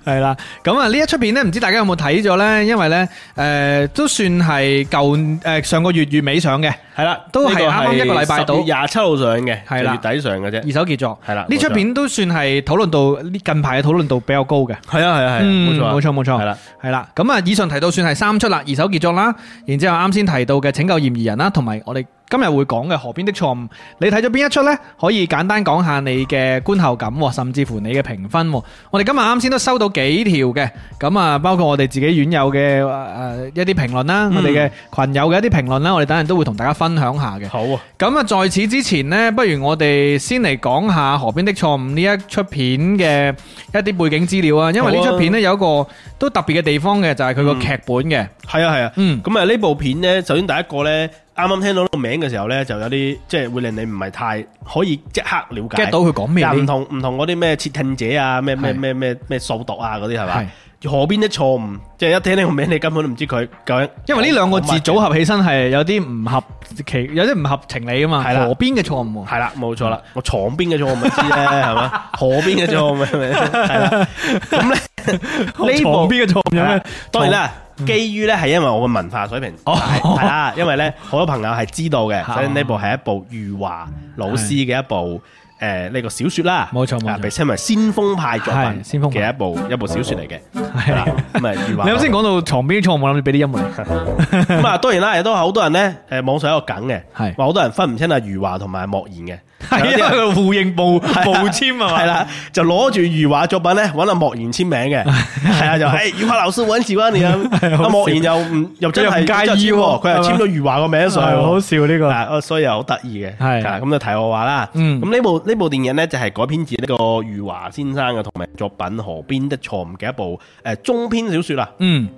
Speaker 3: 係啦，咁啊呢一出片呢，唔知大家有冇睇咗呢？因為呢，誒、呃都算係舊誒上個月月尾上嘅
Speaker 2: 係啦，
Speaker 3: 都係
Speaker 2: 呢個
Speaker 3: 啱啱一個禮拜到
Speaker 2: 10月廿七號上嘅，
Speaker 3: 係啦
Speaker 2: 就月底上嘅啫，
Speaker 3: 二手傑作。
Speaker 2: 係啦，
Speaker 3: 呢出
Speaker 2: 冇錯
Speaker 3: 片都算係討論度呢近排嘅討論度比較高嘅。
Speaker 2: 係啊係啊係啊，
Speaker 3: 嗯
Speaker 2: 冇錯啊
Speaker 3: 冇錯冇錯
Speaker 2: 係啦，
Speaker 3: 係啦，咁啊，以上提到算係三出啦，二手傑作啦，然之後啱先提到嘅拯救嫌疑人啦，同埋我哋今日會講嘅河邊的錯誤，你睇咗邊一出呢？可以簡單講下你嘅觀後感喎，甚至乎你嘅評分喎。我哋今日啱先都收到幾條嘅，咁啊，包括我哋自己院友嘅誒一啲評論啦，我哋
Speaker 2: 嗯
Speaker 3: 嘅群友嘅一啲評論啦，我哋等陣都會同大家分享下嘅。
Speaker 2: 好啊，
Speaker 3: 咁啊，在此之前呢，不如我哋先嚟講下《河邊的錯誤》呢一出片嘅一啲背景資料啊，因為呢
Speaker 2: 好啊
Speaker 3: 出片呢，有一個都特別嘅地方嘅，就係佢個劇本嘅，
Speaker 2: 係啊係啊。
Speaker 3: 嗯，
Speaker 2: 咁啊呢部片呢，首先第一個呢，啱啱聽到呢個名嘅時候呢，就有啲即係會令你唔係太可以即刻了
Speaker 3: get
Speaker 2: 解
Speaker 3: 到。佢講咩
Speaker 2: 又唔
Speaker 3: 呢？
Speaker 2: 同唔同嗰啲咩竊聽者啊，咩咩
Speaker 3: 係
Speaker 2: 咩咩咩掃毒啊嗰啲係
Speaker 3: 係
Speaker 2: 咪？河邊的錯誤，即係一聽呢個名，你根本都唔知佢究竟。
Speaker 3: 因為呢兩個字組合起身係有啲唔合其，有啲唔合情理啊嘛。
Speaker 2: 係啦
Speaker 3: 河邊嘅錯誤喎，
Speaker 2: 係啦，冇錯啦，我床邊嘅錯誤咪知咧，係嘛？
Speaker 3: (laughs)
Speaker 2: 河邊嘅錯誤咪咪係啦。咁咧 (laughs)
Speaker 3: (laughs)
Speaker 2: 呢
Speaker 4: 旁
Speaker 2: 部
Speaker 4: 邊嘅錯誤有
Speaker 2: (laughs)
Speaker 3: 啊
Speaker 4: 咩？
Speaker 2: 當然啦，基於咧係因為我嘅文化水平
Speaker 3: 哦
Speaker 2: 大係啦，因為咧好多朋友係知道
Speaker 3: (laughs)
Speaker 2: 嘅，所以呢部係一部余華老師嘅一部誒呢個小説啦，
Speaker 3: 啊冇錯冇錯
Speaker 2: 啊被稱為先鋒派作
Speaker 3: 係
Speaker 2: 品
Speaker 3: 先鋒派
Speaker 2: 嘅一部一部小説嚟嘅，係啦，咁啊余華
Speaker 4: 你啱先講到床邊嘅錯誤，我諗你俾啲音樂嚟。
Speaker 2: 咁啊，當然啦，亦都好多人咧誒網上有一個梗嘅，
Speaker 3: 係
Speaker 2: 話好多人分唔清啊余華同埋莫言嘅，
Speaker 3: 啊
Speaker 4: 係
Speaker 2: 有
Speaker 4: 因
Speaker 2: 啲
Speaker 4: 為
Speaker 2: 人
Speaker 4: 佢互認報
Speaker 2: 啊
Speaker 4: 報簽
Speaker 2: (laughs)
Speaker 4: 係嘛？
Speaker 2: 系啦，就攞住余華作品咧，揾阿莫言簽名嘅，係啊，就誒余華老師揾住翻你啊，阿莫言又唔又真係
Speaker 4: 又唔介意
Speaker 2: 真係簽
Speaker 4: 喎
Speaker 2: 喎佢又簽到余華個名上去
Speaker 4: 係好
Speaker 2: 喎，
Speaker 4: 笑呢個。
Speaker 2: 啊，哦所以又好得意嘅，
Speaker 3: 係
Speaker 2: 係啦咁就題外話啦。
Speaker 3: 嗯
Speaker 2: 咁呢部呢部電影咧就係改編自呢個余華先生嘅同名作品《河邊的錯誤》嘅一部誒中篇小說啦。
Speaker 3: 嗯，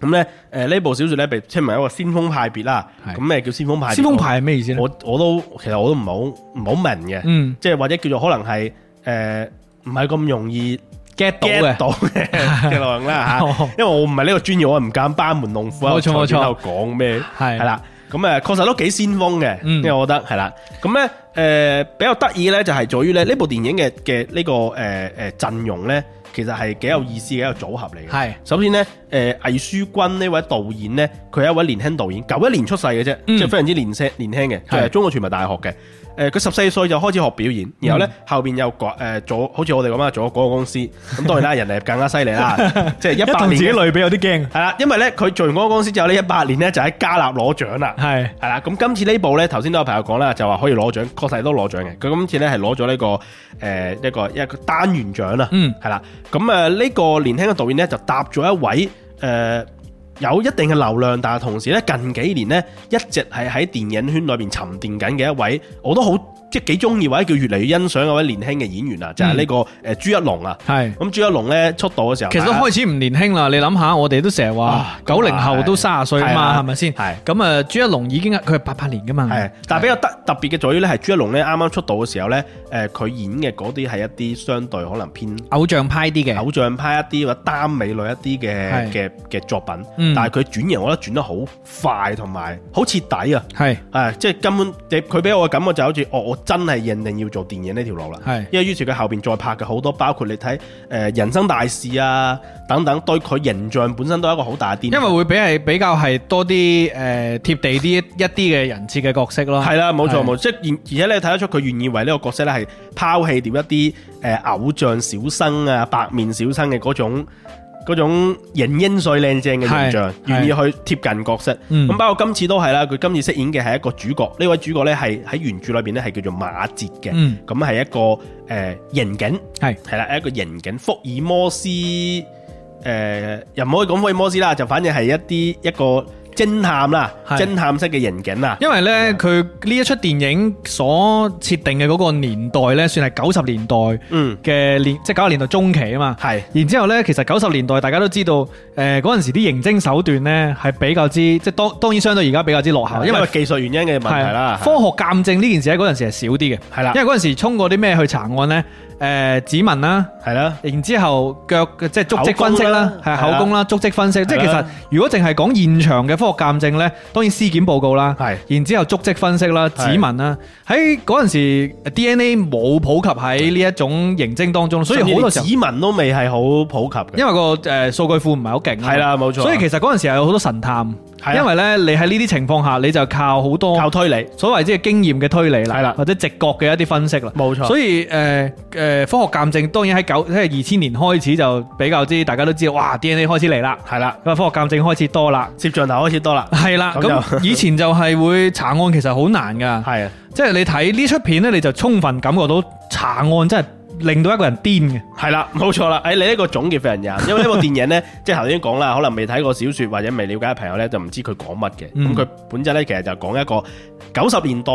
Speaker 2: 咁咧誒呢部小說咧被稱為一個先鋒派別啦。
Speaker 3: 係
Speaker 2: 咁咩叫先鋒派別？
Speaker 3: 先鋒派係咩意思呢？
Speaker 2: 我我都其實我都唔係好唔好明嘅，
Speaker 3: 嗯
Speaker 2: 即係或者叫做可能係誒唔係咁容易
Speaker 3: get 到
Speaker 2: get
Speaker 3: 嘅，
Speaker 2: 到嘅嘅內
Speaker 3: (laughs)
Speaker 2: 容啦嚇
Speaker 3: 哦，
Speaker 2: 因為我唔係呢個專業，我唔敢班門弄斧
Speaker 3: 冇
Speaker 2: 喺
Speaker 3: 錯
Speaker 2: 度
Speaker 3: 冇錯
Speaker 2: 喺度講咩
Speaker 3: 係
Speaker 2: 係啦。咁誒確實都幾先鋒嘅，
Speaker 3: 嗯
Speaker 2: 因為我覺得係啦。咁咧誒比較得意咧，就係在於咧呢部電影嘅嘅呢個誒誒陣容咧，其實係幾有意思嘅一個組合嚟嘅。
Speaker 3: 係
Speaker 2: 首先咧，誒、魏書君呢位導演咧，佢係一位年輕導演，九一年出世嘅啫，
Speaker 3: 嗯
Speaker 2: 即係非常之年輕年輕嘅，
Speaker 3: 係
Speaker 2: 佢係中國傳媒大學嘅。誒，佢十四歲就開始學表演，然後咧後邊又改誒做，好似我哋咁啊，做咗廣告公司。咁當然啦，人哋更加犀利啦，即係一
Speaker 4: 一
Speaker 2: 八
Speaker 4: 同自
Speaker 2: 年
Speaker 4: 己
Speaker 2: 嘅
Speaker 4: 類比有啲驚。
Speaker 2: 係啦，因為咧佢做完廣告公司之後呢，一八年咧就喺加納攞獎啦。
Speaker 4: 係
Speaker 2: 係啦，咁今次呢部咧，頭先都有朋友講啦，就話可以攞獎，確實係都攞獎嘅。佢今次咧係攞咗呢個誒、呃一個一個單元獎啦，
Speaker 3: 嗯，
Speaker 2: 係啦。咁誒呢個年輕嘅導演咧就搭咗一位誒、呃有一定嘅流量，但係同時咧近幾年咧一直係喺電影圈裏邊沉澱緊嘅一位，我都好即係幾中意或者叫越嚟越欣賞嗰位年輕嘅演員啊，就係、呢、個誒、呃朱一龍啊。
Speaker 3: 係。
Speaker 2: 咁朱一龍咧出道嘅時候，
Speaker 3: 嗯其實都
Speaker 2: 大家
Speaker 3: 開始唔年輕啦，你諗下，我哋都成日話
Speaker 2: 啊
Speaker 3: 九零後都三十歲啊
Speaker 2: 係
Speaker 3: 嘛，係
Speaker 2: 啊
Speaker 3: 咪先？
Speaker 2: 係
Speaker 3: 咁啊，朱一龍已經佢係八八年噶嘛，
Speaker 2: 係，但係比較特特別嘅在於咧，係朱一龍咧啱啱出道嘅時候咧，誒、佢演嘅嗰啲係一啲相對可能偏
Speaker 3: 偶像派啲嘅，
Speaker 2: 偶像派一啲或者耽美類一啲
Speaker 3: 係
Speaker 2: 嘅嘅嘅作品，
Speaker 3: 嗯
Speaker 2: 但係佢轉型，我覺得轉得好快同埋好徹底啊！
Speaker 3: 係
Speaker 2: 係，即係根本你佢俾我嘅感覺就好似，哦，我真係認定要做電影呢條路啦。
Speaker 3: 係
Speaker 2: 因為於是佢後邊再拍嘅好多，包括你睇誒、人生大事啊等等，對佢形象本身都係一個好大嘅顛
Speaker 3: 因為
Speaker 2: 覆。
Speaker 3: 會比係比較係多啲誒貼地啲一啲嘅人設嘅角色咯。
Speaker 2: 係啦，冇錯
Speaker 3: 啊係
Speaker 2: 冇錯，即係而而且你睇得出佢願意為呢個角色咧係拋棄掉一啲誒、偶像小生啊、白面小生嘅嗰種嗰種型英帥靚正嘅形象
Speaker 3: 係，
Speaker 2: 願意去貼近角色。
Speaker 3: 嗯
Speaker 2: 咁包括今次都係啦，佢今次飾演嘅係一個主角，呢位主角咧係喺原著裏邊咧係叫做馬哲嘅，
Speaker 3: 嗯
Speaker 2: 咁係一個誒、呃刑警，
Speaker 3: 係
Speaker 2: 係啦，一個刑警福爾摩斯誒、呃又唔可以講福爾摩斯啦，就反正係一啲一個偵探啦，
Speaker 3: 係
Speaker 2: 偵探式嘅刑警啦。
Speaker 3: 因為咧，
Speaker 2: 啊
Speaker 3: 佢呢一出電影所設定嘅嗰個年代咧，算係九十年代
Speaker 2: 嗯，
Speaker 3: 嘅年，即係九十年代中期啊嘛。
Speaker 2: 係
Speaker 3: 然之後咧，其實九十年代大家都知道，誒嗰陣時啲刑偵手段咧係比較之，即係當當然相對而家比較之落後，啊因
Speaker 2: 啊因
Speaker 3: 為
Speaker 2: 為技術原因嘅問題
Speaker 3: 係，啊
Speaker 2: 啦
Speaker 3: 科學鑑證呢件事喺嗰陣時係少啲嘅，
Speaker 2: 係啦
Speaker 3: 因為嗰陣時通過啲咩去查案咧，誒指紋啦。
Speaker 2: 係啦，
Speaker 3: 然之後腳即係足跡分析啦，
Speaker 2: 口供啦
Speaker 3: 係啊
Speaker 2: 係啦
Speaker 3: 口供啦、足跡分析，即係其
Speaker 2: 係
Speaker 3: 實
Speaker 2: 啦
Speaker 3: 如果淨係講現場嘅科學鑑證呢，當然屍檢報告啦，
Speaker 2: 係
Speaker 3: 然之後足跡分析啦、指
Speaker 2: 係
Speaker 3: 紋啦，喺嗰陣時呃 DNA 冇普及喺呢一種刑偵當中，所以好多時候
Speaker 2: 甚至連指紋都未係好普及嘅。
Speaker 3: 因呃為個誒數據庫唔係好勁啊嘛，
Speaker 2: 係啦冇錯
Speaker 3: 所以其實嗰陣時係有好多神探，
Speaker 2: 係啦
Speaker 3: 因為呢，你喺呢啲情況下你就靠好多
Speaker 2: 靠推理，
Speaker 3: 所謂即係經驗嘅推理啦，
Speaker 2: 係啦
Speaker 3: 或者直覺嘅一啲分析啦。
Speaker 2: 冇錯
Speaker 3: 所以誒誒、呃呃科學鑑證當然喺九即係二千年開始就比較之，大家都知道，哇 DNA 開始嚟啦，
Speaker 2: 係啦，
Speaker 3: 咁啊科學鑑證開始多啦。
Speaker 2: 攝像頭開始多啦，
Speaker 3: 係啦，
Speaker 2: 咁
Speaker 3: 咁 (laughs) 以前就係會查案其實好難噶，
Speaker 2: 係啊，
Speaker 3: 即係你睇呢出片呢，你就充分感覺到查案真係令到一個人癲嘅。
Speaker 2: 係啦，冇錯啦。誒，你呢個總結非
Speaker 3: (laughs)
Speaker 2: 常啱，因為呢部電影呢，即係頭先講啦，可能未睇過小説或者未了解嘅朋友呢，就唔知佢講乜嘅。
Speaker 3: 嗯
Speaker 2: 咁佢本質呢，其實就講一個九十年代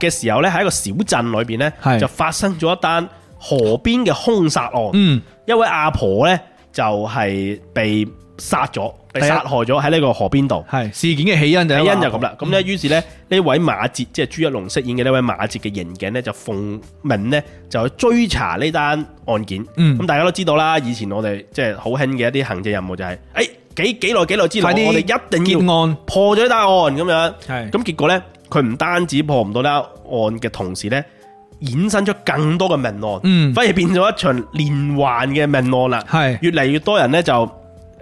Speaker 2: 嘅時候呢，喺一個小鎮裏邊
Speaker 3: 係
Speaker 2: 呢，就發生咗一單河邊嘅兇殺案，
Speaker 3: 嗯，
Speaker 2: 一位阿婆呢，就係被殺咗，被
Speaker 3: 係啊
Speaker 2: 殺害咗喺呢個河邊度。
Speaker 3: 係事件嘅起因就
Speaker 2: 起
Speaker 3: 係
Speaker 2: 因就咁啦，
Speaker 3: 嗯
Speaker 2: 咁咧於是咧呢位馬哲，即係朱一龍飾演嘅呢位馬哲嘅刑警咧，就奉命咧就去追查呢單案件。咁、
Speaker 3: 嗯
Speaker 2: 大家都知道啦，以前我哋即係好興嘅一啲行政任務就係、誒、幾幾耐幾耐之內，
Speaker 3: 快啲
Speaker 2: 我哋一定要
Speaker 3: 結案。
Speaker 2: 破咗呢單案咁樣。
Speaker 3: 係
Speaker 2: 咁結果咧，佢唔單止破唔到呢單案嘅同時咧，衍生出更多嘅命案，
Speaker 3: 嗯
Speaker 2: 反而變咗一場連環嘅命案啦。
Speaker 3: 係
Speaker 2: 越嚟越多人咧就誒、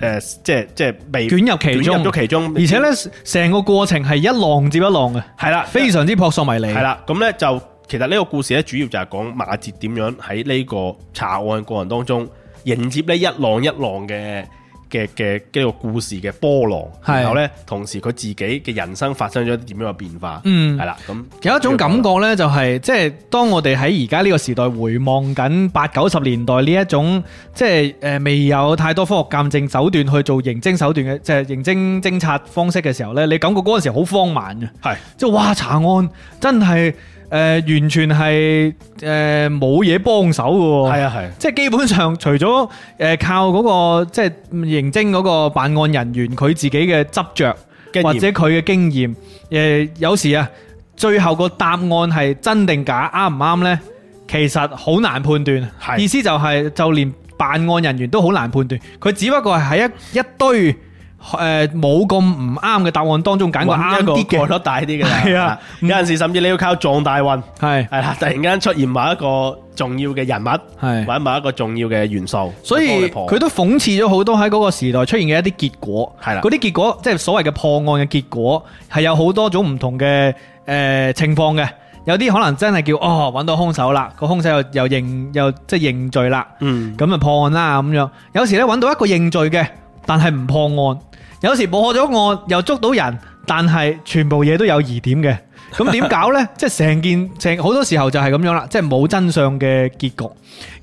Speaker 2: 呃即係即係被
Speaker 3: 捲入其中
Speaker 2: 捲入咗其中，
Speaker 3: 而且呢，成個過程係一浪接一浪嘅，
Speaker 2: 係啦，
Speaker 3: 非常之撲朔迷離。
Speaker 2: 係啦，咁呢就其實呢個故事呢，主要就係講馬哲點樣喺呢個查案過程當中迎接呢一浪一浪嘅嘅嘅嘅呢個故事嘅波浪，
Speaker 3: 係
Speaker 2: 然後呢，同時佢自己嘅人生發生咗啲點樣嘅變化，
Speaker 3: 嗯
Speaker 2: 係啦，咁
Speaker 3: 有一種感覺呢，就係、即係當我哋喺而家呢個時代回望緊八九十年代呢一種，即係誒、呃未有太多科學鑑證手段去做刑偵手段嘅，即係刑偵偵察方式嘅時候呢，你感覺嗰陣時好荒蠻嘅，
Speaker 2: 係
Speaker 3: 即係哇查案真係誒、呃完全係誒冇嘢幫手嘅喎。
Speaker 2: 係啊係，
Speaker 3: 即係基本上除咗誒靠嗰、個即係刑偵嗰個辦案人員佢自己嘅執着，
Speaker 2: 經驗
Speaker 3: 或者佢嘅經驗，誒、有時啊，最後個答案係真定假啱唔啱呢？其實好難判斷。
Speaker 2: 係
Speaker 3: 意思就係、就連辦案人員都好難判斷，佢只不過係喺一一堆誒冇咁唔啱嘅答案當中揀個
Speaker 2: 揾
Speaker 3: 啱
Speaker 2: 一個
Speaker 3: 啲
Speaker 2: 概
Speaker 3: 嘅，
Speaker 2: 率大啲嘅啦，
Speaker 3: 係啊
Speaker 2: 有陣時甚至你要靠撞大運，
Speaker 3: 係
Speaker 2: 係啦，突然間出現某一個重要嘅人物，
Speaker 3: 係
Speaker 2: 或。者某一個重要嘅元素，
Speaker 3: 所
Speaker 2: 幫
Speaker 3: 以
Speaker 2: 你破
Speaker 3: 佢都諷刺咗好多喺嗰個時代出現嘅一啲結果，
Speaker 2: 係啦
Speaker 3: 嗰啲結果即係所謂嘅破案嘅結果，係有好多種唔同嘅誒、呃情況嘅。有啲可能真係叫哦揾到兇手啦，個兇手又又認又即係認罪啦，
Speaker 2: 嗯
Speaker 3: 咁就破案啦咁樣。有時咧揾到一個認罪嘅，但係唔破案；有時破咗案又捉到人，但係全部嘢都有疑點嘅。 (laughs) 咁點搞呢？即係成件成好多時候就係咁樣啦，即係冇真相嘅結局。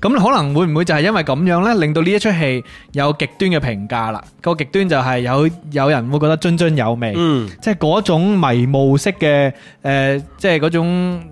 Speaker 3: 咁可能會唔會就係因為咁樣呢，令到呢一出戲有極端嘅評價啦？個極端就係有有人會覺得津津有味，
Speaker 2: 嗯
Speaker 3: 即係嗰種迷霧式嘅誒、呃即係嗰種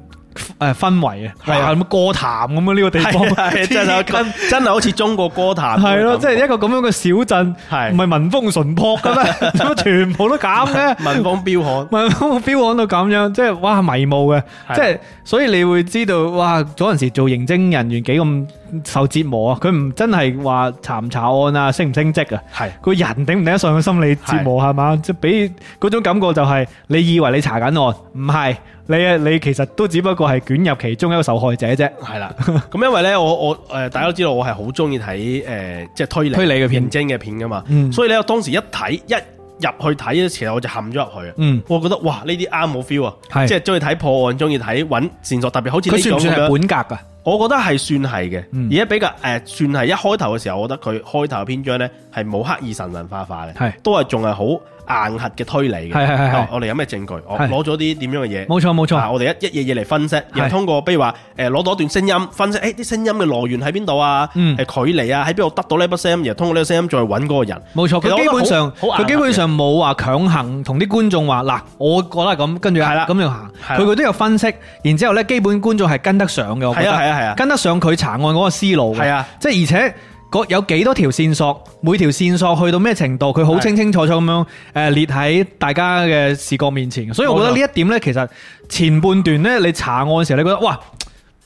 Speaker 3: 誒氛圍啊，
Speaker 2: 係啊
Speaker 3: 哇咁歌壇咁樣呢個地方，
Speaker 2: 係啊係啊真
Speaker 3: (laughs)
Speaker 2: 係好真係好似中國歌壇
Speaker 3: 係咯，
Speaker 2: 嗰種
Speaker 3: 即係一個咁樣嘅小鎮，
Speaker 2: 係
Speaker 3: 唔係民風淳樸嘅咩？點
Speaker 2: (laughs)
Speaker 3: 解全部都咁嘅？
Speaker 2: 民風彪悍。
Speaker 3: 民風標悍到咁樣，即係哇迷霧嘅，
Speaker 2: 係
Speaker 3: 即係所以你會知道哇嗰陣時做刑偵人員幾咁受折磨啊！佢唔真係話查唔查案啊，升唔升職啊？
Speaker 2: 係
Speaker 3: 個人頂唔頂得上個心理折磨係嘛？即係俾嗰種感覺就係你以為你查緊案，唔係你啊你其實都只不過係捲入其中一個受害者啫。(laughs)
Speaker 2: 係啦，咁因為咧，我我誒、呃大家都知道我係好中意睇誒，即係推理
Speaker 3: 推理嘅片
Speaker 2: 認真嘅片噶嘛，
Speaker 3: 嗯
Speaker 2: 所以咧，我當時一睇一入去睇嘅時候，我就陷咗入去啊，
Speaker 3: 嗯
Speaker 2: 我覺得哇，呢啲啱我 feel 啊，
Speaker 3: 係
Speaker 2: 即係中意睇破案，中意睇揾線索，特別好似呢
Speaker 3: 佢算
Speaker 2: 種
Speaker 3: 唔
Speaker 2: 咁
Speaker 3: 算係
Speaker 2: 樣，
Speaker 3: 本格㗎？啊
Speaker 2: 我覺得係算係嘅，
Speaker 3: 嗯
Speaker 2: 而家比較誒、呃算係一開頭嘅時候，我覺得佢開頭嘅篇章呢係冇刻意神神化化嘅
Speaker 3: 係，
Speaker 2: 都係仲係好硬核嘅推理嘅。
Speaker 3: 係係係係
Speaker 2: 啊我哋有咩證據？我
Speaker 3: 係
Speaker 2: 攞咗啲點樣嘅嘢？
Speaker 3: 冇錯冇
Speaker 2: 啊
Speaker 3: 錯，
Speaker 2: 我哋一一嘢嘢嚟分析，然後通過比如話誒攞到一段聲音分析，誒啲聲音嘅來源喺邊度啊？
Speaker 3: 嗯
Speaker 2: 誒距離啊，喺邊度得到呢筆聲音？然後通過呢個聲音再揾嗰個人。
Speaker 3: 冇錯，
Speaker 2: 其實
Speaker 3: 佢基本
Speaker 2: 我覺得
Speaker 3: 上
Speaker 2: 好好硬
Speaker 3: 佢基本上冇話強行同啲觀眾話嗱，我覺得係咁，跟住啊
Speaker 2: 係啦
Speaker 3: 咁樣行，
Speaker 2: 係啦
Speaker 3: 佢佢都有分析，然之後咧基本觀眾係跟得上嘅，我覺
Speaker 2: 係
Speaker 3: 得
Speaker 2: 啊係啊係啊
Speaker 3: 跟得上佢查案嗰個思路嘅，
Speaker 2: 係啊
Speaker 3: 即係而且。嗰有幾多條線索？每條線索去到咩程度？佢好
Speaker 2: 係
Speaker 3: 清清楚楚咁樣誒列喺大家嘅視覺面前，所以我覺得
Speaker 2: 冇錯
Speaker 3: 呢一點呢，其實前半段呢，你查案嘅時候，你覺得哇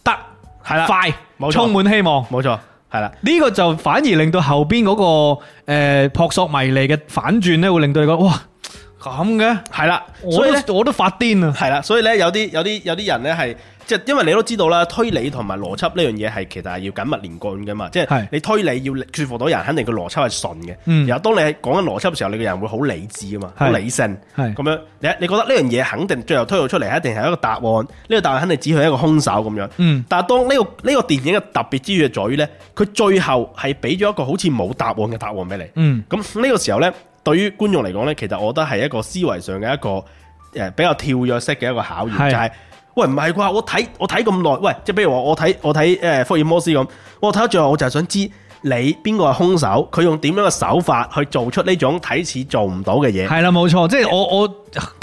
Speaker 3: 得
Speaker 2: 係啦
Speaker 3: 快，
Speaker 2: 冇錯
Speaker 3: 充滿希望。
Speaker 2: 冇錯，係啦。
Speaker 3: 呢個就反而令到後邊嗰、個誒撲朔迷離嘅反轉咧，會令到你覺得哇咁嘅，
Speaker 2: 係啦，
Speaker 3: 我
Speaker 2: 所以咧
Speaker 3: 都我都發癲啊！
Speaker 2: 係啦，所以咧有啲有啲有啲人咧係即係因為你都知道啦，推理同埋邏輯呢樣嘢係其實係要緊密連貫嘅嘛，即係
Speaker 3: 係
Speaker 2: 你推理要説服到人，肯定個邏輯係順嘅。
Speaker 3: 嗯
Speaker 2: 然後當你係講緊邏輯嘅時候，你個人會好理智啊嘛，
Speaker 3: 係
Speaker 2: 好理性。
Speaker 3: 係
Speaker 2: 咁樣，你你覺得呢樣嘢肯定最後推導出嚟一定係一個答案，呢、個答案肯定指向一個兇手咁樣。
Speaker 3: 嗯
Speaker 2: 但係當呢、個呢、個電影嘅特別之處嘅在於咧，佢最後係俾咗一個好似冇答案嘅答案俾你。
Speaker 3: 嗯，
Speaker 2: 咁呢個時候呢，對於觀眾嚟講呢，其實我覺得係一個思維上嘅一個誒、呃比較跳躍式嘅一個考驗，
Speaker 3: 係
Speaker 2: 就係、喂唔係啩？我睇我睇咁耐，喂，即係比如話我睇我睇誒、呃福爾摩斯咁，我睇到最後我就係想知你邊個係兇手，佢用點樣嘅手法去做出呢種睇似做唔到嘅嘢。
Speaker 3: 係啦，冇錯，即係我我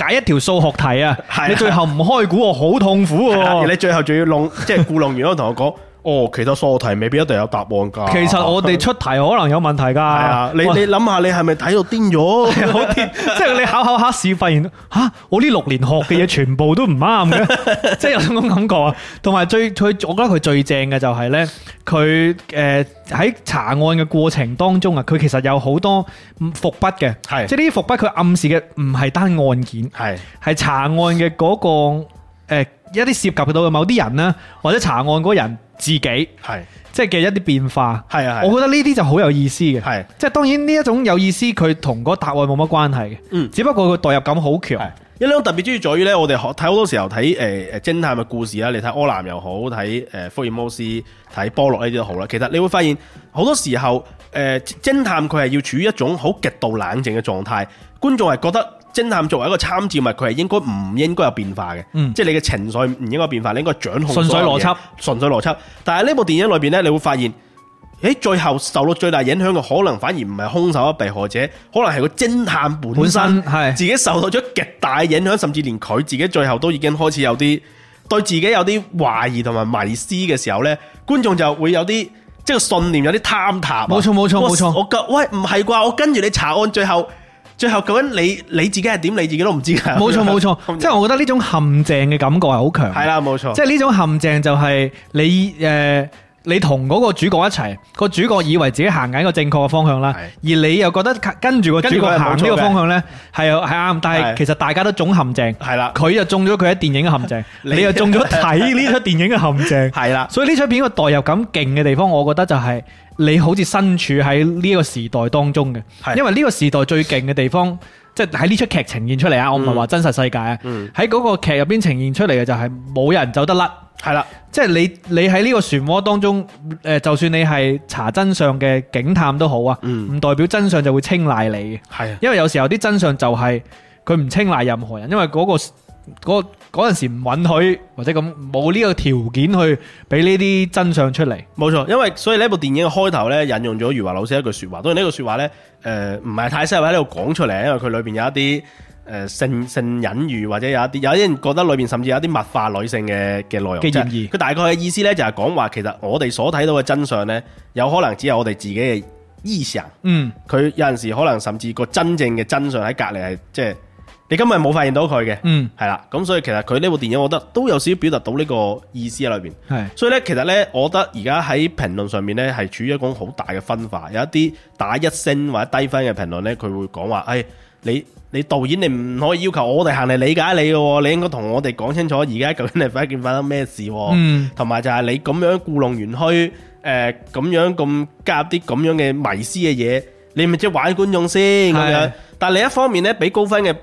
Speaker 3: 解一條數學題啊
Speaker 2: 係啊，
Speaker 3: 你最後唔開估我好痛苦
Speaker 2: 係啊啦而
Speaker 3: 喎。
Speaker 2: 你最後仲要弄 (laughs) 即係故弄完咗同我講，哦，其實所有題未必一定有答案㗎。
Speaker 3: 其實我
Speaker 2: (laughs)
Speaker 3: 哋出題可能有問題㗎。係
Speaker 2: 係啊，你你諗下，你係咪睇到癲咗？
Speaker 3: 好啲，即 (laughs) 係你考考下試，發現吓我呢六年學嘅嘢全部都唔啱嘅， (laughs) 即係有種感覺啊。同埋最佢，我覺得佢最正嘅就係呢，佢誒喺查案嘅過程當中啊，佢其實有好多伏筆嘅，
Speaker 2: 係
Speaker 3: 即係呢啲伏筆佢暗示嘅唔係單案件，
Speaker 2: 係
Speaker 3: 係查案嘅嗰、個、呃、一啲涉及到嘅某啲人啦，或者查案嗰個人自己，即
Speaker 2: 係
Speaker 3: 係嘅一啲變化。
Speaker 2: 係啊，
Speaker 3: 我覺得呢啲就好有意思嘅。
Speaker 2: 係
Speaker 3: 即係當然呢一種有意思，佢同嗰個答案冇乜關係嘅，
Speaker 2: 嗯
Speaker 3: 只不過佢代入感好強，
Speaker 2: 因為呢種特別之處在於咧，我哋學睇好多時候睇誒誒偵探嘅故事啦，你睇柯南又好，睇誒福爾摩斯、睇波洛呢啲都好啦。其實你會發現好多時候誒、呃偵探佢係要處於一種好極度冷靜嘅狀態，觀眾係覺得偵探作為一個參照物，佢係應該唔應該有變化嘅，
Speaker 3: 嗯
Speaker 2: 即係你嘅情緒唔應該變化，你應該掌控
Speaker 3: 純粹
Speaker 2: 所有
Speaker 3: 邏
Speaker 2: 嘢
Speaker 3: 輯，
Speaker 2: 純粹邏輯。但係呢部電影裏邊咧，你會發現。誒，最後受到最大影響嘅可能反而唔係兇手啊、被害者，可能係個偵探本
Speaker 3: 本
Speaker 2: 身
Speaker 3: 身係
Speaker 2: 自己受到咗極大嘅影響，甚至連佢自己最後都已經開始有啲對自己有啲懷疑同埋迷思嘅時候呢，觀眾就會有啲即係信念有啲坍塌啊。
Speaker 3: 冇錯冇錯
Speaker 2: 哇
Speaker 3: 冇錯
Speaker 2: 我覺喂唔係啩？我跟住你查案，最後最後究竟你你自己係點？你自己都唔知㗎。
Speaker 3: 冇錯冇
Speaker 2: (laughs)
Speaker 3: 錯，即係我覺得呢種陷阱嘅感覺係好強，
Speaker 2: 係啦，冇錯，
Speaker 3: 即係呢種陷阱就係你誒、呃你同嗰個主角一齊，個主角以為自己行緊一個正確嘅方向啦，
Speaker 2: 係
Speaker 3: 而你又覺得跟住個主
Speaker 2: 跟住佢係
Speaker 3: 角行
Speaker 2: 冇錯
Speaker 3: 呢個
Speaker 2: 嘅
Speaker 3: 方向呢係啊係啱，但
Speaker 2: 係
Speaker 3: 係其實大家都中陷阱，
Speaker 2: 係啦，
Speaker 3: 佢就中咗佢喺電影嘅陷阱，
Speaker 2: (laughs) 你
Speaker 3: 你又中咗睇呢出電影嘅陷阱。
Speaker 2: 係啦，
Speaker 3: 所以呢出片個代入感勁嘅地方，我覺得就係你好似身處喺呢個時代當中
Speaker 2: 係
Speaker 3: 嘅，因為呢個時代最勁嘅地方，即係喺呢出劇呈現出嚟啊！我唔係話真實世界啊，
Speaker 2: 嗯
Speaker 3: 喺嗰個劇入邊呈現出嚟嘅就係冇人走得甩，
Speaker 2: 係啦，
Speaker 3: 即係你你喺呢個漩渦當中，誒、就算你係查真相嘅警探都好啊，唔、
Speaker 2: 嗯
Speaker 3: 代表真相就會青睐你嘅。
Speaker 2: 係啊，
Speaker 3: 因為有時候啲真相就係佢唔青睐任何人，因為嗰、個嗰嗰陣時唔允許或者咁冇呢個條件去俾呢啲真相出嚟。
Speaker 2: 冇錯，因為所以呢部電影嘅開頭咧引用咗余華老師一句説話，當然呢句説話咧誒唔係太適合喺度講出嚟，因為佢裏邊有一啲誒、呃性性隱喻或者有一啲有啲人覺得裏邊甚至有一啲物化女性嘅嘅內容。
Speaker 3: 嘅嫌疑
Speaker 2: 即係佢呃大概嘅意思咧就係講話其實我哋所睇到嘅真相咧，有可能只係我哋自己嘅臆想。
Speaker 3: 嗯，
Speaker 2: 佢有陣時可能甚至個真正嘅真相喺隔離係即係你根本係冇發現到佢嘅。
Speaker 3: 嗯，
Speaker 2: 係啦，咁所以其實佢呢部電影，我覺得都有少少表達到呢個意思喺裏邊。
Speaker 3: 係
Speaker 2: 所以咧，其實咧，我覺得而家喺評論上面咧，係處於一種好大嘅分化。有一啲打一星或者低分嘅評論咧，佢會講話：，誒、哎你你導演你唔可以要求我哋行嚟理解你嘅喎，你應該同我哋講清楚而家究竟你發件發生咩事喎。
Speaker 3: 嗯
Speaker 2: 同埋就係你咁樣故弄玄虛，誒、咁樣咁加入啲咁樣嘅迷思嘅嘢，你咪即係玩觀眾先咁樣
Speaker 3: 係。
Speaker 2: 但另一方面咧，俾高分嘅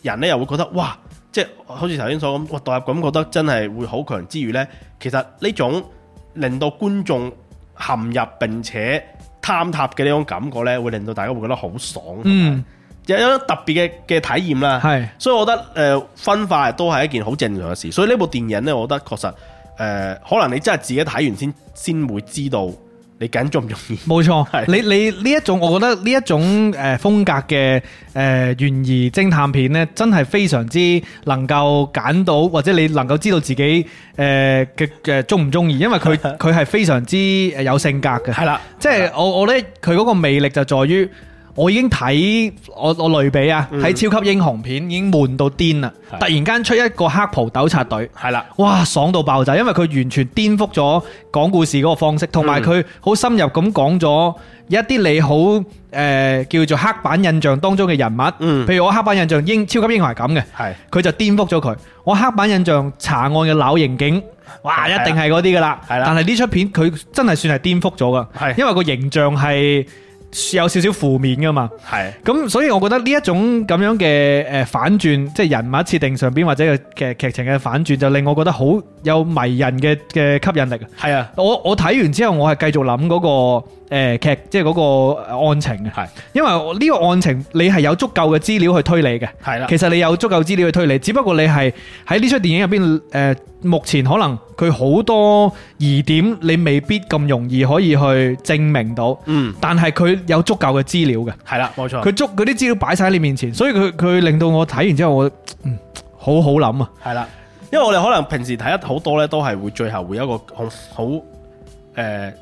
Speaker 2: 人咧又會覺得哇，即係好似頭先所講，哇代入感覺得真係會好強之餘咧，其實呢種令到觀眾陷入並且貪塔嘅呢種感覺呢，會令到大家會覺得好爽，
Speaker 3: 嗯，
Speaker 2: 有一種特別嘅嘅體驗啦。
Speaker 3: 係
Speaker 2: 所以我覺得誒、呃分化都係一件好正常嘅事。所以呢部電影呢，我覺得確實誒、呃可能你真係自己睇完先 (laughs) 先會知道你緊中唔中意。
Speaker 3: 冇錯
Speaker 2: 係。
Speaker 3: 你你呢一種，我覺得呢一種誒風格嘅誒懸疑偵探片呢，真係非常之能夠揀到，或者你能夠知道自己誒嘅嘅中唔中意，因為佢佢係非常之誒有性格嘅。
Speaker 2: 係啦，
Speaker 3: 即係我我咧，佢嗰個魅力就在於，我已經睇我我類比啊，睇超級英雄片已經悶到癲啦，
Speaker 2: 嗯係
Speaker 3: 突然間出一個黑袍糾察隊。
Speaker 2: 係啦，
Speaker 3: 哇，爽到爆炸！因為佢完全顛覆咗講故事嗰個方式，同
Speaker 2: 嗯
Speaker 3: 埋佢好深入咁講咗一啲你好誒、呃叫做黑板印象當中嘅人物，
Speaker 2: 嗯
Speaker 3: 譬如我黑板印象英超級英雄係咁嘅，
Speaker 2: 係
Speaker 3: 佢就顛覆咗佢。我黑板印象查案嘅lão刑警，哇，一
Speaker 2: 係啊
Speaker 3: 定係嗰啲噶啦。
Speaker 2: 係啦
Speaker 3: 但係呢出片佢真係算係顛覆咗噶
Speaker 2: 係，
Speaker 3: 因為個形象係有少少負面噶嘛。
Speaker 2: 係
Speaker 3: 咁所以我覺得呢一種咁樣嘅誒反轉，即係人物設定上邊或者嘅劇情嘅反轉，就令我覺得好有迷人嘅嘅吸引力。
Speaker 2: 係啊，
Speaker 3: 我我睇完之後，我係繼續諗嗰、個誒劇，即係嗰個呃案情嘅，
Speaker 2: 係
Speaker 3: 因為我呢個案情你係有足夠嘅資料去推理嘅。
Speaker 2: 係啦，
Speaker 3: 其實你有足夠資料去推理，只不過你係喺呢出電影入邊，誒、目前可能佢好多疑點，你未必咁容易可以去證明到，
Speaker 2: 嗯，
Speaker 3: 但係佢有足夠嘅資料嘅。
Speaker 2: 係啦，冇錯，
Speaker 3: 佢捉嗰啲資料擺晒喺你面前，所以佢佢令到我睇完之後，我嗯好好諗啊，
Speaker 2: 係啦，因為我哋可能平時睇得好多咧，都係會最後會有一個好好誒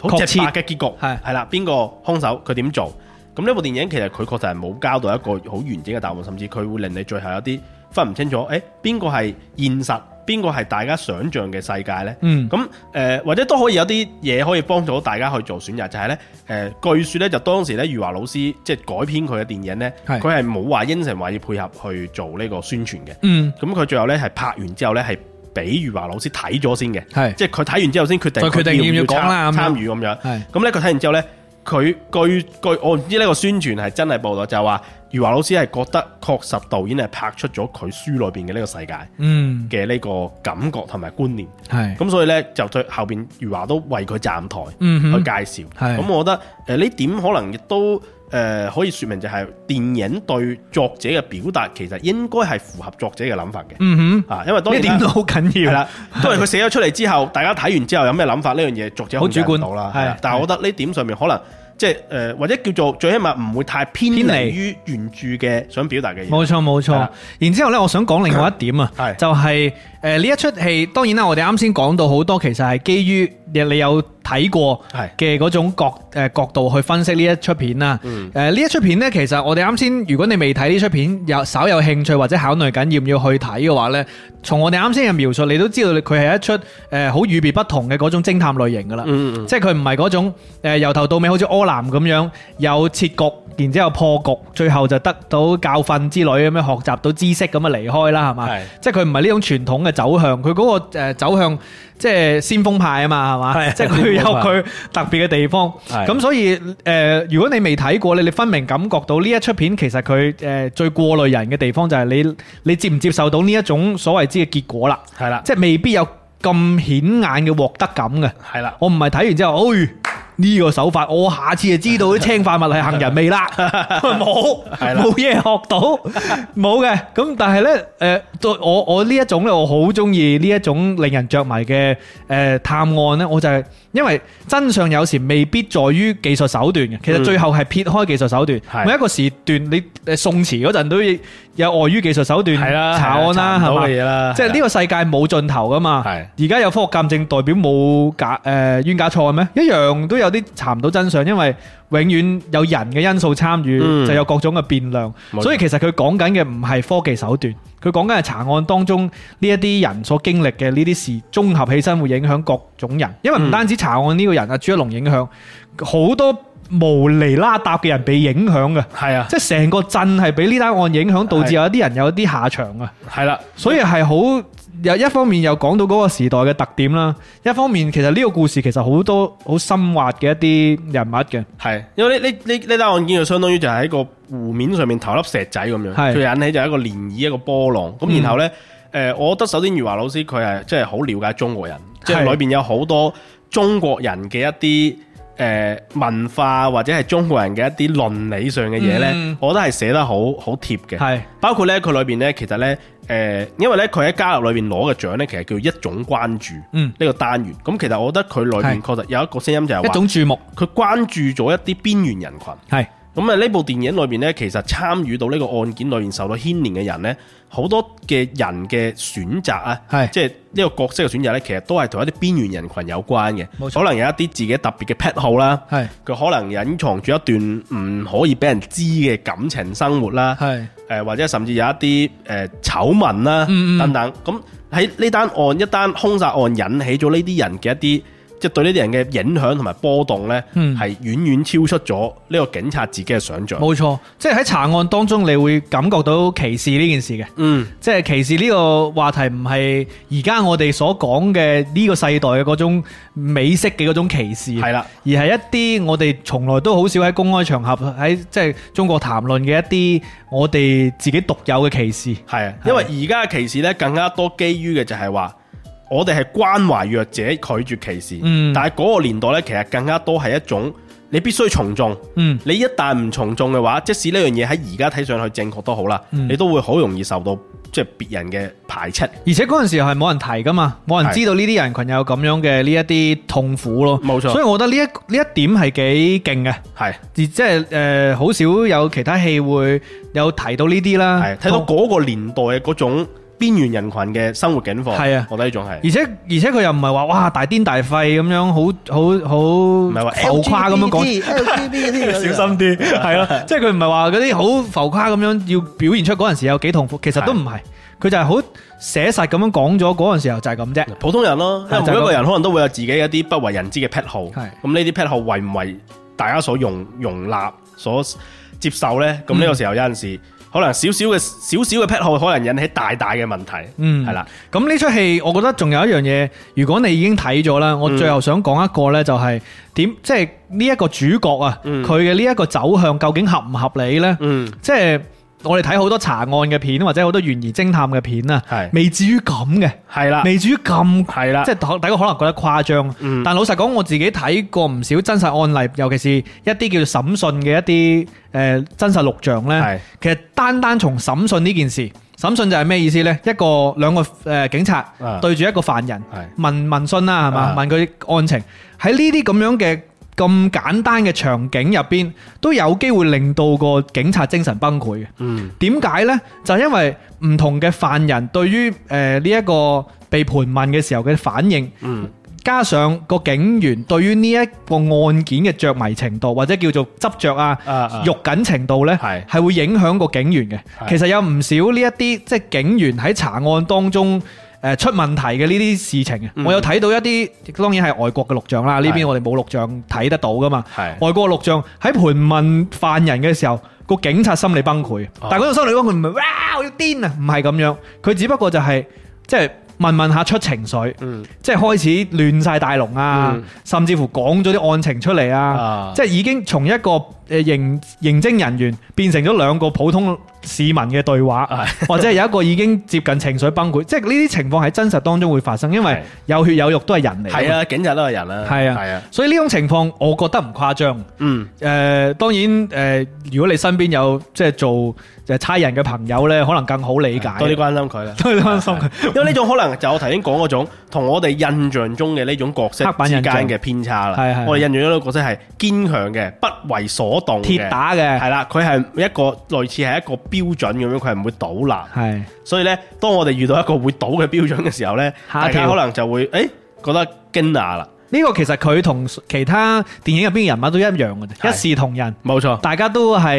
Speaker 2: 好
Speaker 3: 確
Speaker 2: 直
Speaker 3: 切
Speaker 2: 白嘅結局，
Speaker 3: 係
Speaker 2: 係啦，邊個兇手佢點做？咁呢部電影其實佢確實係冇交到一個好完整嘅答案，甚至佢會令你最後有啲分唔清楚，誒邊個係現實，邊個係大家想像嘅世界呢？
Speaker 3: 嗯
Speaker 2: 咁誒、呃或者都可以有啲嘢可以幫助到大家去做選擇，就係、呢。咧誒，據說咧就當時咧余華老師即係改編佢嘅電影咧，
Speaker 3: 係
Speaker 2: 佢係冇話應承話要配合去做呢個宣傳嘅。
Speaker 3: 嗯
Speaker 2: 咁佢最後咧係拍完之後咧係俾余華老師睇咗先嘅，
Speaker 3: 係
Speaker 2: 即係佢睇完之後先決定
Speaker 3: 再決定
Speaker 2: 佢
Speaker 3: 要唔要
Speaker 2: 參
Speaker 3: 講啦咁樣
Speaker 2: 參與咁樣。
Speaker 3: 係
Speaker 2: 咁咧佢睇完之後咧，佢據據我唔知呢個宣傳係真係報道，就係話余華老師係覺得確實導演係拍出咗佢書裏邊嘅呢個世界
Speaker 3: 嗯
Speaker 2: 嘅呢個感覺同埋觀念。
Speaker 3: 係
Speaker 2: 咁所以咧就對後邊余華都為佢站台
Speaker 3: 嗯
Speaker 2: 去
Speaker 3: 哼
Speaker 2: 介紹。
Speaker 3: 係
Speaker 2: 咁我覺得誒呢點可能亦都誒、呃可以説明就係電影對作者嘅表達其實應該係符合作者嘅諗法嘅。
Speaker 3: 嗯
Speaker 2: 啊，因為
Speaker 3: 哼，
Speaker 2: 當
Speaker 3: 呢
Speaker 2: 然
Speaker 3: 點
Speaker 2: 啦
Speaker 3: 都好緊
Speaker 2: 係
Speaker 3: 要，
Speaker 2: 啦，因為佢寫咗出嚟之後，大家睇完之後有咩諗法呢樣嘢，作者
Speaker 3: 好
Speaker 2: 控制
Speaker 3: 主觀
Speaker 2: 唔到啦。
Speaker 3: 係
Speaker 2: 係啦，但係我覺得呢點上面可能即係誒，或者叫做最起碼唔會太偏
Speaker 3: 偏離
Speaker 2: 離於原著嘅想表達嘅嘢。
Speaker 3: 冇錯冇
Speaker 2: 係
Speaker 3: 錯
Speaker 2: 啦。
Speaker 3: 然之後呢，我想講另外一點啊，
Speaker 2: 係
Speaker 3: 就係誒呢一出戲，當然啦，我哋啱先講到好多，其實係基於你你有睇過
Speaker 2: 係
Speaker 3: 嘅嗰種角誒角度去分析呢一出片啦。誒
Speaker 2: 嗯
Speaker 3: 呢一出片呢，其實我哋啱先，如果你未睇呢出片，有稍有興趣或者考慮緊要唔要去睇嘅話呢，從我哋啱先嘅描述，你都知道佢係一出誒好與別不同嘅嗰種偵探類型噶啦。
Speaker 2: 嗯嗯
Speaker 3: 即係佢唔係嗰種誒由頭到尾好似柯南咁樣有設局，然之後破局，最後就得到教訓之類咁樣學習到知識咁啊離開啦，係嘛
Speaker 2: 係？
Speaker 3: 即係佢唔係呢種傳統嘅走向，佢嗰個誒走向即係先鋒派啊嘛，係嘛？
Speaker 2: 係
Speaker 3: 即係佢有
Speaker 2: (laughs) 先鋒派
Speaker 3: 佢特別嘅地方。
Speaker 2: 係
Speaker 3: 咁所以誒，如果你未睇過咧，你分明感覺到呢一出片其實佢誒最過濾人嘅地方就係你你接唔接受到呢一種所謂之嘅結果啦，
Speaker 2: 係啦，
Speaker 3: 即係未必有咁顯眼嘅獲得感嘅。
Speaker 2: 係啦，
Speaker 3: 我唔係睇完之後，哎呢、個手法，我下次就知道啲氰化物係杏仁味
Speaker 2: (laughs)
Speaker 3: 啦，冇
Speaker 2: 係啦
Speaker 3: 冇嘢學到，冇嘅。咁但係呢，誒、對我我呢一種呢，我好中意呢一種令人着迷嘅誒、呃探案呢，我就係、因為真相有時未必在於技術手段嘅，其實最後係撇開技術手段。
Speaker 2: 嗯係
Speaker 3: 每一個時段，你誒宋慈嗰陣都有礙於技術手段
Speaker 2: 係啦，
Speaker 3: 查案啦，
Speaker 2: 查唔
Speaker 3: 係
Speaker 2: 到
Speaker 3: 嘛
Speaker 2: 嘅？嘢啦，
Speaker 3: 即係呢個世界冇盡頭噶嘛。
Speaker 2: 係
Speaker 3: 而家有科學鑑證代表冇假誒、呃冤假錯案咩？一樣都有啲查唔到真相，因為永遠有人嘅因素參與，
Speaker 2: 嗯
Speaker 3: 就有各種嘅變量。
Speaker 2: 冇錯
Speaker 3: 所以其實佢講緊嘅唔係科技手段，佢講緊係查案當中呢一啲人所經歷嘅呢啲事，綜合起身會影響各種人。因為唔單止查案呢個人啊，朱一龍影響好多無厘啦搭嘅人被影響嘅，
Speaker 2: 係啊，
Speaker 3: 即係成個鎮係俾呢單案影響，導致有啲人有啲下場啊。
Speaker 2: 係啦，
Speaker 3: 所以係好又一方面又講到嗰個時代嘅特點啦，一方面其實呢個故事其實好多好深挖嘅一啲人物嘅，
Speaker 2: 係，因為呢呢呢呢單案件就相當於就係喺個湖面上面投粒石仔咁樣，
Speaker 3: 係
Speaker 2: 佢引起就一個漣
Speaker 3: 嗯
Speaker 2: 呃漪一個波浪。咁然後呢，誒，我覺得首先余華老師佢係即係好了解中國人即
Speaker 3: 係
Speaker 2: 係裏邊有好多中國人嘅一啲。誒、文化或者係中國人嘅一啲倫理上嘅嘢呢，
Speaker 3: 嗯
Speaker 2: 我覺得係寫得好好貼嘅。
Speaker 3: 係
Speaker 2: 包括呢，佢裏邊呢，其實呢，誒、呃因為呢，佢喺加入裏邊攞嘅獎呢，其實叫一種關注
Speaker 3: 嗯
Speaker 2: 呢個單元。咁、其實我覺得佢裏邊
Speaker 3: 係
Speaker 2: 確實有一個聲音就係話
Speaker 5: 一種注目，
Speaker 2: 佢關注咗一啲邊緣人群。
Speaker 3: 係
Speaker 2: 咁啊，呢部電影裏邊呢，其實參與到呢個案件裏面受到牽連嘅人呢，好多嘅人嘅選擇啊，
Speaker 3: 係
Speaker 2: 即係呢個角色嘅選擇呢，其實都係同一啲邊緣人群有關嘅，
Speaker 3: 冇錯
Speaker 2: 可能有一啲自己特別嘅癖好啦，
Speaker 3: 係
Speaker 2: 佢可能隱藏住一段唔可以俾人知嘅感情生活啦，誒、
Speaker 3: 係
Speaker 2: 呃或者甚至有一啲誒、呃、醜聞啦、
Speaker 3: 嗯嗯
Speaker 2: 等等。咁喺呢單案一單兇殺案引起咗呢啲人嘅一啲。即係對呢啲人嘅影響同埋波動呢，係、
Speaker 3: 嗯
Speaker 2: 遠遠超出咗呢個警察自己嘅想像。
Speaker 3: 冇錯，即係喺查案當中，你會感覺到歧視呢件事嘅。
Speaker 2: 嗯，
Speaker 3: 即係歧視呢個話題唔係而家我哋所講嘅呢個世代嘅嗰種美式嘅嗰種歧視，
Speaker 2: 係啦，
Speaker 3: 而係一啲我哋從來都好少喺公開場合喺即係中國談論嘅一啲我哋自己獨有嘅歧視。
Speaker 2: 係啊，因為而家嘅歧視咧更加多基於嘅就係話，我哋係關懷弱者拒絕歧視，
Speaker 3: 嗯
Speaker 2: 但係嗰個年代咧，其實更加多係一種你必須從眾，
Speaker 3: 嗯，
Speaker 2: 你一旦唔從眾嘅話，即使呢樣嘢喺而家睇上去正確都好啦，
Speaker 3: 嗯
Speaker 2: 你都會好容易受到即係別人嘅排斥，
Speaker 3: 而且嗰陣時係冇人提噶嘛，冇人知道呢啲人群有咁樣嘅呢一啲痛苦咯。
Speaker 2: 冇錯
Speaker 3: 所以我覺得呢一呢一點係幾勁嘅，
Speaker 2: 係
Speaker 3: 而即係誒好少有其他戲會有提到呢啲啦。
Speaker 2: 係睇到嗰個年代嘅嗰種邊緣人群嘅生活境況，
Speaker 3: 係啊
Speaker 2: 我覺得呢種係
Speaker 3: 而且而且佢又唔係話哇大癲大肺咁樣，好好好唔
Speaker 2: 係話
Speaker 3: 浮誇咁樣講，小心
Speaker 2: (laughs)
Speaker 3: 啲係咯，即係佢唔係話嗰啲好浮誇咁樣要表現出嗰陣時有幾痛苦，其實都唔係，佢就係好寫實咁樣講咗嗰陣時候就係咁啫。
Speaker 2: 普通人咯，因為
Speaker 3: 係就係
Speaker 2: 每一個
Speaker 3: 咁
Speaker 2: 人可能都會有自己一啲不為人知嘅癖好，咁
Speaker 3: 係
Speaker 2: 呢啲癖好為唔為大家所容容納、所接受呢？咁
Speaker 3: 嗯
Speaker 2: 呢個時候有陣時可能少少嘅少少嘅癖好，可能引起大大嘅問題，
Speaker 3: 嗯
Speaker 2: 係啦，
Speaker 3: 咁呢出戲，我覺得仲有一樣嘢，如果你已經睇咗啦，我
Speaker 2: 嗯
Speaker 3: 最後想講一個呢，就係點，即係呢一個主角啊，
Speaker 2: 嗯
Speaker 3: 佢嘅呢一個走向究竟合唔合理呢？
Speaker 2: 嗯，
Speaker 3: 即係我哋睇好多查案嘅片或者好多懸疑偵探嘅片啊，
Speaker 2: 係啊
Speaker 3: 未至於咁嘅，
Speaker 2: 係啦，
Speaker 3: 未至於咁，
Speaker 2: 係啦
Speaker 3: 即，係大家可能覺得誇張。
Speaker 2: 嗯
Speaker 3: 但老實講，我自己睇過唔少真實案例，尤其是一啲叫做審訊嘅一啲誒、呃真實錄像呢。
Speaker 2: 係
Speaker 3: 其實單單從審訊呢件事，審訊就係咩意思呢？一個兩個誒、呃警察
Speaker 2: 啊
Speaker 3: 對住一個犯人
Speaker 2: 係
Speaker 3: 問問訊啦，係
Speaker 2: 啊
Speaker 3: 嘛？問佢案情喺呢啲咁樣嘅。咁簡單嘅場景入邊，都有機會令到個警察精神崩潰嘅。
Speaker 2: 嗯
Speaker 3: 點解呢？就係因為唔同嘅犯人對於誒呢一個被盤問嘅時候嘅反應，
Speaker 2: 嗯，
Speaker 3: 加上個警員對於呢一個案件嘅着迷程度，或者叫做執着啊
Speaker 2: 啊啊、
Speaker 3: 肉緊程度呢，
Speaker 2: 係
Speaker 3: 係會影響個警員嘅
Speaker 2: 係。
Speaker 3: 其實有唔少呢一啲即係警員喺查案當中。誒出問題嘅呢啲事情，
Speaker 2: 嗯
Speaker 3: 我有睇到一啲，當然係外國嘅錄像啦。呢
Speaker 2: 係
Speaker 3: 邊我哋冇錄像睇得到噶嘛。
Speaker 2: 係
Speaker 3: 外國錄像喺盤問犯人嘅時候，個警察心理崩潰。
Speaker 2: 哦
Speaker 3: 但係嗰種心理崩潰唔係哇我要癲啊，唔係咁樣。佢只不過就係即係問問下出情緒，
Speaker 2: 嗯
Speaker 3: 即係開始亂晒大龍啊
Speaker 2: 嗯，
Speaker 3: 甚至乎講咗啲案情出嚟啊，
Speaker 2: 啊，
Speaker 3: 即係已經從一個呃誒刑刑偵人員變成咗兩個普通市民嘅對話。
Speaker 2: (laughs) 係
Speaker 3: 或者有一個已經接近情緒崩潰，即係呢啲情況喺真實當中會發生，因為
Speaker 2: 係
Speaker 3: 有血有肉都係人嚟。
Speaker 2: 係，啊，警察都係人啦，
Speaker 3: 係啊
Speaker 2: 係啊，
Speaker 3: 所以呢種情況我覺得唔誇張。
Speaker 2: 嗯
Speaker 3: 誒、當然誒、如果你身邊有即係做誒差人嘅朋友咧，可能更好理解。 (laughs)
Speaker 2: 多啲關心佢啦。
Speaker 3: 多啲關心佢。
Speaker 2: 因為呢種可能就我頭先講嗰種，同我哋印象中嘅呢種角色
Speaker 3: 刻板
Speaker 2: 之
Speaker 3: 印象
Speaker 2: 間嘅偏差啦。
Speaker 3: 係係係
Speaker 2: 我哋印象中呢個角色係堅強嘅，不為所動嘅，
Speaker 3: 鐵打嘅
Speaker 2: 係啦，佢係一個類似係一個標準咁樣，佢係唔會倒立。
Speaker 3: 係
Speaker 2: 所以呢，當我哋遇到一個會倒嘅標準嘅時候呢，
Speaker 3: 嚇
Speaker 2: 大
Speaker 3: 一跳
Speaker 2: 家可能就會誒覺得驚訝啦。
Speaker 3: 呢個其實佢同其他電影入邊嘅人物都一樣嘅啫，
Speaker 2: 係
Speaker 3: 一視同仁，
Speaker 2: 冇錯，
Speaker 3: 大家都係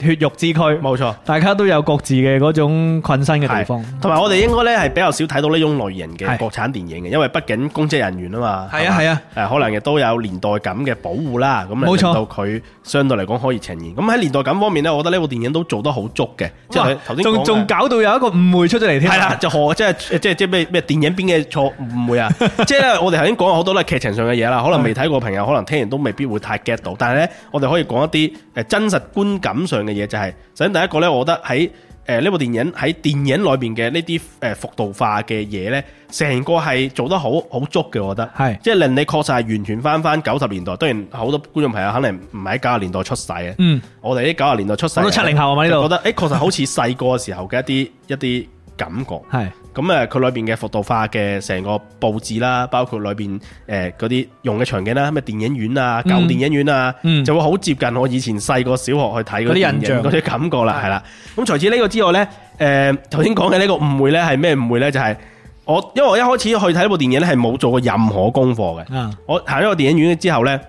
Speaker 3: 血肉之軀，
Speaker 2: 冇錯。
Speaker 3: 大家都有各自嘅嗰種困身嘅地
Speaker 2: 係
Speaker 3: 方。
Speaker 2: 同埋我哋應該呢係比較少睇到呢種類型嘅
Speaker 3: 係
Speaker 2: 國產電影嘅，因為畢竟公職人員啊嘛，
Speaker 3: 係啊
Speaker 2: 嘛
Speaker 3: 係啊，
Speaker 2: 誒可能亦都有年代感嘅保護啦，咁
Speaker 3: 冇
Speaker 2: 令
Speaker 3: 錯
Speaker 2: 到佢相對嚟講可以呈現。咁喺年代感方面呢，我覺得呢部電影都做得好足嘅，即係頭先
Speaker 3: 仲
Speaker 2: 講
Speaker 3: 仲
Speaker 2: 嘅
Speaker 3: 搞到有一個誤會出咗嚟添。啊
Speaker 2: 係啦，，就何即係即係即係咩咩電影邊嘅錯
Speaker 3: (laughs)
Speaker 2: 誤會啊！即係咧，我哋頭先講好多咧劇情上嘅嘢啦，可能未睇過嘅朋友，可能聽完都未必會太 get 到。但係咧，我哋可以講一啲誒真實觀感上嘅嘢，就係首先第一個咧，我覺得喺誒呢部電影喺電影裏邊嘅呢啲誒服道化嘅嘢呢，成個係做得好好足嘅，我覺得
Speaker 3: 係
Speaker 2: 即係令你確實係完全翻翻九十年代。當然好多觀眾朋友肯定唔係喺九十年代出世嘅，
Speaker 3: 嗯，
Speaker 2: 我哋呢九十年代出世，
Speaker 3: 好多70後啊嘛呢度
Speaker 2: 就覺得誒確實好似細個嘅時候嘅一啲一啲感覺。
Speaker 3: 係
Speaker 2: 咁誒，佢裏邊嘅服道化嘅成個佈置啦，包括裏邊誒嗰啲用嘅場景啦，咩電影院啊、舊電影院啊，
Speaker 3: 嗯
Speaker 2: 就會好接近我以前細個小學去睇嗰
Speaker 3: 嗰啲
Speaker 2: 啲
Speaker 3: 印
Speaker 2: 印
Speaker 3: 象
Speaker 2: 象嗰啲感覺啦，係啦。咁除此呢個之外呢，誒頭先講嘅呢個誤會呢係咩誤會呢？就係、我因為我一開始去睇呢部電影呢，係冇做過任何功課嘅。
Speaker 3: 啊，
Speaker 2: 我行咗個電影院之後呢，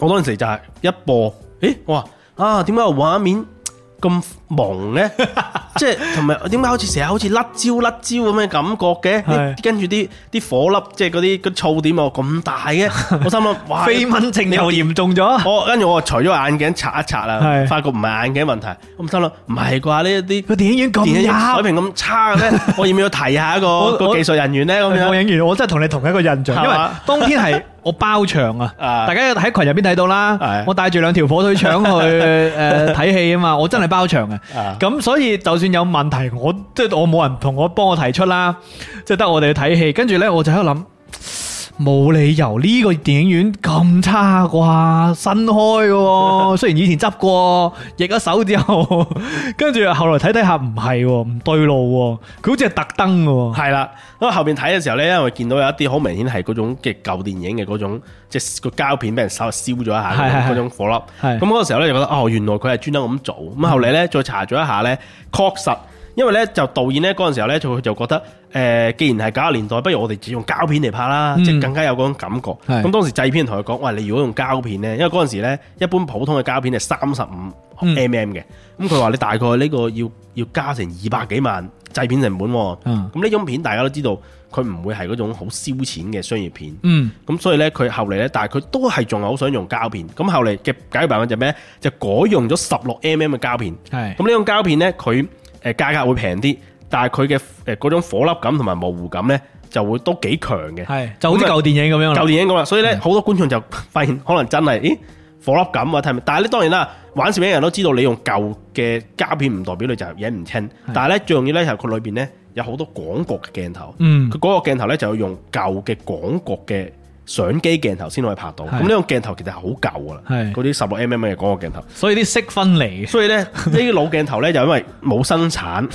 Speaker 2: 我當時就係一播，咦，我話啊，點解個畫面咁朦
Speaker 4: (laughs)
Speaker 2: 呢？即係同埋點解好似成日好似甩焦甩焦咁嘅感覺嘅？
Speaker 4: 係
Speaker 2: 跟住啲啲火粒，即係嗰啲嗰啲噪點又咁大
Speaker 4: (laughs)
Speaker 2: 嘅，我心諗哇！
Speaker 4: 飛蚊症又嚴重咗。
Speaker 2: 我跟住我除咗眼鏡擦一擦啦，
Speaker 4: 係
Speaker 2: 發覺唔係眼鏡問題，我心諗唔係啩？呢一啲
Speaker 4: 個電影院咁
Speaker 2: 電影水
Speaker 4: 入，
Speaker 2: 平咁差
Speaker 4: (laughs)
Speaker 2: 嘅咩？我要唔要提下一個
Speaker 4: 我
Speaker 2: 個技術人員呢？咁
Speaker 4: 我
Speaker 2: 樣
Speaker 4: 影完我真係同你同一個印象，因
Speaker 2: 係
Speaker 4: 為
Speaker 2: 嘛
Speaker 4: 當天係我包場啊。
Speaker 2: (laughs) 啊
Speaker 3: 大家喺群入邊睇到啦
Speaker 2: 係，
Speaker 3: 我帶住兩條火腿腸去誒
Speaker 4: 呃
Speaker 3: 睇戲啊
Speaker 2: (laughs)
Speaker 3: 嘛，我真係包場嘅。
Speaker 2: 啊
Speaker 4: 咁所以就算有問題，我即係我冇人同我幫我提出啦，即係得我哋去睇戲。跟住呢，我就喺度諗，冇理由呢個電影院咁差啩，新開嘅
Speaker 2: (laughs)
Speaker 4: 喎，雖然以前執過，逆咗手之後，跟住後來睇睇下唔係喎，唔對路喎，佢好似係特登嘅喎。
Speaker 2: 係啦，咁後邊睇嘅時候咧，因為見到有一啲好明顯係嗰種嘅舊電影嘅嗰種，即係個膠片俾人手燒咗一下
Speaker 4: 係係係
Speaker 2: 嗰種火粒。
Speaker 4: 係嗯
Speaker 2: 咁嗰個時候咧就覺得哦，原來佢係專登咁做。咁後嚟咧再查咗一下咧，確實。因為咧就導演咧嗰陣時候咧，就佢就覺得誒、呃既然係九十年代，不如我哋只用膠片嚟拍啦，
Speaker 4: 嗯
Speaker 2: 即係更加有嗰種感覺。
Speaker 3: 係
Speaker 2: 咁當時製片同佢講：，喂，你如果用膠片咧，因為嗰陣時咧一般普通嘅膠片係三十五
Speaker 4: 嗯
Speaker 2: mm 嘅，咁佢話你大概呢個要要加成二百幾萬製片成本喎。
Speaker 3: 嗯
Speaker 2: 咁呢種片大家都知道，佢唔會係嗰種好燒錢嘅商業片。
Speaker 3: 嗯，
Speaker 2: 咁所以呢，佢後嚟呢，但係佢都係仲係好想用膠片。咁後嚟嘅解決辦法就係咩呢？就改用咗十六 mm 嘅膠片。
Speaker 3: 係
Speaker 2: 咁呢種膠片呢，佢誒價格會平啲，但係佢嘅誒嗰種火粒感同埋模糊感呢，就會都幾強嘅。
Speaker 3: 係
Speaker 4: 就好似舊電
Speaker 3: 嗯
Speaker 4: 影咁樣啦
Speaker 2: 啊舊。電影咁啦，所以咧好多觀眾就發現可能真係，咦火粒咁啊，睇咪？但係咧當然啦，玩攝影人都知道你用舊嘅膠片唔代表你就影唔清，但係咧最重要咧就係佢裏邊咧有好多廣角嘅鏡頭，
Speaker 4: 嗯
Speaker 2: 佢嗰個鏡頭咧就要用舊嘅廣角嘅相機鏡頭先可以拍到，咁呢種鏡頭其實係好舊噶啦，
Speaker 3: 係
Speaker 2: 嗰啲十六 mm 嘅廣角鏡頭。
Speaker 4: 所以啲色分離嘅，，
Speaker 2: 所以咧，呢啲老鏡頭咧就因為冇生產，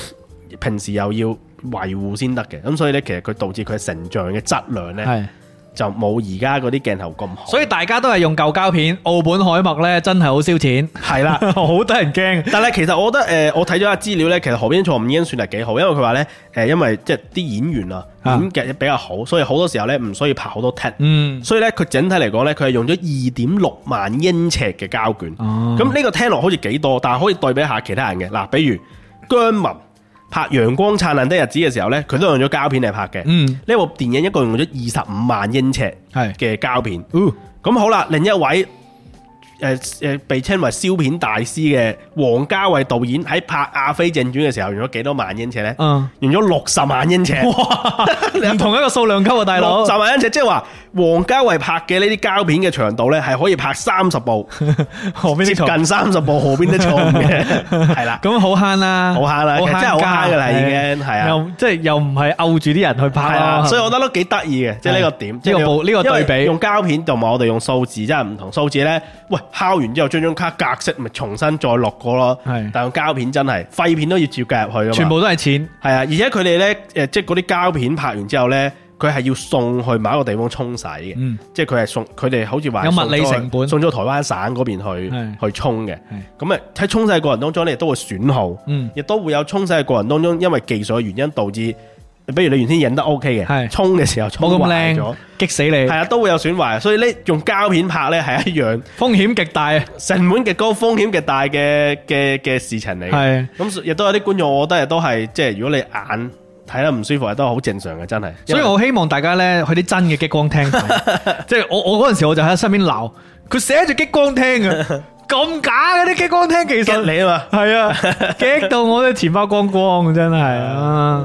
Speaker 2: 平時又要維護先得嘅，咁所以咧其實佢導致佢成像嘅質量咧
Speaker 3: 係，
Speaker 2: 就冇而家嗰啲鏡頭咁好。
Speaker 3: 所以大家都係用舊膠片，澳本海默咧真係好燒錢，(laughs)
Speaker 2: 係啦
Speaker 4: (laughs) 好得人驚。
Speaker 2: 但係其實我覺得誒、呃我睇咗下資料咧，其實河邊錯誤已經算係幾好，因為佢話咧誒，因為即係啲演員啊
Speaker 3: 啊
Speaker 2: 演技比較好，所以好多時候咧唔需要拍好多 take，
Speaker 3: 嗯，
Speaker 2: 所以咧佢整體嚟講咧，佢係用咗二點六萬英尺嘅膠卷。
Speaker 3: 哦
Speaker 2: 咁呢個聽落好似幾多，但係可以對比下其他人嘅嗱，比如姜文拍《陽光燦爛的日子》嘅時候咧，佢都用咗膠片嚟拍嘅。
Speaker 3: 嗯，
Speaker 2: 呢部電影一共用咗二十五萬英尺
Speaker 3: 係
Speaker 2: 嘅膠片。
Speaker 3: 哦
Speaker 2: 咁好啦，另一位誒誒、呃被稱為燒片大師嘅王家衛導演喺拍《阿飛正傳》嘅時候用咗幾多萬英尺呢？
Speaker 3: 嗯，
Speaker 2: 用咗六十萬英尺，
Speaker 4: (laughs) 唔同一個數量級啊，大佬
Speaker 2: 六十。萬英尺，即係話王家衛拍嘅呢啲膠片嘅長度呢，係可以拍三十部，
Speaker 4: (laughs) 後邊
Speaker 2: 接
Speaker 4: 啲藏
Speaker 2: 近三十部，河邊都錯誤嘅，
Speaker 3: (laughs)
Speaker 2: 係啦。
Speaker 3: 咁好慳啦，
Speaker 2: 好慳啦其實真係好慳㗎啦
Speaker 3: 膠
Speaker 2: 已經係啊
Speaker 4: 又即係又唔係摳住啲人去
Speaker 2: 係
Speaker 4: 拍
Speaker 2: 啊，
Speaker 4: 啦，
Speaker 2: 所以我覺得都幾得意嘅，即係呢個點，即係
Speaker 3: 呢個部哦呢個對比
Speaker 2: 因為用膠片同埋我哋用數字真係唔同。數字咧，喂，敲完之後將張卡格式咪重新再落過咯。
Speaker 3: 係
Speaker 2: 但用膠片真係廢片都要照計入去㗎嘛。
Speaker 3: 全部都係錢，
Speaker 2: 係啊，而且佢哋咧誒，即係嗰啲膠片拍完之後咧，佢係要送去某一個地方沖洗嘅，
Speaker 3: 嗯
Speaker 2: 即係佢係送佢哋好似話
Speaker 3: 有
Speaker 2: 送咗
Speaker 3: 物理成本
Speaker 2: 送咗台灣省嗰邊
Speaker 3: 係
Speaker 2: 去去沖嘅。咁啊喺沖洗嘅過程當中咧，亦都會損耗，
Speaker 3: 嗯
Speaker 2: 亦都會有沖洗嘅過程當中，因為技術嘅原因導致，比如你原先影得 O K
Speaker 3: 係
Speaker 2: 嘅，沖嘅時候沖
Speaker 3: 冇咁
Speaker 2: 壞咗
Speaker 3: 靚，，激死你，
Speaker 2: 係啊，都會有損壞，所以呢用膠片拍咧係一樣
Speaker 3: 風險極大，
Speaker 2: 成本極高、風險極大嘅嘅嘅事情嚟嘅。
Speaker 3: 係
Speaker 2: 咁亦都有啲觀眾，我覺得亦都係即係如果你眼睇得唔舒服，亦都係好正常嘅，真係。
Speaker 3: 所以我希望大家咧去啲真嘅激光廳睇，即係我我嗰陣時我就喺身邊鬧，佢寫住激光廳嘅，
Speaker 4: 咁假嘅啲激光聽技術。
Speaker 2: 你啊
Speaker 4: 系啊，激到我都錢包光光，真係啊！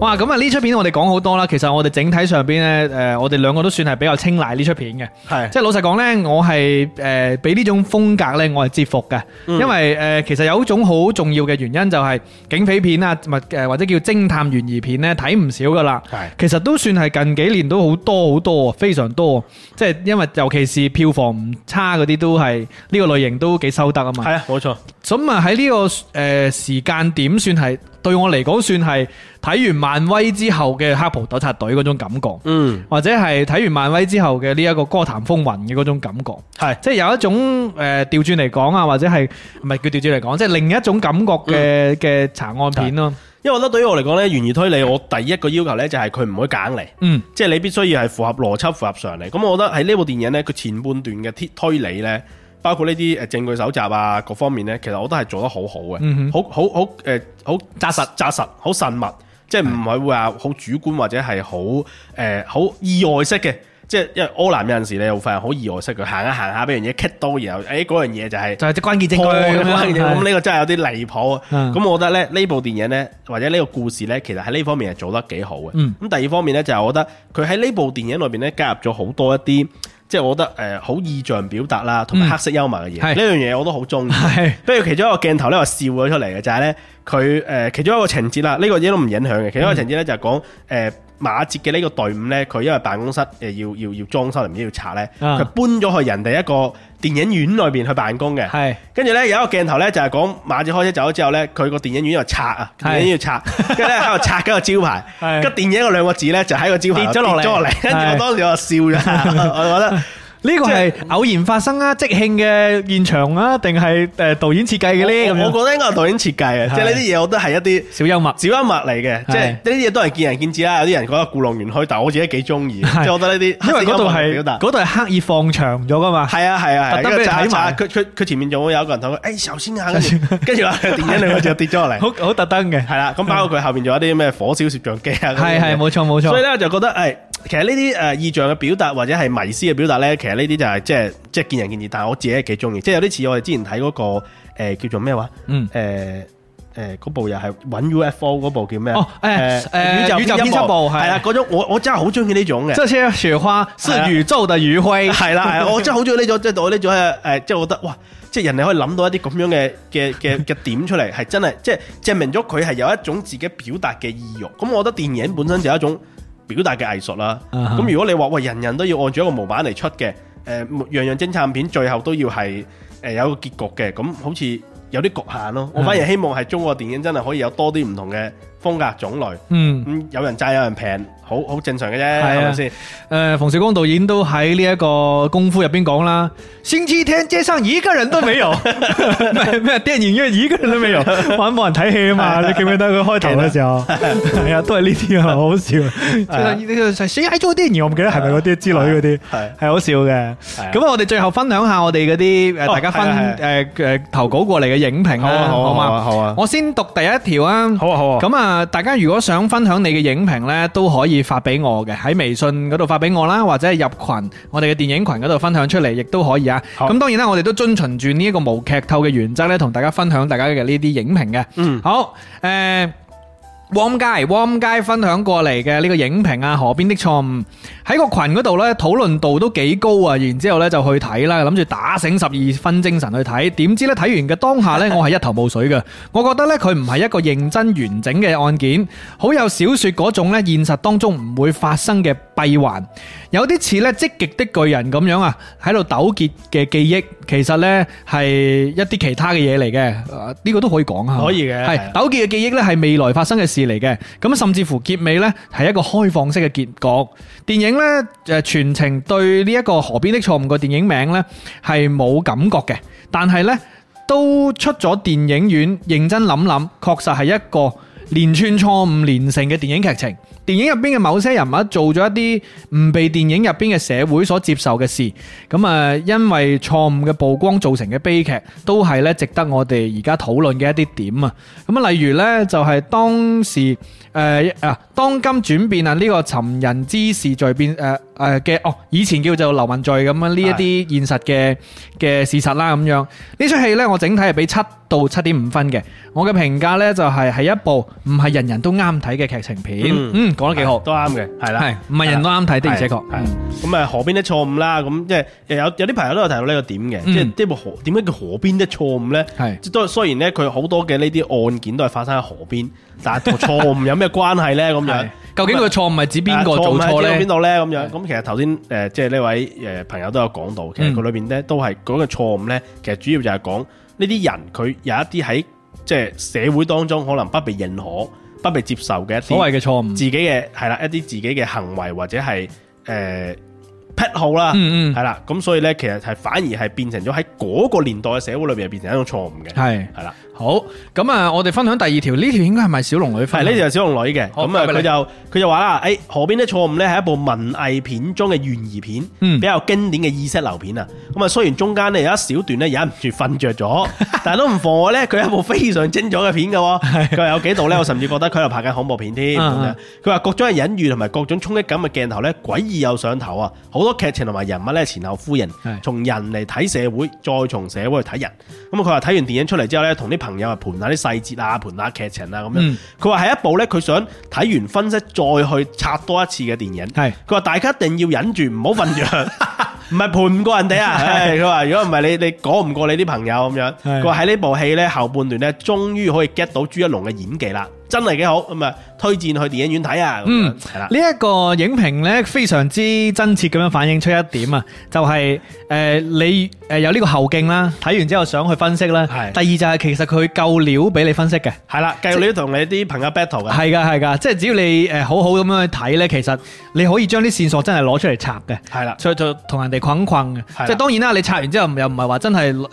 Speaker 3: 哇，咁啊呢出片我哋講好多啦，其實我哋整體上邊咧，诶、我哋兩個都算係比較青睐呢出片嘅。
Speaker 2: 嘛，
Speaker 3: 即係老實講呢，我係誒俾呢種風格呢，我係折服嘅，因為誒、呃其實有一種好重要嘅原因就係警匪片啊，咪誒或者叫偵探懸疑片呢，睇唔少噶啦
Speaker 2: 係，
Speaker 3: 其實都算係近幾年都好多好多，非常多，即係因為尤其是票房唔差嗰啲都係呢個類型都幾收得啊嘛
Speaker 2: 系。啊，冇錯，
Speaker 3: 咁啊喺呢個誒、呃、時間點算係對我嚟講算係睇完漫威之後嘅黑袍糾察隊嗰種感覺。
Speaker 2: 嗯，
Speaker 3: 或者係睇完漫威之後嘅呢一個歌壇風雲嘅嗰種感覺，
Speaker 2: 係
Speaker 3: 即係有一種誒調轉嚟講啊，或者係唔係叫調轉嚟講，即係另一種感覺嘅嘅查案片咯。
Speaker 2: 因為我覺得對於我嚟講咧，懸疑推理我第一個要求咧就係佢唔可以揀嚟。
Speaker 3: 嗯，
Speaker 2: 即係你必須要係符合邏輯、符合常理。咁我覺得喺呢部電影呢，佢前半段嘅推推理呢，包括呢啲誒證據搜集啊各方面呢，其實我都係做得好好嘅，好好好誒好紮實紮實，好慎密，即係唔係會話好主觀或者係好誒好意外式嘅。即係因為柯南有陣時你又發現好意外式嘅，行下行下俾樣嘢 k 到，然後誒嗰樣嘢就係、
Speaker 3: 就係啲關鍵證
Speaker 2: 破
Speaker 3: 據
Speaker 2: 咁
Speaker 3: 咁樣
Speaker 2: 樣咁呢個真係有啲離譜。啊
Speaker 3: 嗯
Speaker 2: 咁我覺得咧呢部電影咧，或者呢個故事咧，其實喺呢方面係做得幾好嘅。
Speaker 3: 嗯
Speaker 2: 咁第二方面咧，就係我覺得佢喺呢部電影裏邊咧，加入咗好多一啲。即係我覺得誒好意象表達啦，同埋黑色幽默嘅嘢，
Speaker 3: 嗯係
Speaker 2: 呢樣嘢我都好中意
Speaker 3: 係。
Speaker 2: 不如其中一個鏡頭咧，我笑咗出嚟嘅就係咧，佢誒其中一個情節啦，呢個嘢都唔影響嘅。其中一個情節咧就係講
Speaker 3: 嗯
Speaker 2: 誒馬哲嘅呢個隊伍咧，佢因為辦公室誒要要要裝修，唔知要拆咧，
Speaker 3: 啊
Speaker 2: 佢搬咗去人哋一個電影院裏邊去辦公嘅。
Speaker 3: 係
Speaker 2: 跟住咧有一個鏡頭咧就係講馬哲開車走咗之後咧，佢個電影院又拆啊，
Speaker 3: 係
Speaker 2: 電影院要拆，跟住咧喺度拆緊個招
Speaker 4: (laughs)
Speaker 2: 牌，
Speaker 3: 係
Speaker 2: 跟住電影嗰兩個字咧就喺個招牌度
Speaker 3: 跌咗落嚟
Speaker 2: 跌咗落嚟，跟住我
Speaker 3: 係
Speaker 2: 當時我就笑
Speaker 4: (laughs)
Speaker 2: 咗，我我覺得。
Speaker 4: 呢個係偶然發生啊，即興嘅現場啊，定係诶導演設計嘅咧咁
Speaker 2: 我我
Speaker 4: 樣？
Speaker 2: 覺得應該係導演設計嘅，即係呢啲嘢我都係一啲
Speaker 3: 小幽默。
Speaker 2: 小幽默嚟嘅，即係
Speaker 3: 係
Speaker 2: 呢啲嘢都係見仁見智啦。有啲人覺得故弄玄虛，但我自己幾中意，即係我覺得呢啲
Speaker 4: 因為
Speaker 2: 為
Speaker 4: 嗰度係
Speaker 2: 表達。
Speaker 4: 嗰度係刻意放長咗噶嘛。
Speaker 2: 係啊係啊，係啊
Speaker 4: 特登
Speaker 2: 因為
Speaker 4: 俾你
Speaker 2: 查一
Speaker 4: 睇埋
Speaker 2: 查佢佢佢前面仲會有一個人同佢，誒首先啊，跟住跟住
Speaker 4: (laughs)
Speaker 2: 話電影兩個字就跌咗落嚟，
Speaker 4: 好好特登嘅，
Speaker 2: 系啦，
Speaker 3: (laughs)
Speaker 2: 咁包括佢後面仲有啲咩火燒攝像機啊，
Speaker 3: 係係冇錯冇
Speaker 2: 所
Speaker 3: 錯，
Speaker 2: 以咧就覺得诶，其實呢啲诶意象嘅表達或者係迷思嘅表達咧，其實呢啲就係即係即係見仁見智，但係我自己係幾中意，即係有啲似我哋之前睇嗰個诶叫做咩話
Speaker 3: 嗯
Speaker 2: 诶诶嗰部又係揾 UFO 嗰部叫咩啊？
Speaker 3: 哦誒誒宇宙編輯部係
Speaker 2: 係啦，嗰種我我真係好中意呢種嘅。
Speaker 3: 這些雪花是
Speaker 2: 係啊
Speaker 3: 宇宙的餘暉。
Speaker 2: 系
Speaker 3: (laughs)
Speaker 2: 啦，係啦啊我真係好中意呢種，即係我呢種係誒，即係我覺得哇，即係人哋可以諗到一啲咁樣嘅嘅嘅嘅點出嚟，係真係即係證明咗佢係有一種自己表達嘅意欲。咁我覺得電影本身就係一種表達嘅藝術啦。咁、
Speaker 3: 啊哈
Speaker 2: 如果你話喂人人都要按住一個模板嚟出嘅，誒、樣樣偵探片最後都要係誒、有一個結局嘅，咁好似有啲局限
Speaker 3: 啊
Speaker 2: 咯。我反而希望係中國電影真係可以有多啲唔同嘅風格種類。
Speaker 3: 嗯。
Speaker 2: 咁、有人讚有人平，好好正常嘅啫，
Speaker 3: 啊
Speaker 2: 係咪先？
Speaker 3: 呃，冯小刚导演都喺呢一个功夫入边讲啦，星期天街上一个人都
Speaker 2: (laughs)
Speaker 3: 没有，咩咩电影院一个人都没有，玩冇人睇戏啊嘛，
Speaker 2: (laughs)
Speaker 3: 你记唔记得佢开头嘅时候， (laughs) 系啊，都系呢啲啊，好
Speaker 2: (laughs)
Speaker 3: 好笑，
Speaker 2: 啊
Speaker 3: 呢个係谁喺做电影，我唔记得系咪嗰啲之类嗰啲，
Speaker 2: 係
Speaker 3: 系好笑嘅。
Speaker 2: 啊
Speaker 3: 咁我哋最后分享下我哋嗰啲诶，
Speaker 2: 哦
Speaker 3: 大家
Speaker 2: 係啊
Speaker 3: 分
Speaker 2: 係
Speaker 3: 诶诶投稿过嚟嘅影评
Speaker 2: 好啊
Speaker 3: 啦，
Speaker 2: 好啊
Speaker 3: 嘛
Speaker 2: 好啊好啊
Speaker 3: 我先读第一条啊，
Speaker 2: 好啊好啊
Speaker 3: 咁啊，大家如果想分享你嘅影評呢，都可以發俾我嘅，喺微信嗰度發俾我啦，或者係入群，我哋嘅電影群嗰度分享出嚟，亦都可以啊。
Speaker 2: 好
Speaker 3: 咁當然啦，我哋都遵循住呢一個無劇透嘅原則呢，同大家分享大家嘅呢啲影評嘅。
Speaker 2: 嗯
Speaker 3: 好，誒、Warm 街，Warm 街分享過嚟嘅呢個影評啊，河邊的錯誤喺個群嗰度呢，討論度都幾高啊，然之後呢就去睇啦，諗住打醒十二分精神去睇，點知呢睇完嘅當下呢，我係一頭霧水嘅，我覺得呢，佢唔係一個認真完整嘅案件，好有小說嗰種呢現實當中唔會發生嘅閉環，有啲似呢積極的巨人咁樣啊，喺度糾結嘅記憶，其實呢係一啲其他嘅嘢嚟嘅，呃呢、個都可以講啊，
Speaker 2: 可以嘅係
Speaker 3: 係
Speaker 2: 啊
Speaker 3: 糾結嘅記憶咧係未來發生嘅事嚟嘅，咁甚至乎結尾呢係一個開放式嘅結局。電影呢誒全程對呢一個河邊的錯誤個電影名呢係冇感覺嘅，但係呢都出咗電影院，認真諗諗，確實係一個連串錯誤連成嘅電影劇情。電影入邊嘅某些人物做咗一啲唔被電影入邊嘅社會所接受嘅事，咁啊，因為錯誤嘅曝光造成嘅悲劇，都係咧值得我哋而家討論嘅一啲點啊。咁啊，例如呢，就係當時誒啊，當今轉變啊，呢個尋人之事罪變誒誒嘅哦，以前叫做流民罪咁啊樣呢一啲現實嘅嘅事實啦咁樣。呢出戲呢，我整體係俾七到七點五分嘅，我嘅評價呢，就係係一部唔係人人都啱睇嘅劇情片。
Speaker 2: 嗯
Speaker 3: 嗯，講得幾好，
Speaker 2: 都啱嘅，係啦，
Speaker 3: 係唔係人都啱睇的，而且確。
Speaker 2: 係咁啊，河邊的錯誤啦，咁即係有有啲朋友都有提到呢個點嘅，
Speaker 3: 嗯
Speaker 2: 即係呢部河點解叫河邊的錯誤咧？
Speaker 3: 係
Speaker 2: 即係都雖然咧佢好多嘅呢啲案件都係發生喺河邊，但係同錯誤有咩關係咧？咁樣
Speaker 3: 係。究竟佢嘅錯誤係指邊個
Speaker 2: 啊
Speaker 3: 做
Speaker 2: 誤係
Speaker 3: 錯
Speaker 2: 指到邊
Speaker 3: 呢？
Speaker 2: 度咧？咁樣咁其實頭先誒，即係呢位誒朋友都有講到，其
Speaker 3: 嗯
Speaker 2: 實佢裏邊咧都係講嘅錯誤咧，其實主要就係講呢啲人佢有一啲喺即係社會當中可能不被認可、不被接受嘅一
Speaker 3: 所
Speaker 2: 啲
Speaker 3: 謂嘅錯誤
Speaker 2: 自。己嘅係啦，一啲自己嘅行為或者係誒癖好啦，
Speaker 3: 嗯嗯
Speaker 2: 係啦，咁所以咧其實係反而係變成咗喺嗰個年代嘅社會裏邊係變成一種錯誤嘅，
Speaker 3: 係
Speaker 2: 係啦。
Speaker 3: 好，咁啊，我哋分享第二條，呢條應該係咪小龍女
Speaker 2: 係
Speaker 3: 分？啊
Speaker 2: 呢條係小龍女嘅，
Speaker 3: 好
Speaker 2: 咁
Speaker 3: 交
Speaker 2: 啊
Speaker 3: 俾你
Speaker 2: 佢就佢就話啦，誒河邊的錯誤咧係一部文藝片中嘅懸疑片，
Speaker 3: 嗯
Speaker 2: 比較經典嘅意識流片啊。咁啊雖然中間咧有一小段咧忍唔住瞓着
Speaker 3: (laughs)
Speaker 2: 咗，但係都唔妨礙咧佢係一部非常精彩嘅片嘅喎。佢話有幾度咧，我甚至覺得佢喺度拍緊恐怖片添。咁
Speaker 3: 嗯
Speaker 2: 樣
Speaker 3: 嗯
Speaker 2: 佢話各種嘅隱喻同埋各種衝擊感嘅鏡頭咧，詭異又上頭啊！好多劇情同埋人物咧前後呼應
Speaker 3: 係，
Speaker 2: 從人嚟睇社會，再從社會去睇人。咁佢話睇完電影出嚟之後咧，同啲朋友啊盤下啲細節啊，盤下劇情啊咁樣
Speaker 3: 嗯。
Speaker 2: 佢話係一部咧，佢想睇完分析再去刷多一次嘅電影。
Speaker 3: 係
Speaker 2: 佢話大家一定要忍住，唔好瞓
Speaker 3: (laughs)
Speaker 2: 着，唔係盤唔過人哋啊！唉佢話如果唔係你你講唔過你啲朋友咁樣。
Speaker 3: 係
Speaker 2: 佢話喺呢部戲咧後半段咧，終於可以 get 到朱一龍嘅演技啦，真係幾好咁啊！推薦去電影院睇啊！咁樣
Speaker 3: 嗯
Speaker 2: 係啦，
Speaker 3: 呢一個影評呢，非常之真切咁樣反映出一點啊，就係、呃你誒有呢個後勁啦，睇完之後想去分析啦。
Speaker 2: 係
Speaker 3: 第二就係其實佢夠料俾你分析嘅。
Speaker 2: 係啦，繼續你都同你啲朋友 battle 嘅。
Speaker 3: 係噶係噶，即係只要你誒好好咁樣去睇呢，其實你可以將啲線索真係攞出嚟拆嘅。
Speaker 2: 係啦，
Speaker 3: 所以就同人哋捆捆
Speaker 2: 係啦
Speaker 3: 嘅，即係當然啦。你拆完之後又唔係話真係誒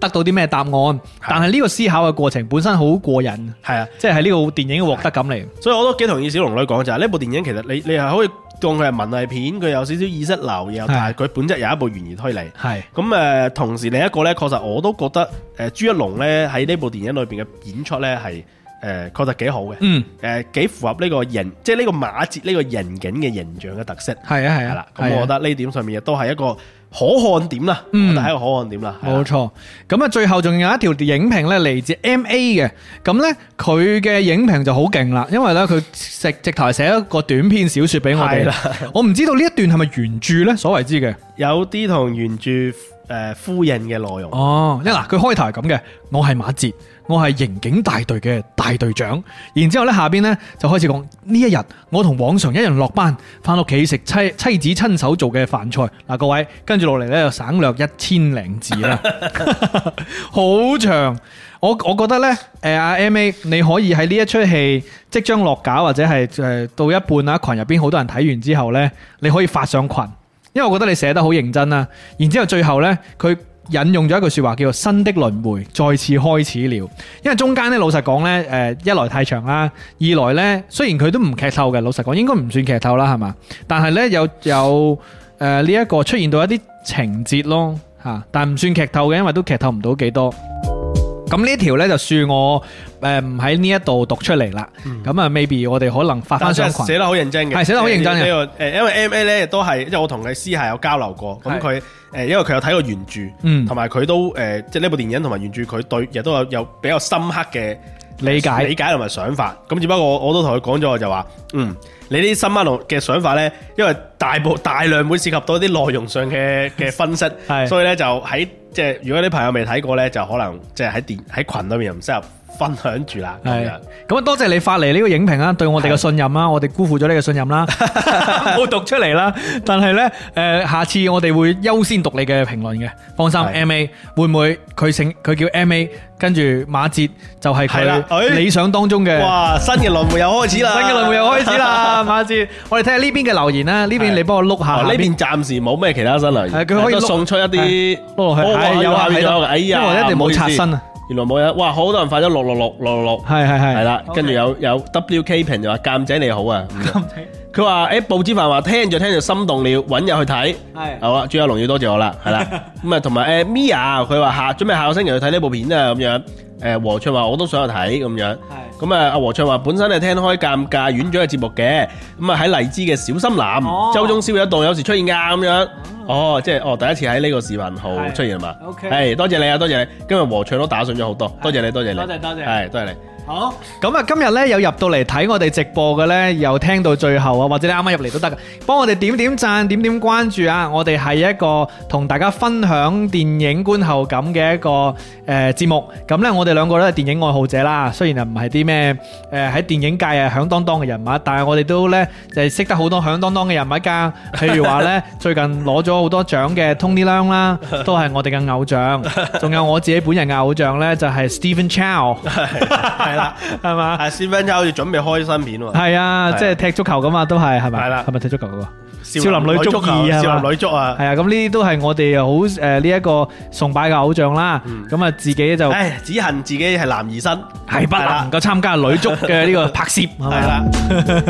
Speaker 3: 得到啲咩答案，但係呢個思考嘅過程本身好過癮，
Speaker 2: 係啊。
Speaker 3: 即係呢個電影嘅獲得感嚟。
Speaker 2: 所以我都幾同意小龍女講就係呢部電影其實你你係可以當佢係文藝片，佢有少少意識流，又但係佢本質有一部懸疑推理。
Speaker 3: 係
Speaker 2: 咁誒、呃同時另一個咧，確實我都覺得誒、呃朱一龍咧喺呢部電影裏邊嘅演出咧係誒確實幾好嘅，誒、呃
Speaker 3: 嗯，
Speaker 2: 幾符合呢個形，即係呢個馬哲呢個人景嘅形象嘅特色
Speaker 3: 係啊，係
Speaker 2: 係
Speaker 3: 啊
Speaker 2: 啦。，咁我
Speaker 3: 得
Speaker 2: 覺得呢點上面亦都係一個可看點啦，
Speaker 3: 嗯
Speaker 2: 我覺得係一個可看點啦。係啦
Speaker 3: 冇錯。咁啊，最後仲有一條影評咧嚟自 M A 嘅，咁咧佢嘅影評就好勁啦，因為咧佢直直頭係寫一個短篇小說俾我
Speaker 2: 係
Speaker 3: 哋
Speaker 2: 啦。
Speaker 3: 我唔知道呢一段係咪原著咧所謂之嘅。
Speaker 2: 有啲同原著誒、呃呼應嘅內容。
Speaker 3: 哦，一嗱，佢開頭係咁嘅，我係馬哲，我係刑警大隊嘅大隊長。然之後咧，下邊呢就開始講呢一日，我同往常一樣落班，翻屋企食妻妻子親手做嘅飯菜。嗱，各位跟住落嚟呢，就省略一千零字啦， (laughs) 好長。我我覺得呢，誒阿 M A，你可以喺呢一出戲即將落架或者係誒到一半啊，群入邊好多人睇完之後呢，你可以發上群。因為我覺得你寫得好認真啦。然之後最後呢，佢引用咗一句説話叫做新的輪迴再次開始了。因為中間呢，老實講呢，誒、呃一來太長啦，二來呢，雖然佢都唔劇透嘅，老實講應該唔算劇透啦，係嘛？但係呢，有有誒呢一個出現到一啲情節咯嚇、但唔算劇透嘅，因為都劇透唔到幾多。咁呢條呢，就恕我誒唔喺呢一度讀出嚟啦。咁啊、m a y b e 我哋可能發翻
Speaker 2: 但
Speaker 3: 上
Speaker 2: 係
Speaker 3: 群。
Speaker 2: 寫得好認真嘅，
Speaker 3: 係寫得好認真嘅
Speaker 2: 呢個呃誒，因為 M A 咧亦都係，即係我同佢私下有交流過。
Speaker 3: 係
Speaker 2: 咁佢誒，因為佢有睇過原著，
Speaker 3: 嗯
Speaker 2: 同埋佢都誒，即係呢部電影同埋原著，佢對亦都有有比較深刻嘅
Speaker 3: 理解
Speaker 2: 理解同埋想法。咁只不過我我都同佢講咗，我就話，嗯，你呢啲深刻同嘅想法咧，因為大部大量會涉及到啲內容上
Speaker 3: (laughs)
Speaker 2: 嘅嘅分析，
Speaker 3: 係
Speaker 2: 所以咧就喺即係如果啲朋友未睇過咧，就可能即係喺電喺群裏面又唔適合分享住啦。咁
Speaker 3: 係
Speaker 2: 樣
Speaker 3: 咁啊，多謝你發嚟呢個影評啦，對我哋嘅信
Speaker 2: (laughs)
Speaker 3: 任啦，我哋辜負咗你嘅信任啦，冇讀出嚟啦。 (laughs) 但係呢，誒、下次我哋會優先讀你嘅評論嘅，放心。
Speaker 2: 係
Speaker 3: M A 會唔會佢姓佢叫 M A，跟住馬哲就係
Speaker 2: 係啦哎
Speaker 3: 佢理想當中嘅。
Speaker 2: 哇！新嘅輪迴又開始啦，
Speaker 3: 新嘅輪迴又開
Speaker 2: (laughs)
Speaker 3: 始。啦，馬哲，我哋睇下呢邊嘅留言啦，呢邊
Speaker 2: 係
Speaker 3: 你幫我碌下
Speaker 2: 哦，
Speaker 3: 下
Speaker 2: 呢
Speaker 3: 邊
Speaker 2: 邊暫時冇咩其他新留言，
Speaker 3: 係佢可以碌
Speaker 2: 都送出一啲
Speaker 3: 碌落去，
Speaker 2: 哦
Speaker 3: 係
Speaker 2: 有
Speaker 3: 有
Speaker 2: 啊
Speaker 3: 啊
Speaker 2: 有啊
Speaker 3: 喺度，
Speaker 2: 哎
Speaker 3: 因
Speaker 2: 呀
Speaker 3: 為我一定
Speaker 2: 唔好
Speaker 3: 冇
Speaker 2: 意思
Speaker 3: 刷新啊，
Speaker 2: 原來冇人，哇！好多人發咗六六六六六，
Speaker 4: 係係
Speaker 2: 係
Speaker 4: 係，
Speaker 2: 啦，跟住有有 WK 平就話鑑仔你好
Speaker 3: (laughs)
Speaker 2: 啊，咁樣
Speaker 4: 仔
Speaker 2: 佢話誒報紙飯話聽著聽著心動了，揾日去睇，
Speaker 4: 係
Speaker 2: 好啊啦，朱有龍要多謝我
Speaker 4: (laughs)
Speaker 2: 啦，係啦，咁啊同埋誒 Mia 佢話下準備下個星期去睇呢部片啊，咁樣誒和暢話我都想去睇咁樣。咁啊，阿和暢話本身係聽開尷尬院長嘅節目嘅，咁啊喺荔枝嘅小森林，
Speaker 4: 哦
Speaker 2: 周中宵夜檔有時出現㗎咁樣。哦，即係哦，第一次喺呢個視頻號出現係嘛？
Speaker 4: OK
Speaker 2: 係多謝你啊，多謝你，今日和暢都打賞咗好多，多謝你，多謝你，
Speaker 4: 多謝多謝
Speaker 2: 係多謝你。
Speaker 4: 好，
Speaker 3: 咁啊，今日咧有入到嚟睇我哋直播嘅咧，又聽到最後啊，或者你啱啱入嚟都得嘅，幫我哋點點讚、點點關注啊！我哋係一個同大家分享電影觀後感嘅一個誒、呃、節目。咁咧，我哋兩個都係電影愛好者啦，雖然啊唔係啲咩誒喺電影界啊響當當嘅人物，但係我哋都咧就係、識得好多響當當嘅人物㗎。譬如話咧，最近攞咗好多獎嘅 Tony Leung 啦，都係我哋嘅偶像。仲有我自己本人嘅偶像咧，就係、Stephen Chow，係啦，係嘛？
Speaker 2: 阿 Stephen 啊好似準備開新片 (laughs) 喎，
Speaker 3: 系啊，
Speaker 2: 係啊
Speaker 3: 即系踢足球噶嘛，都系系咪？
Speaker 2: 係啦
Speaker 3: 系咪踢足球嗰個？
Speaker 2: 少
Speaker 3: 林女足二啊嘛
Speaker 2: 少林女足啊
Speaker 3: 系，啊，咁呢啲都系我哋好诶呢一個崇拜嘅偶像啦。咁啊，自己就
Speaker 2: 唉，只恨自己係男兒身，
Speaker 3: 係不能夠參加女足嘅呢個拍攝，係
Speaker 2: 係
Speaker 3: 咪
Speaker 2: 啦，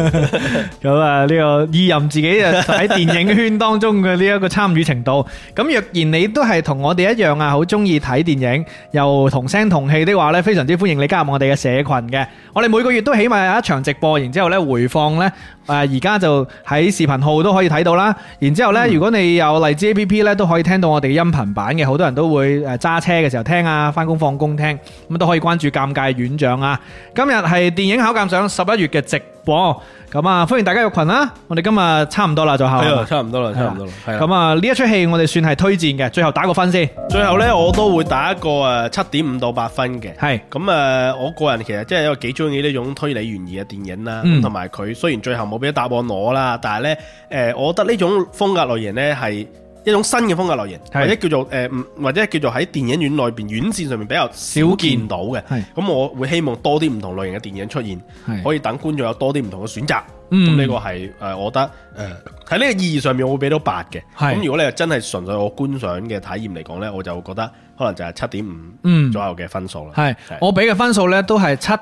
Speaker 3: 咁啊，呢個意淫自己啊喺電影圈當中嘅呢一個參與程度。咁若然你都係同我哋一樣啊，好中意睇電影，又同聲同氣的話呢，非常之歡迎你加入我哋嘅社群嘅。我哋每個月都起碼有一場直播，然之後呢回放呢，誒而家就喺視頻號都可以睇到啦。然之後呢，如果你有荔枝 A P P 呢，都可以聽到我哋嘅音頻版嘅，好多人都會誒揸車嘅時候聽啊，翻工放工聽，咁都可以關注尷尬院長啊。今日係電影考鑑賞十一月嘅直播，咁啊歡迎大家入群啦！我哋今日差唔多啦，就下
Speaker 2: 係啊，差唔多啦，
Speaker 3: 係啦
Speaker 2: 差唔多啦，係啦。
Speaker 3: 咁啊呢一出戲我哋算係推薦嘅，最後打個分先，
Speaker 2: 最後呢，我都會打一個誒七點五到八分嘅。
Speaker 3: 係
Speaker 2: 咁誒、呃我個人其實真係一個幾中意呢種推理懸疑嘅電影啦，
Speaker 3: 嗯
Speaker 2: 咁同埋佢雖然最後冇俾答案我啦，但係呢，誒、呃我覺得呢種風格類型呢係一種新嘅風格類型，
Speaker 3: 係
Speaker 2: 或者叫做誒、唔或者叫做喺電影院內邊院線上面比較
Speaker 3: 少見
Speaker 2: 少見到嘅
Speaker 3: 係。
Speaker 2: 咁我會希望多啲唔同類型嘅電影出現，可以等觀眾有多啲唔同嘅選擇。
Speaker 3: 嗯
Speaker 2: 咁呢個係誒、呃我覺得誒喺呢個意義上面，我會俾到八嘅。
Speaker 3: 係
Speaker 2: 咁如果你係真係純粹我觀賞嘅體驗嚟講呢，我就覺得可能就係七點
Speaker 3: 嗯
Speaker 2: 五左右嘅分數啦。
Speaker 3: 係
Speaker 2: 係
Speaker 3: 我俾嘅分數呢都係七。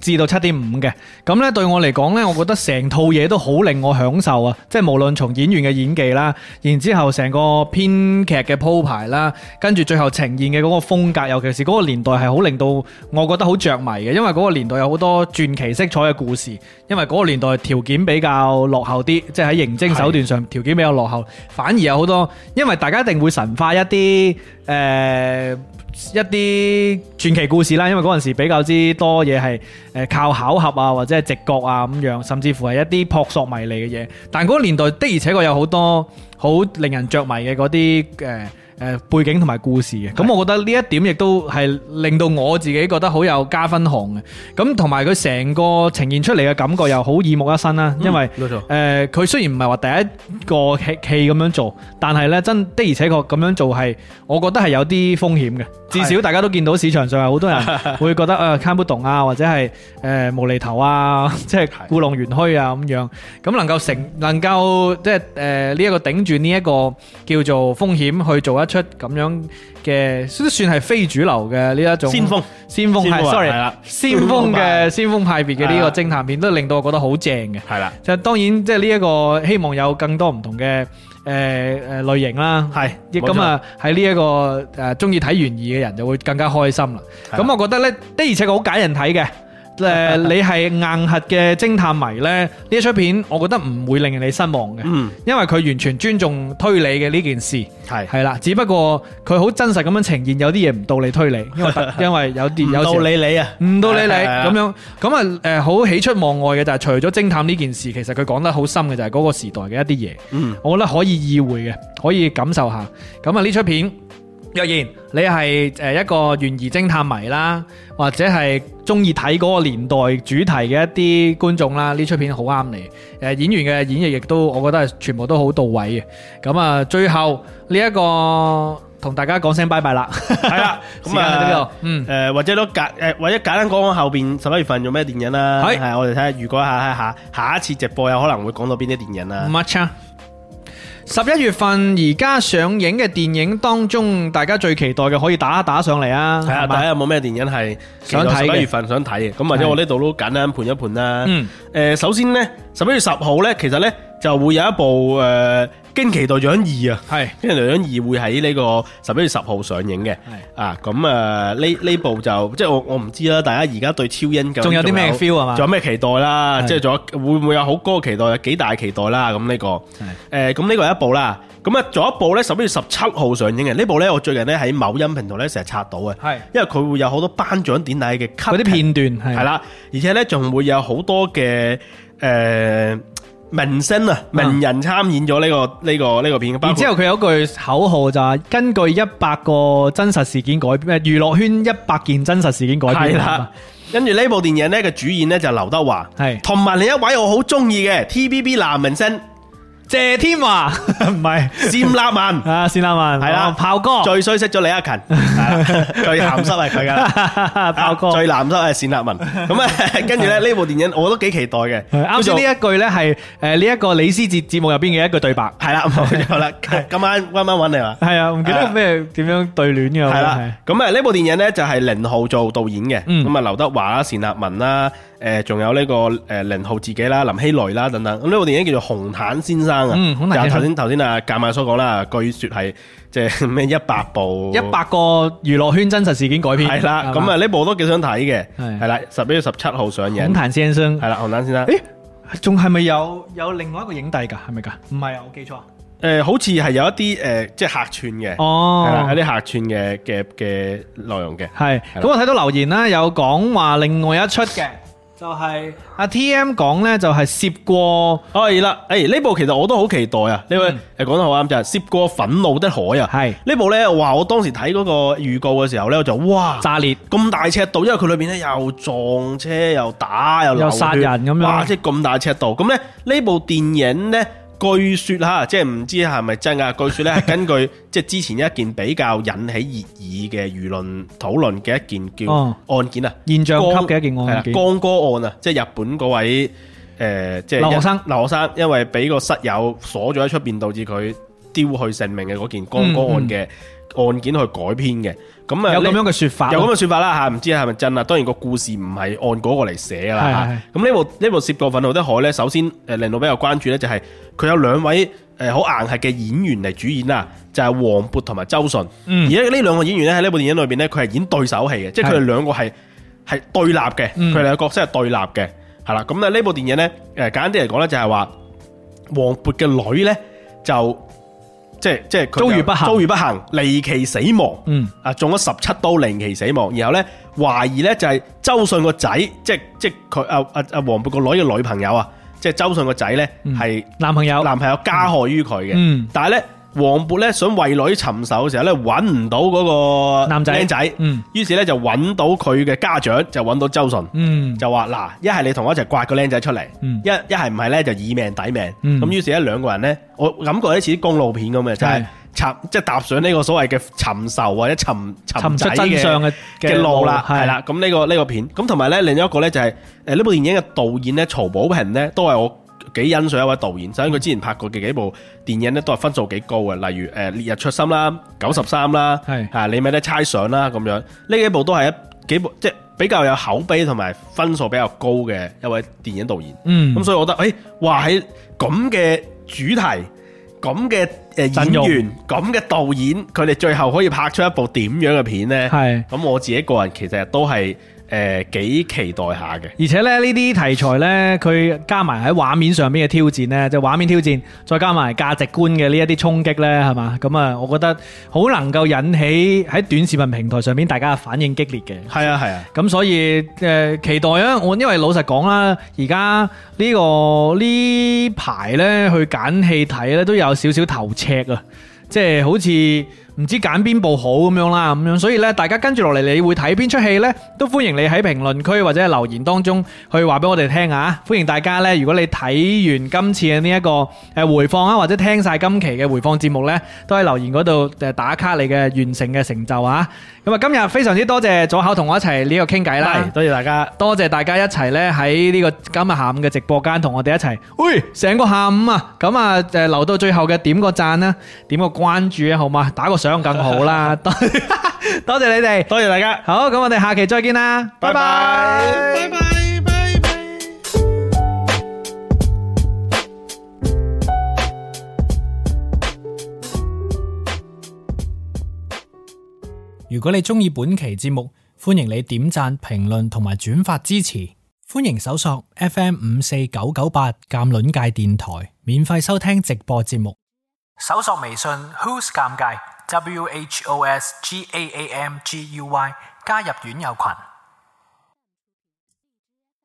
Speaker 3: 至到七點五嘅，咁呢對我嚟講呢，我覺得成套嘢都好令我享受啊！即係無論從演員嘅演技啦，然之後成個編劇嘅鋪排啦，跟住最後呈現嘅嗰個風格，尤其是嗰個年代係好令到我覺得好着迷嘅，因為嗰個年代有好多傳奇色彩嘅故事，因為嗰個年代條件比較落後啲，即係喺刑偵手段上條件比較落後，反而有好多，因為大家一定會神化一啲誒。呃一啲傳奇故事啦，因為嗰陣時比較之多嘢係誒靠巧合啊，或者係直覺啊咁樣，甚至乎係一啲撲朔迷離嘅嘢。但嗰個年代的而且確有好多好令人着迷嘅嗰啲誒誒背景同埋故事嘅。咁我覺得呢一點亦都係令到我自己覺得好有加分項嘅。咁同埋佢成個呈現出嚟嘅感覺又好耳目一新啦，因為、
Speaker 2: 冇錯。
Speaker 3: 誒，呃佢、雖然唔係話第一個戲戲咁樣做，但係呢真的而且確咁樣做係，我覺得係有啲風險嘅。至少大家都見到市場上有好多人
Speaker 2: (laughs)
Speaker 3: 會覺得誒看不懂啊，或者係誒、呃、無厘頭啊， (laughs) 即係故弄玄虛啊咁樣。咁能夠成能夠即係誒呢一個頂住呢一個叫做風險去做一出咁樣嘅，都算係非主流嘅呢一種
Speaker 2: 先鋒
Speaker 3: 先鋒
Speaker 2: 先
Speaker 3: 係
Speaker 2: 鋒啊啊
Speaker 3: sorry
Speaker 2: 係啦
Speaker 3: 先鋒嘅先鋒派別嘅呢個偵探片，都令到我覺得好正嘅。
Speaker 2: 係啦，
Speaker 3: 就當然即係呢一個希望有更多唔同嘅誒誒類型啦。
Speaker 2: 係
Speaker 3: 亦咁，啊，喺呢一個誒中意睇懸疑嘅人就會更加開心啦。
Speaker 2: 係啦
Speaker 3: 咁我覺得呢，的而且確好揀人睇嘅。誒、
Speaker 2: (laughs)
Speaker 3: 你係硬核嘅偵探迷呢，呢一出片我覺得唔會令人你失望嘅，
Speaker 2: 嗯，
Speaker 3: 因為佢完全尊重推理嘅呢件事。
Speaker 2: 係
Speaker 3: 係啦，只不過佢好真實咁樣呈現，有啲嘢唔到你推理，因為因為有啲有
Speaker 2: 唔
Speaker 3: 時
Speaker 2: 到你你啊，
Speaker 3: 唔到你你
Speaker 2: 係啊
Speaker 3: 咁樣，咁啊誒好喜出望外嘅就係除咗偵探呢件事，其實佢講得好深嘅就係嗰個時代嘅一啲嘢，
Speaker 2: 嗯
Speaker 3: 我覺得可以意會嘅，可以感受下。咁啊呢出片，若然你係誒一個懸疑偵探迷啦，或者係中意睇嗰個年代主題嘅一啲觀眾啦，呢出片好啱你。誒演員嘅演繹亦都，我覺得係全部都好到位嘅。咁啊，最後呢、一個同大家講聲拜拜啦，
Speaker 2: 係啦，
Speaker 3: (laughs) 時
Speaker 2: 咁
Speaker 3: 間去到呢
Speaker 2: 啊
Speaker 3: 度。，嗯，
Speaker 2: 誒或者都簡誒或者簡單講講後邊十一月份有咩電影啦，
Speaker 3: 係
Speaker 2: 係我哋睇下，如果下下下一次直播有可能會講到邊啲電影啦
Speaker 3: 唔。乜差。十一月份而家上映嘅電影當中，大家最期待嘅可以打打上嚟啊！
Speaker 2: 系啊，
Speaker 3: 係嘛
Speaker 2: 大家有冇咩電影係
Speaker 3: 想睇嘅
Speaker 2: 十一月份想睇嘅？咁或者我呢度都簡單盤一盤啦。
Speaker 3: 嗯，
Speaker 2: 诶，首先呢，十一月十號呢，其實呢就會有一部诶《驚奇隊長二》啊，
Speaker 3: 係
Speaker 2: 《驚奇隊長二》會喺呢個十一月十號上映嘅。啊，咁诶呢呢部就即係我我唔知啦，大家而家對超英究竟
Speaker 3: 仲有啲咩 feel 係嘛
Speaker 2: 仲有咩期待啦？
Speaker 3: 係
Speaker 2: 即係仲有會唔會有好高嘅期待？有幾大嘅期待啦？咁呢個誒咁呢個係一部啦。咁啊，仲有一部咧，十一月十七號上映嘅呢部咧，我最近咧喺某音平台咧成日刷到嘅，
Speaker 3: 係
Speaker 2: 因為佢會有好多頒獎典禮嘅 cut
Speaker 3: 嗰啲片段
Speaker 2: 係
Speaker 3: 係
Speaker 2: 啦，而且咧仲會有好多嘅誒、明星啊、名人參演咗呢、個呢、個呢、個片，包
Speaker 3: 然之
Speaker 2: 括
Speaker 3: 後佢有句口號就係根據一百個真實事件改編，咩娛樂圈一百件真實事件改編。
Speaker 2: 係啦。跟住呢部電影咧嘅主演咧就係劉德華，
Speaker 3: 係
Speaker 2: 同埋另一位我好中意嘅 TVB 男明
Speaker 3: (laughs)
Speaker 2: 星
Speaker 3: 謝天華
Speaker 2: (laughs)
Speaker 3: 唔係
Speaker 2: 單立文。
Speaker 3: 啊，單立文
Speaker 2: 係啦
Speaker 3: 哦炮哥，
Speaker 2: 最衰識咗李克勤，係啦最鹹濕係佢噶啦。
Speaker 3: (laughs) 炮哥。
Speaker 2: 最男都係單立文。咁啊，跟住咧呢部電影我都幾期待嘅。
Speaker 3: 係啱先呢一句咧係誒呢一個李思捷節目入邊嘅一句對白。
Speaker 2: 系啦，冇錯啦。
Speaker 3: (laughs)
Speaker 2: 今晚今晚揾你啦。
Speaker 3: 係啊，唔記得咩點樣對聯嘅。
Speaker 2: 係
Speaker 3: 我覺得係
Speaker 2: 啦，咁啊呢部電影咧就係凌浩做導演嘅，
Speaker 3: 嗯
Speaker 2: 咁啊劉德華啦、單立文啦，誒仲有呢個誒凌浩自己啦、林熙蕾啦等等。咁呢部電影叫做《紅毯先生》啊，
Speaker 3: 嗯紅毯先生
Speaker 2: 就頭先頭先啊鑑馬所講啦，據說係即係咩一百
Speaker 3: (laughs)
Speaker 2: 部
Speaker 3: 一百個娛樂圈真實事件改編。
Speaker 2: 係啦，
Speaker 3: 係嘛
Speaker 2: 咁啊呢部我都幾想睇嘅，
Speaker 3: 係
Speaker 2: 係啦，十一月十七號上
Speaker 3: 孔
Speaker 2: 映，
Speaker 3: 壇先生
Speaker 2: 係啦，紅毯先生。
Speaker 3: 仲係咪有有另外一個影帝㗎？係咪㗎？唔係啊，我記錯。
Speaker 2: 诶、呃好似係有一啲诶、誒即係客串嘅，
Speaker 3: 哦
Speaker 2: 係啦有啲客串嘅嘅嘅内容嘅，
Speaker 3: 係，
Speaker 2: 係啦
Speaker 3: 咁我睇到留言啦，有講話另外一出嘅，就係阿 T M 講咧，就係涉過
Speaker 2: 哦，係啦，诶、呢部其實我都好期待啊！呢位诶講得好啱就係涉過憤怒的海啊！
Speaker 3: 係
Speaker 2: 呢部呢，哇！我當時睇嗰個預告嘅時候呢，我就哇
Speaker 3: 炸裂，
Speaker 2: 咁大尺度，因為佢裏边呢又撞車又打又流
Speaker 3: 又殺
Speaker 2: 血
Speaker 3: 人咁樣
Speaker 2: 哇！即係咁大尺度。咁呢，呢部電影呢，據說吓，即係唔知係咪真㗎？據說呢，係根
Speaker 3: (laughs)
Speaker 2: 據即係之前一件比較引起熱議嘅輿論討論嘅一件
Speaker 3: 哦
Speaker 2: 叫案件啊。
Speaker 3: 現象級
Speaker 2: 江
Speaker 3: 嘅一件案件
Speaker 2: 係啦，江歌案啊，即係日本嗰位誒，即係
Speaker 3: 留學生
Speaker 2: 留學生，因為俾個室友鎖咗喺出邊，導致佢丟去性命嘅嗰件江歌案嘅案件去改編嘅。咁啊，
Speaker 3: 嗯有咁
Speaker 2: 呢
Speaker 3: 樣嘅説法。
Speaker 2: 有咁嘅説法啦嚇，唔知係咪真啦？啊當然個故事唔係按嗰個嚟寫
Speaker 3: 係
Speaker 2: 啦嚇。咁呢部呢部《涉過憤怒的海》咧，首先誒令到比較關注咧，就係佢有兩位誒好硬核嘅演員嚟主演啦，就係黃渤同埋周迅。而咧呢兩個演員咧喺呢部電影裏邊咧，佢係演對手戲嘅，即係佢哋
Speaker 3: 嗯係
Speaker 2: 兩個係係對立嘅，
Speaker 3: 嗯
Speaker 2: 佢哋嘅角色係對立嘅，係啦。咁啊呢部電影咧誒簡單啲嚟講咧，就係話黃渤嘅女咧就。即係即係佢就
Speaker 3: 遭遇不幸
Speaker 2: 遭遇不幸，離奇死亡。
Speaker 3: 嗯，
Speaker 2: 啊中咗十七刀離奇死亡，然後咧懷疑咧就係周迅個仔，即即佢啊啊啊黃渤個女嘅女朋友啊，即係周迅個仔咧係
Speaker 3: 男朋友
Speaker 2: 男朋友加害於佢嘅，
Speaker 3: 嗯
Speaker 2: 但係咧黃渤咧想為女尋仇嘅時候咧揾唔到嗰個
Speaker 3: 男仔
Speaker 2: 僆仔，
Speaker 3: 嗯
Speaker 2: 於是咧就揾到佢嘅家長，就揾到周迅，
Speaker 3: 嗯
Speaker 2: 就話嗱，一係你同我一齊刮個僆仔出嚟，
Speaker 3: 嗯
Speaker 2: 一一係唔係咧就以命抵命。
Speaker 3: 嗯
Speaker 2: 咁於是咧兩個人咧，我感覺有啲似啲公路片咁嘅，就係
Speaker 3: 係
Speaker 2: 尋即係踏上呢個所謂嘅尋仇或者尋
Speaker 3: 尋
Speaker 2: 仔
Speaker 3: 出真相嘅
Speaker 2: 嘅路啦，
Speaker 3: 係
Speaker 2: 係啦。咁呢個呢個片，咁同埋咧另一個咧就係誒呢部電影嘅導演咧曹保平咧都係我。幾欣賞一位導演，首先佢之前拍過嘅幾部電影咧，都係分數幾高嘅，例如誒《烈日灼心》啦、《九十三》啦，
Speaker 3: 嗯係
Speaker 2: 啊你咪咧猜想啦咁樣，呢幾部都係一幾部即係比較有口碑同埋分數比較高嘅一位電影導演。
Speaker 3: 嗯
Speaker 2: 咁所以我覺得，誒、哎哇喺咁嘅主題、咁嘅誒
Speaker 3: 陣容
Speaker 2: 演員、咁嘅導演，佢哋最後可以拍出一部點樣嘅片呢？
Speaker 3: 係
Speaker 2: 咁我自己個人其實都係誒、呃、幾期待下嘅。
Speaker 3: 而且咧呢啲題材呢，佢加埋喺畫面上邊嘅挑戰呢，就畫面挑戰，再加埋價值觀嘅呢一啲衝擊呢，係嘛？咁啊，我覺得好能夠引起喺短視頻平台上面大家嘅反應激烈嘅。
Speaker 2: 係啊，係啊，
Speaker 3: 咁所以誒、呃期待啊！我因為老實講啦，而家呢個呢排呢，去揀戲睇呢，都有少少頭赤啊，即係好似唔知揀邊部好咁樣啦，咁樣所以呢，大家跟住落嚟，你會睇邊出戲呢？都歡迎你喺評論區或者係留言當中去話俾我哋聽啊！歡迎大家呢，如果你睇完今次嘅呢一個誒回放啊，或者聽晒今期嘅回放節目呢，都喺留言嗰度誒打卡你嘅完成嘅成就啊！咁啊，今日非常之多謝左考同我一齊呢個傾偈啦。
Speaker 6: 多謝大家。
Speaker 3: 多謝大家一齊咧喺呢個今日下午嘅直播間同我哋一齊，喂，成個下午啊，咁啊誒留到最後嘅點個讚啦，點個關注啊，好嘛？打個賞更好 (laughs) 啦，多多謝你哋，
Speaker 6: 多謝大家，
Speaker 3: 好，咁我哋下期再見啦，拜拜。
Speaker 2: 拜拜拜拜。
Speaker 7: 如果你中意本期節目，歡迎你點讚、評論同埋轉發支持。歡迎搜索 FM 五四九九八鑑論界電台，免費收聽直播節目。搜索微信 Who's 尷尬 W H O S G A A M G U Y 加入院友群。